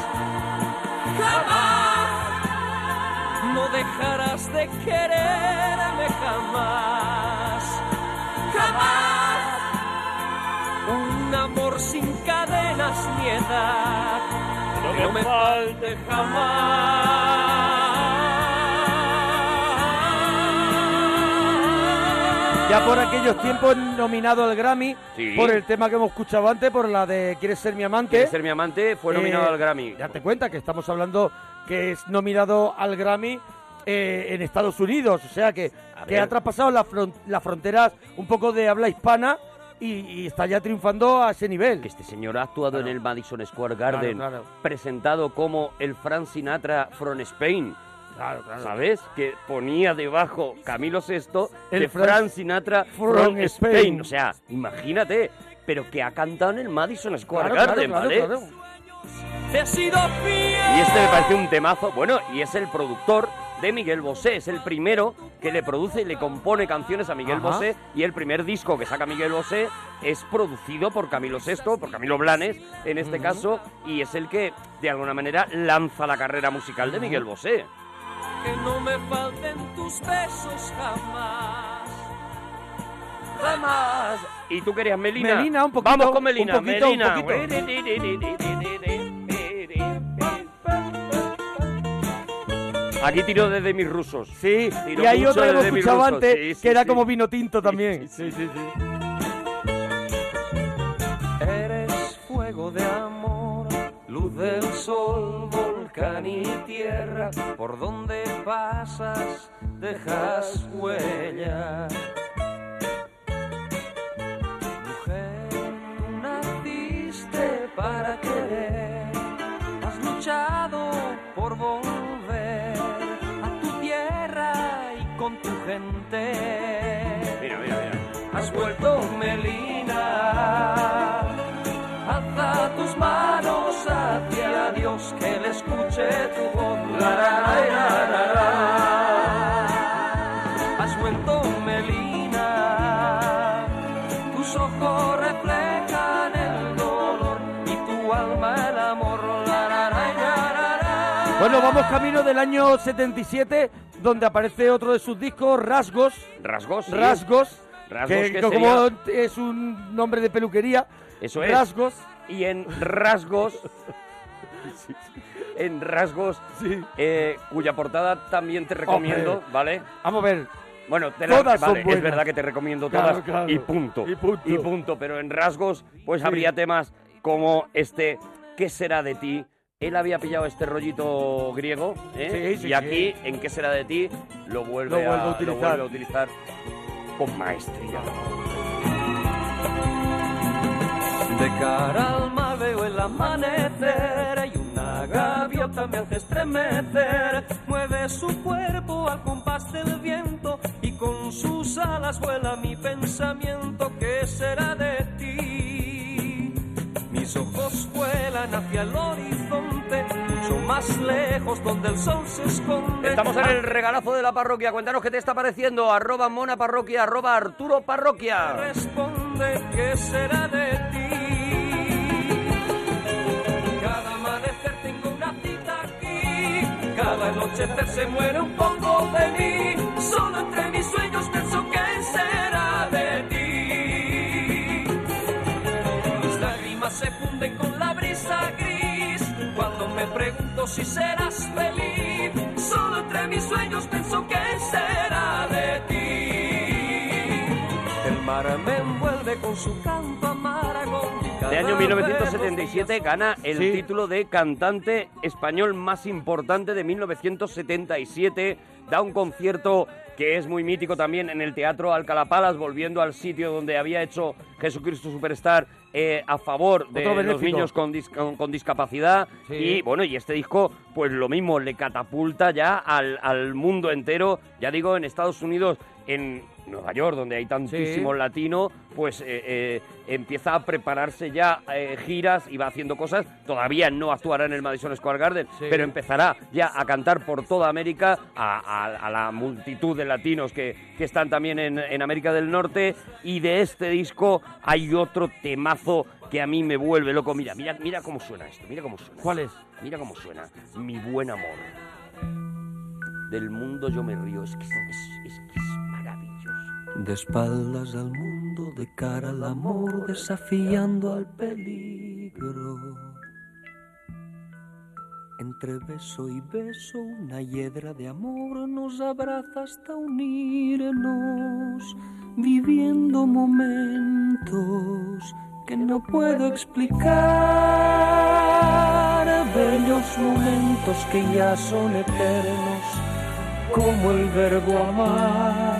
jamás. No dejarás de quererme jamás, jamás. Un amor sin cadenas ni edad, no me falte Ya por aquellos tiempos nominado al Grammy Sí. por el tema que hemos escuchado antes, por la de ¿Quieres ser mi amante? ¿Quieres ser mi amante? Fue nominado Eh, al Grammy. Date cuenta que estamos hablando que es nominado al Grammy eh, en Estados Unidos, o sea que, que ver. ha traspasado la fron- las fronteras un poco de habla hispana y, y está ya triunfando a ese nivel. Este señor ha actuado en el Madison Square Garden, Claro, presentado como el Frank Sinatra from Spain. Claro, claro. ¿Sabes? Que ponía debajo Camilo VI El de Frank Frank, Sinatra from, from Spain. Spain. O sea, imagínate, pero que ha cantado en el Madison Square Claro, Garden, claro, ¿vale? claro, Te he sido fiel. Y este me parece un temazo. Bueno, y es el productor de Miguel Bosé. Es el primero que le produce y le compone canciones a Miguel Ajá. Bosé. Y el primer disco que saca Miguel Bosé es producido por Camilo VI, por Camilo Blanes en este caso. Y es el que, de alguna manera, lanza la carrera musical de Miguel Bosé. Que no me falten tus besos jamás. Jamás. ¿Y tú querías Melina? Melina, un poquito, Vamos con Melina. un poquito, un Melina. Aquí tiro desde mis rusos. Sí, Tiro y hay mucho otra que hemos desde mis escuchado rusos. antes, Sí, sí, que era sí. como vino tinto también. Sí, sí, sí. Eres fuego de amor, luz del sol, volcán y tierra. Por donde pasas, dejas huella. Mujer, tú naciste para querer. Has luchado por volver a tu tierra y con tu gente. Mira, mira, mira. Has vuelto Melina. Alza tus manos hacia Dios que le escuche tu voz. La, la, la, la, la, la. Has vuelto Melina. Tus ojos reflejan el dolor y tu alma el amor. La, la, la, la, la, la. Bueno, vamos camino del año 77, donde aparece otro de sus discos, Rasgos. Rasgos, sí. Rasgos. Rasgos, que, que que como sería- es un nombre de peluquería. Eso es. Rasgos. Y en rasgos. en rasgos. eh, cuya portada también te recomiendo, Hombre. ¿vale? Vamos a ver. Bueno, te la- Todas son vale, buenas. es verdad que te recomiendo Claro, todas claro. y punto. Y punto. Y punto, pero en rasgos pues habría temas como este ¿Qué será de ti? Él había pillado este rollito griego, ¿eh? Sí, sí, y aquí sí. en ¿Qué será de ti? lo vuelve, Lo vuelve a a, lo utilizar. vuelve a utilizar con maestría. De cara al mar veo el amanecer y una gaviota me hace estremecer. Mueve su cuerpo al compás del viento y con sus alas vuela mi pensamiento. ¿Qué será de ti? Mis ojos vuelan hacia el horizonte, mucho más lejos donde el sol se esconde. Estamos en el regalazo de la parroquia. Cuéntanos qué te está pareciendo. Arroba mona parroquia, arroba Arturo parroquia. responde qué será de ti. Cada amanecer tengo una cita aquí, cada anochecer se muere un poco de mí. Solo entre mis sueños pienso qué será de ti. Mis lágrimas se funden con la brisa gris cuando me pregunto si serás feliz. Solo entre mis sueños pienso qué será de ti. El mar me envuelve con su canto amargo. De año 1977 gana el Sí. título de cantante español más importante de 1977. Da un concierto que es muy mítico también en el Teatro Alcalá Palace, volviendo al sitio donde había hecho Jesucristo Superstar eh, a favor de Otro los benéfico. niños con, dis- con- con discapacidad. Sí. Y bueno, y este disco, pues lo mismo, le catapulta ya al, al mundo entero, ya digo, en Estados Unidos, en Nueva York, donde hay tantísimo latino, pues eh, eh, empieza a prepararse ya eh, giras y va haciendo cosas. Todavía no actuará en el Madison Square Garden, Sí. pero empezará ya a cantar por toda América, a, a- a la multitud de latinos que, que están también en, en América del Norte. Y de este disco hay otro temazo que a mí me vuelve loco. Mira, mira, mira cómo suena esto, mira cómo suena. ¿Cuál es? Mira cómo suena. Mi buen amor. Del mundo yo me río, es que es, es que es maravilloso. De espaldas al mundo, de cara al amor, desafiando al peligro. Entre beso y beso, una hiedra de amor nos abraza hasta unirnos, viviendo momentos que no puedo explicar. Bellos momentos que ya son eternos, como el verbo amar.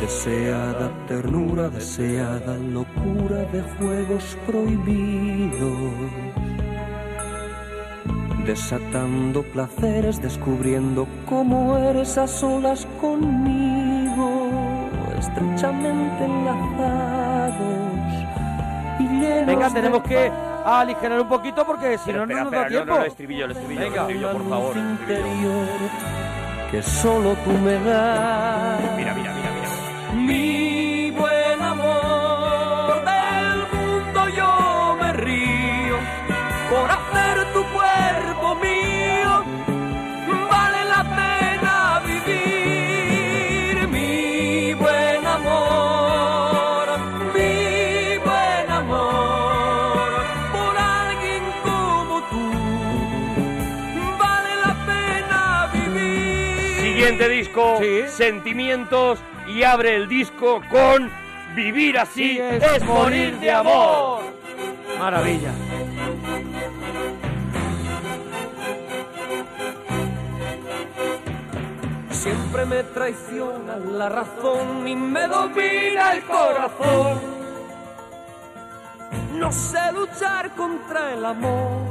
Deseada ternura, deseada locura de juegos prohibidos. Desatando placeres, descubriendo cómo eres a solas conmigo, estrechamente enlazados y llenos Venga, de tenemos que aligerar un poquito porque si no, no nos da tiempo. Ah, no, no, el estribillo, el estribillo, el Venga. estribillo, por favor. el estribillo. que solo tú me das. Mira, mira, mira, mira. Mi buen amor, del mundo yo me río por hacer tu cuerpo mío. Vale la pena vivir, mi buen amor, mi buen amor, por alguien como tú. Vale la pena vivir. Siguiente disco, Sentimientos, y abre el disco con Vivir así es, morir de amor. Maravilla. Siempre me traiciona la razón y me domina el corazón. No sé luchar contra el amor.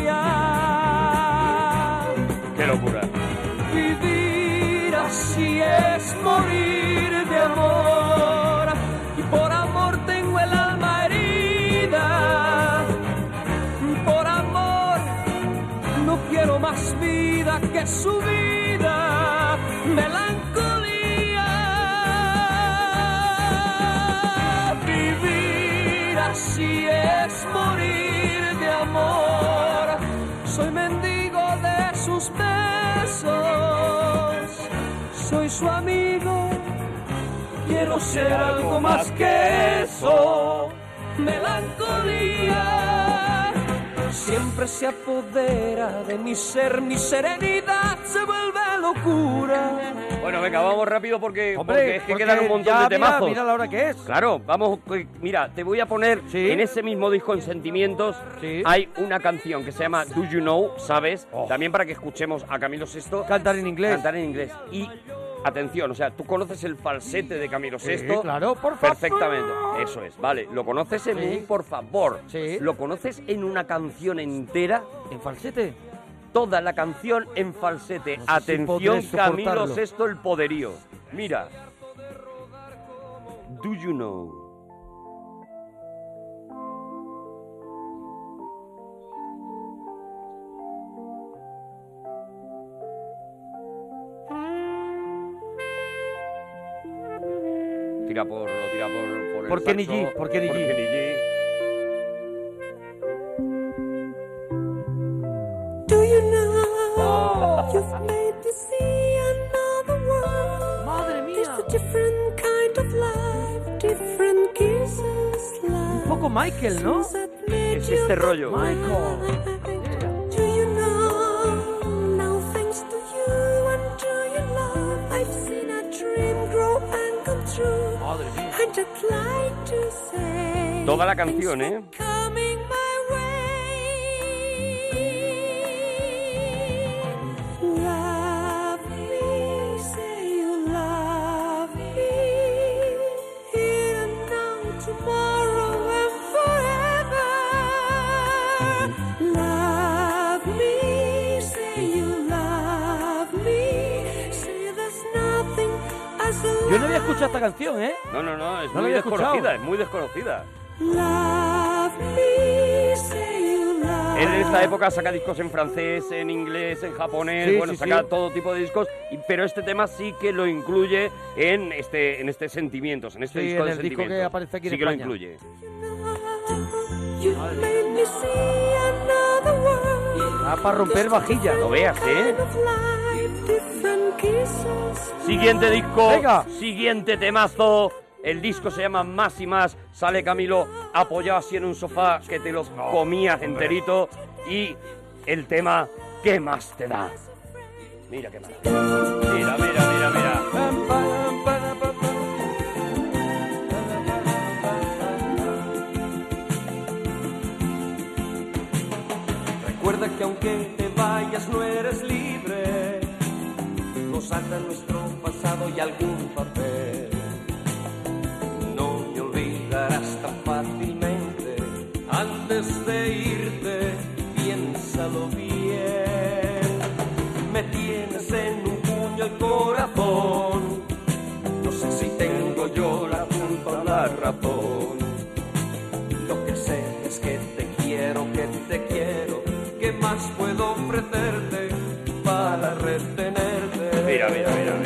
Qué locura. Vivir así es morir de amor. Y por amor tengo el alma herida. Por amor no quiero más vida que su vida. Melancolía. Vivir así es morir de amor. Soy mendigo de sus besos. Soy su amigo. Quiero ser algo más que eso. Melancolía siempre se apodera de mi ser, mi serenidad se vuelve locura. Bueno, venga, vamos rápido porque, Hombre, porque es que porque quedan un montón ya de temazos. mira- mira la hora que es. Claro, vamos. eh, Mira, te voy a poner en ese mismo disco, en Sentimientos, hay una canción que se llama Do You Know, ¿sabes? También para que escuchemos a Camilo VI. Oh. Cantar en inglés. Cantar en inglés. Y. Atención, o sea, tú conoces el falsete de Camilo Sí, VI. claro, por favor. Perfectamente, eso es, vale. Lo conoces en Sí. un por favor. Lo conoces en una canción entera. ¿En falsete? Toda la canción en falsete. sé si Atención, podré soportarlo. Camilo VI, el poderío. Mira. Do you know? Tira por, lo tira por, por el Por Kenny saxo, G, por Kenny G. Do you know you've made me see another world? There's a different kind of life, different kisses life. Un poco Michael, ¿no? Es este rollo. Do you know now thanks to you and to your love I've seen a dream Madre mía. I'd just like to say Toda la canción, ¿eh? coming my way. Love me, say you love me. Here and now, tomorrow and forever. Love me, say you love me. Say there's nothing as Yo no había escuchado esta canción, ¿eh? No, no, no, es No lo muy había escuchado. desconocida, es muy desconocida. Love me, say you love Él en esta época saca discos en francés, en inglés, en japonés, Sí, bueno, sí, saca sí. todo tipo de discos, y- pero este tema sí que lo incluye en este, en este sentimientos, en este Sí, disco en de el disco que sentimientos. aparece aquí en Sí que lo España. incluye. You made me see another world. Ah, para romper vajilla. No veas, ¿eh? Life, different kisses. Siguiente disco, siguiente temazo. El disco se llama Más y Más. Sale Camilo apoyado así en un sofá que te los comías enterito. Y el tema, ¿qué más te da? Mira qué maravilla. Mira, mira, mira, mira. Recuerda que aunque te vayas no eres libre, nos ata nuestro pasado y algún papel. No me olvidarás tan fácilmente, antes de irte piénsalo bien. Me tienes en un puño el corazón, no sé si tengo yo la culpa o la razón. Lo que sé es que te quiero, que te quiero. ¿Qué más puedo ofrecerte para retenerte? Mira, mira, mira,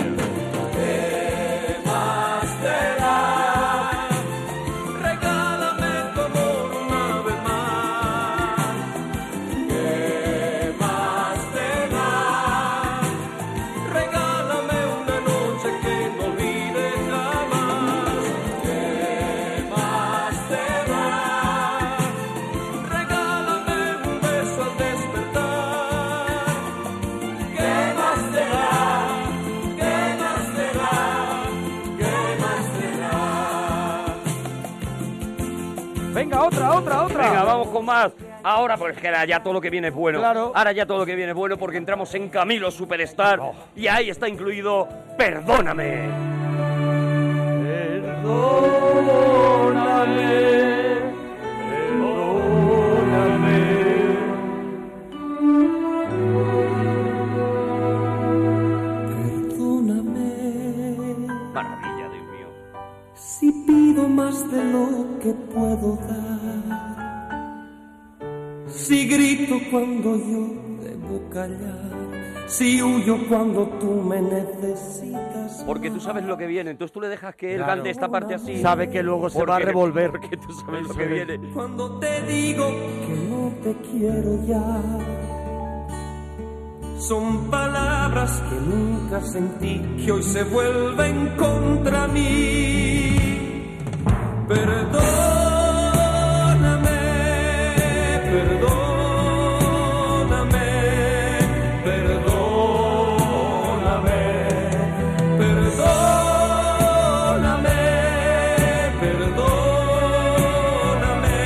¿Qué más te da? Regálame tu amor una vez más. ¿Qué más te da? Regálame una noche que no olvide jamás. ¿Qué más te da? Regálame un beso al despertar. ¿Qué más te da? ¿Qué más te da? ¿Qué más te da? Venga, otra, otra, otra. Venga, vamos con más. Ahora, pues que ahora ya todo lo que viene es bueno. Claro. Ahora ya todo lo que viene es bueno porque entramos en Camilo Superstar Oh. y ahí está incluido Perdóname. Perdóname, perdóname. Maravilla, Dios mío. Si pido más de lo que puedo dar, si grito cuando yo debo callar, si huyo cuando tú me necesitas. Porque tú sabes lo que viene, entonces tú le dejas que él Claro. cante esta parte así. Sabe que luego se va a revolver. Porque tú sabes lo Eso que es. viene. Cuando te digo que no te quiero ya, son palabras que nunca sentí, que hoy se vuelven contra mí. Perdóname, perdóname, perdóname, perdóname, perdóname,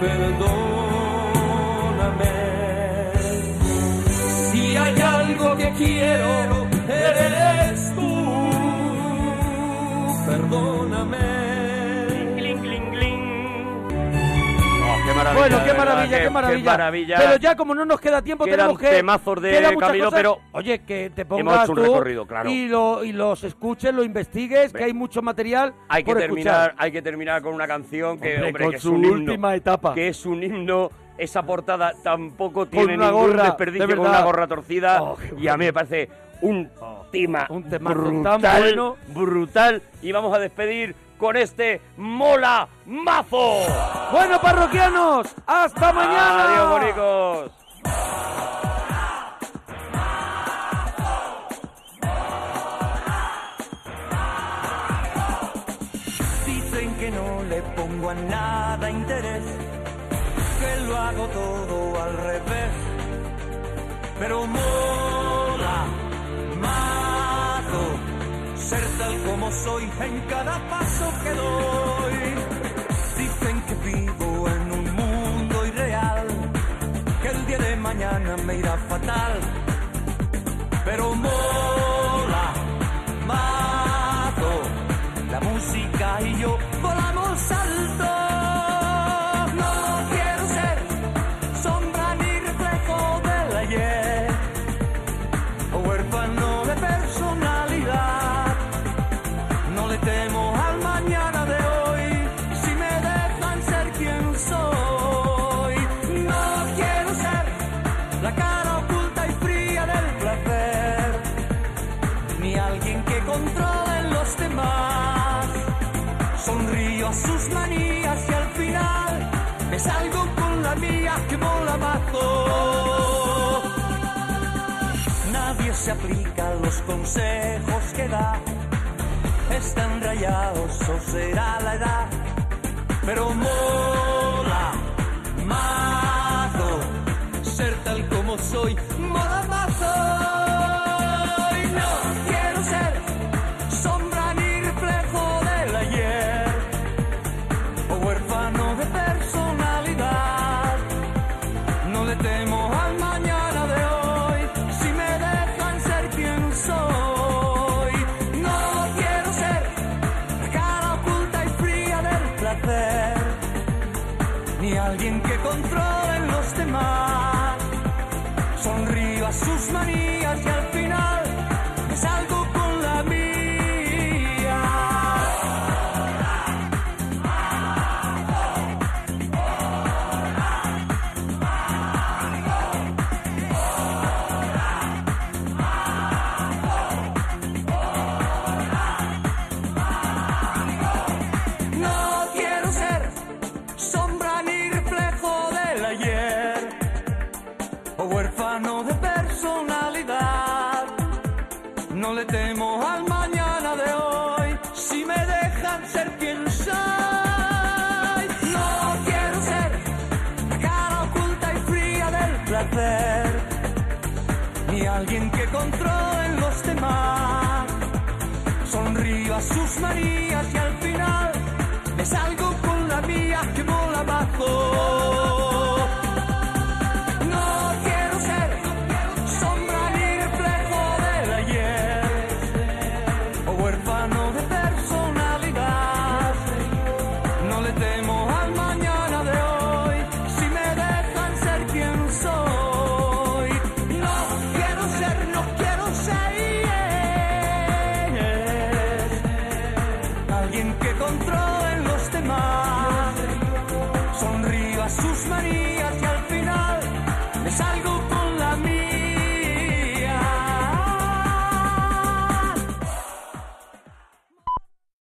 perdóname. Si hay algo que quiero, eres tú. Perdóname. Cling, cling, Oh, qué maravilla. bueno, de qué maravilla, qué verdad, maravilla. Qué maravilla. Pero ya como no nos queda tiempo, Quedan tenemos que... temazos de queda muchas Camilo, cosas. pero Oye, que te hemos pongas hecho un tú recorrido, claro. y, lo- y los escuches, lo investigues, que hay mucho material hay que por terminar, escuchar. hay que terminar con una canción que, Hombre, hombre, con que es su un himno, última etapa. que es un himno. Esa portada tampoco Con tiene una ningún gorra, desperdicio de con una verdad. Oh, gorra torcida y a mí me parece un tema temazo tan brutal, bueno. brutal y vamos a despedir con este mola mazo. Bueno, parroquianos, hasta mañana. Adiós, bonicos. Dicen que no le pongo a nada interés, que lo hago todo al revés. Pero mola, mato, ser tal como soy en cada paso que doy. Dicen que vivo en un mundo irreal, que el día de mañana me irá fatal. Pero mola, mato, la música y yo volamos alto. No quiero ser sombra ni reflejo del ayer, huérfano de personalidad. No le temo al mañana de hoy, si me dejan ser quien soy. No quiero ser la cara oculta y fría del placer, ni alguien que controle los demás. Sonrío a sus manías y al final me salgo con la mía que mola bajo. Nadie se aplica los consejos que da. Están rayados o será la edad. Pero mola, mato, ser tal como soy, mola mazo. Y no quiero ser sombra ni reflejo del ayer. O huérfano de personalidad. No le temo al mañana de hoy, si me dejan ser quien soy. No quiero ser la cara oculta y fría del placer, ni alguien que controle los demás. Sonrío a sus manías y al final me salgo con la mía. No quiero ser sombra ni reflejo del ayer, o huérfano de personalidad. No le temo al mañana de hoy, si me dejan ser quien soy. No quiero ser la cara oculta y fría del placer, ni alguien que controle los demás. Sonrío a sus manías y al final me salgo con la mía que mola bajo. No quiero ser sombra ni reflejo del ayer, o huérfano de personalidad. No le temo al mañana de hoy, si me dejan ser quien soy. No quiero ser, no quiero ser alguien que controle los demás.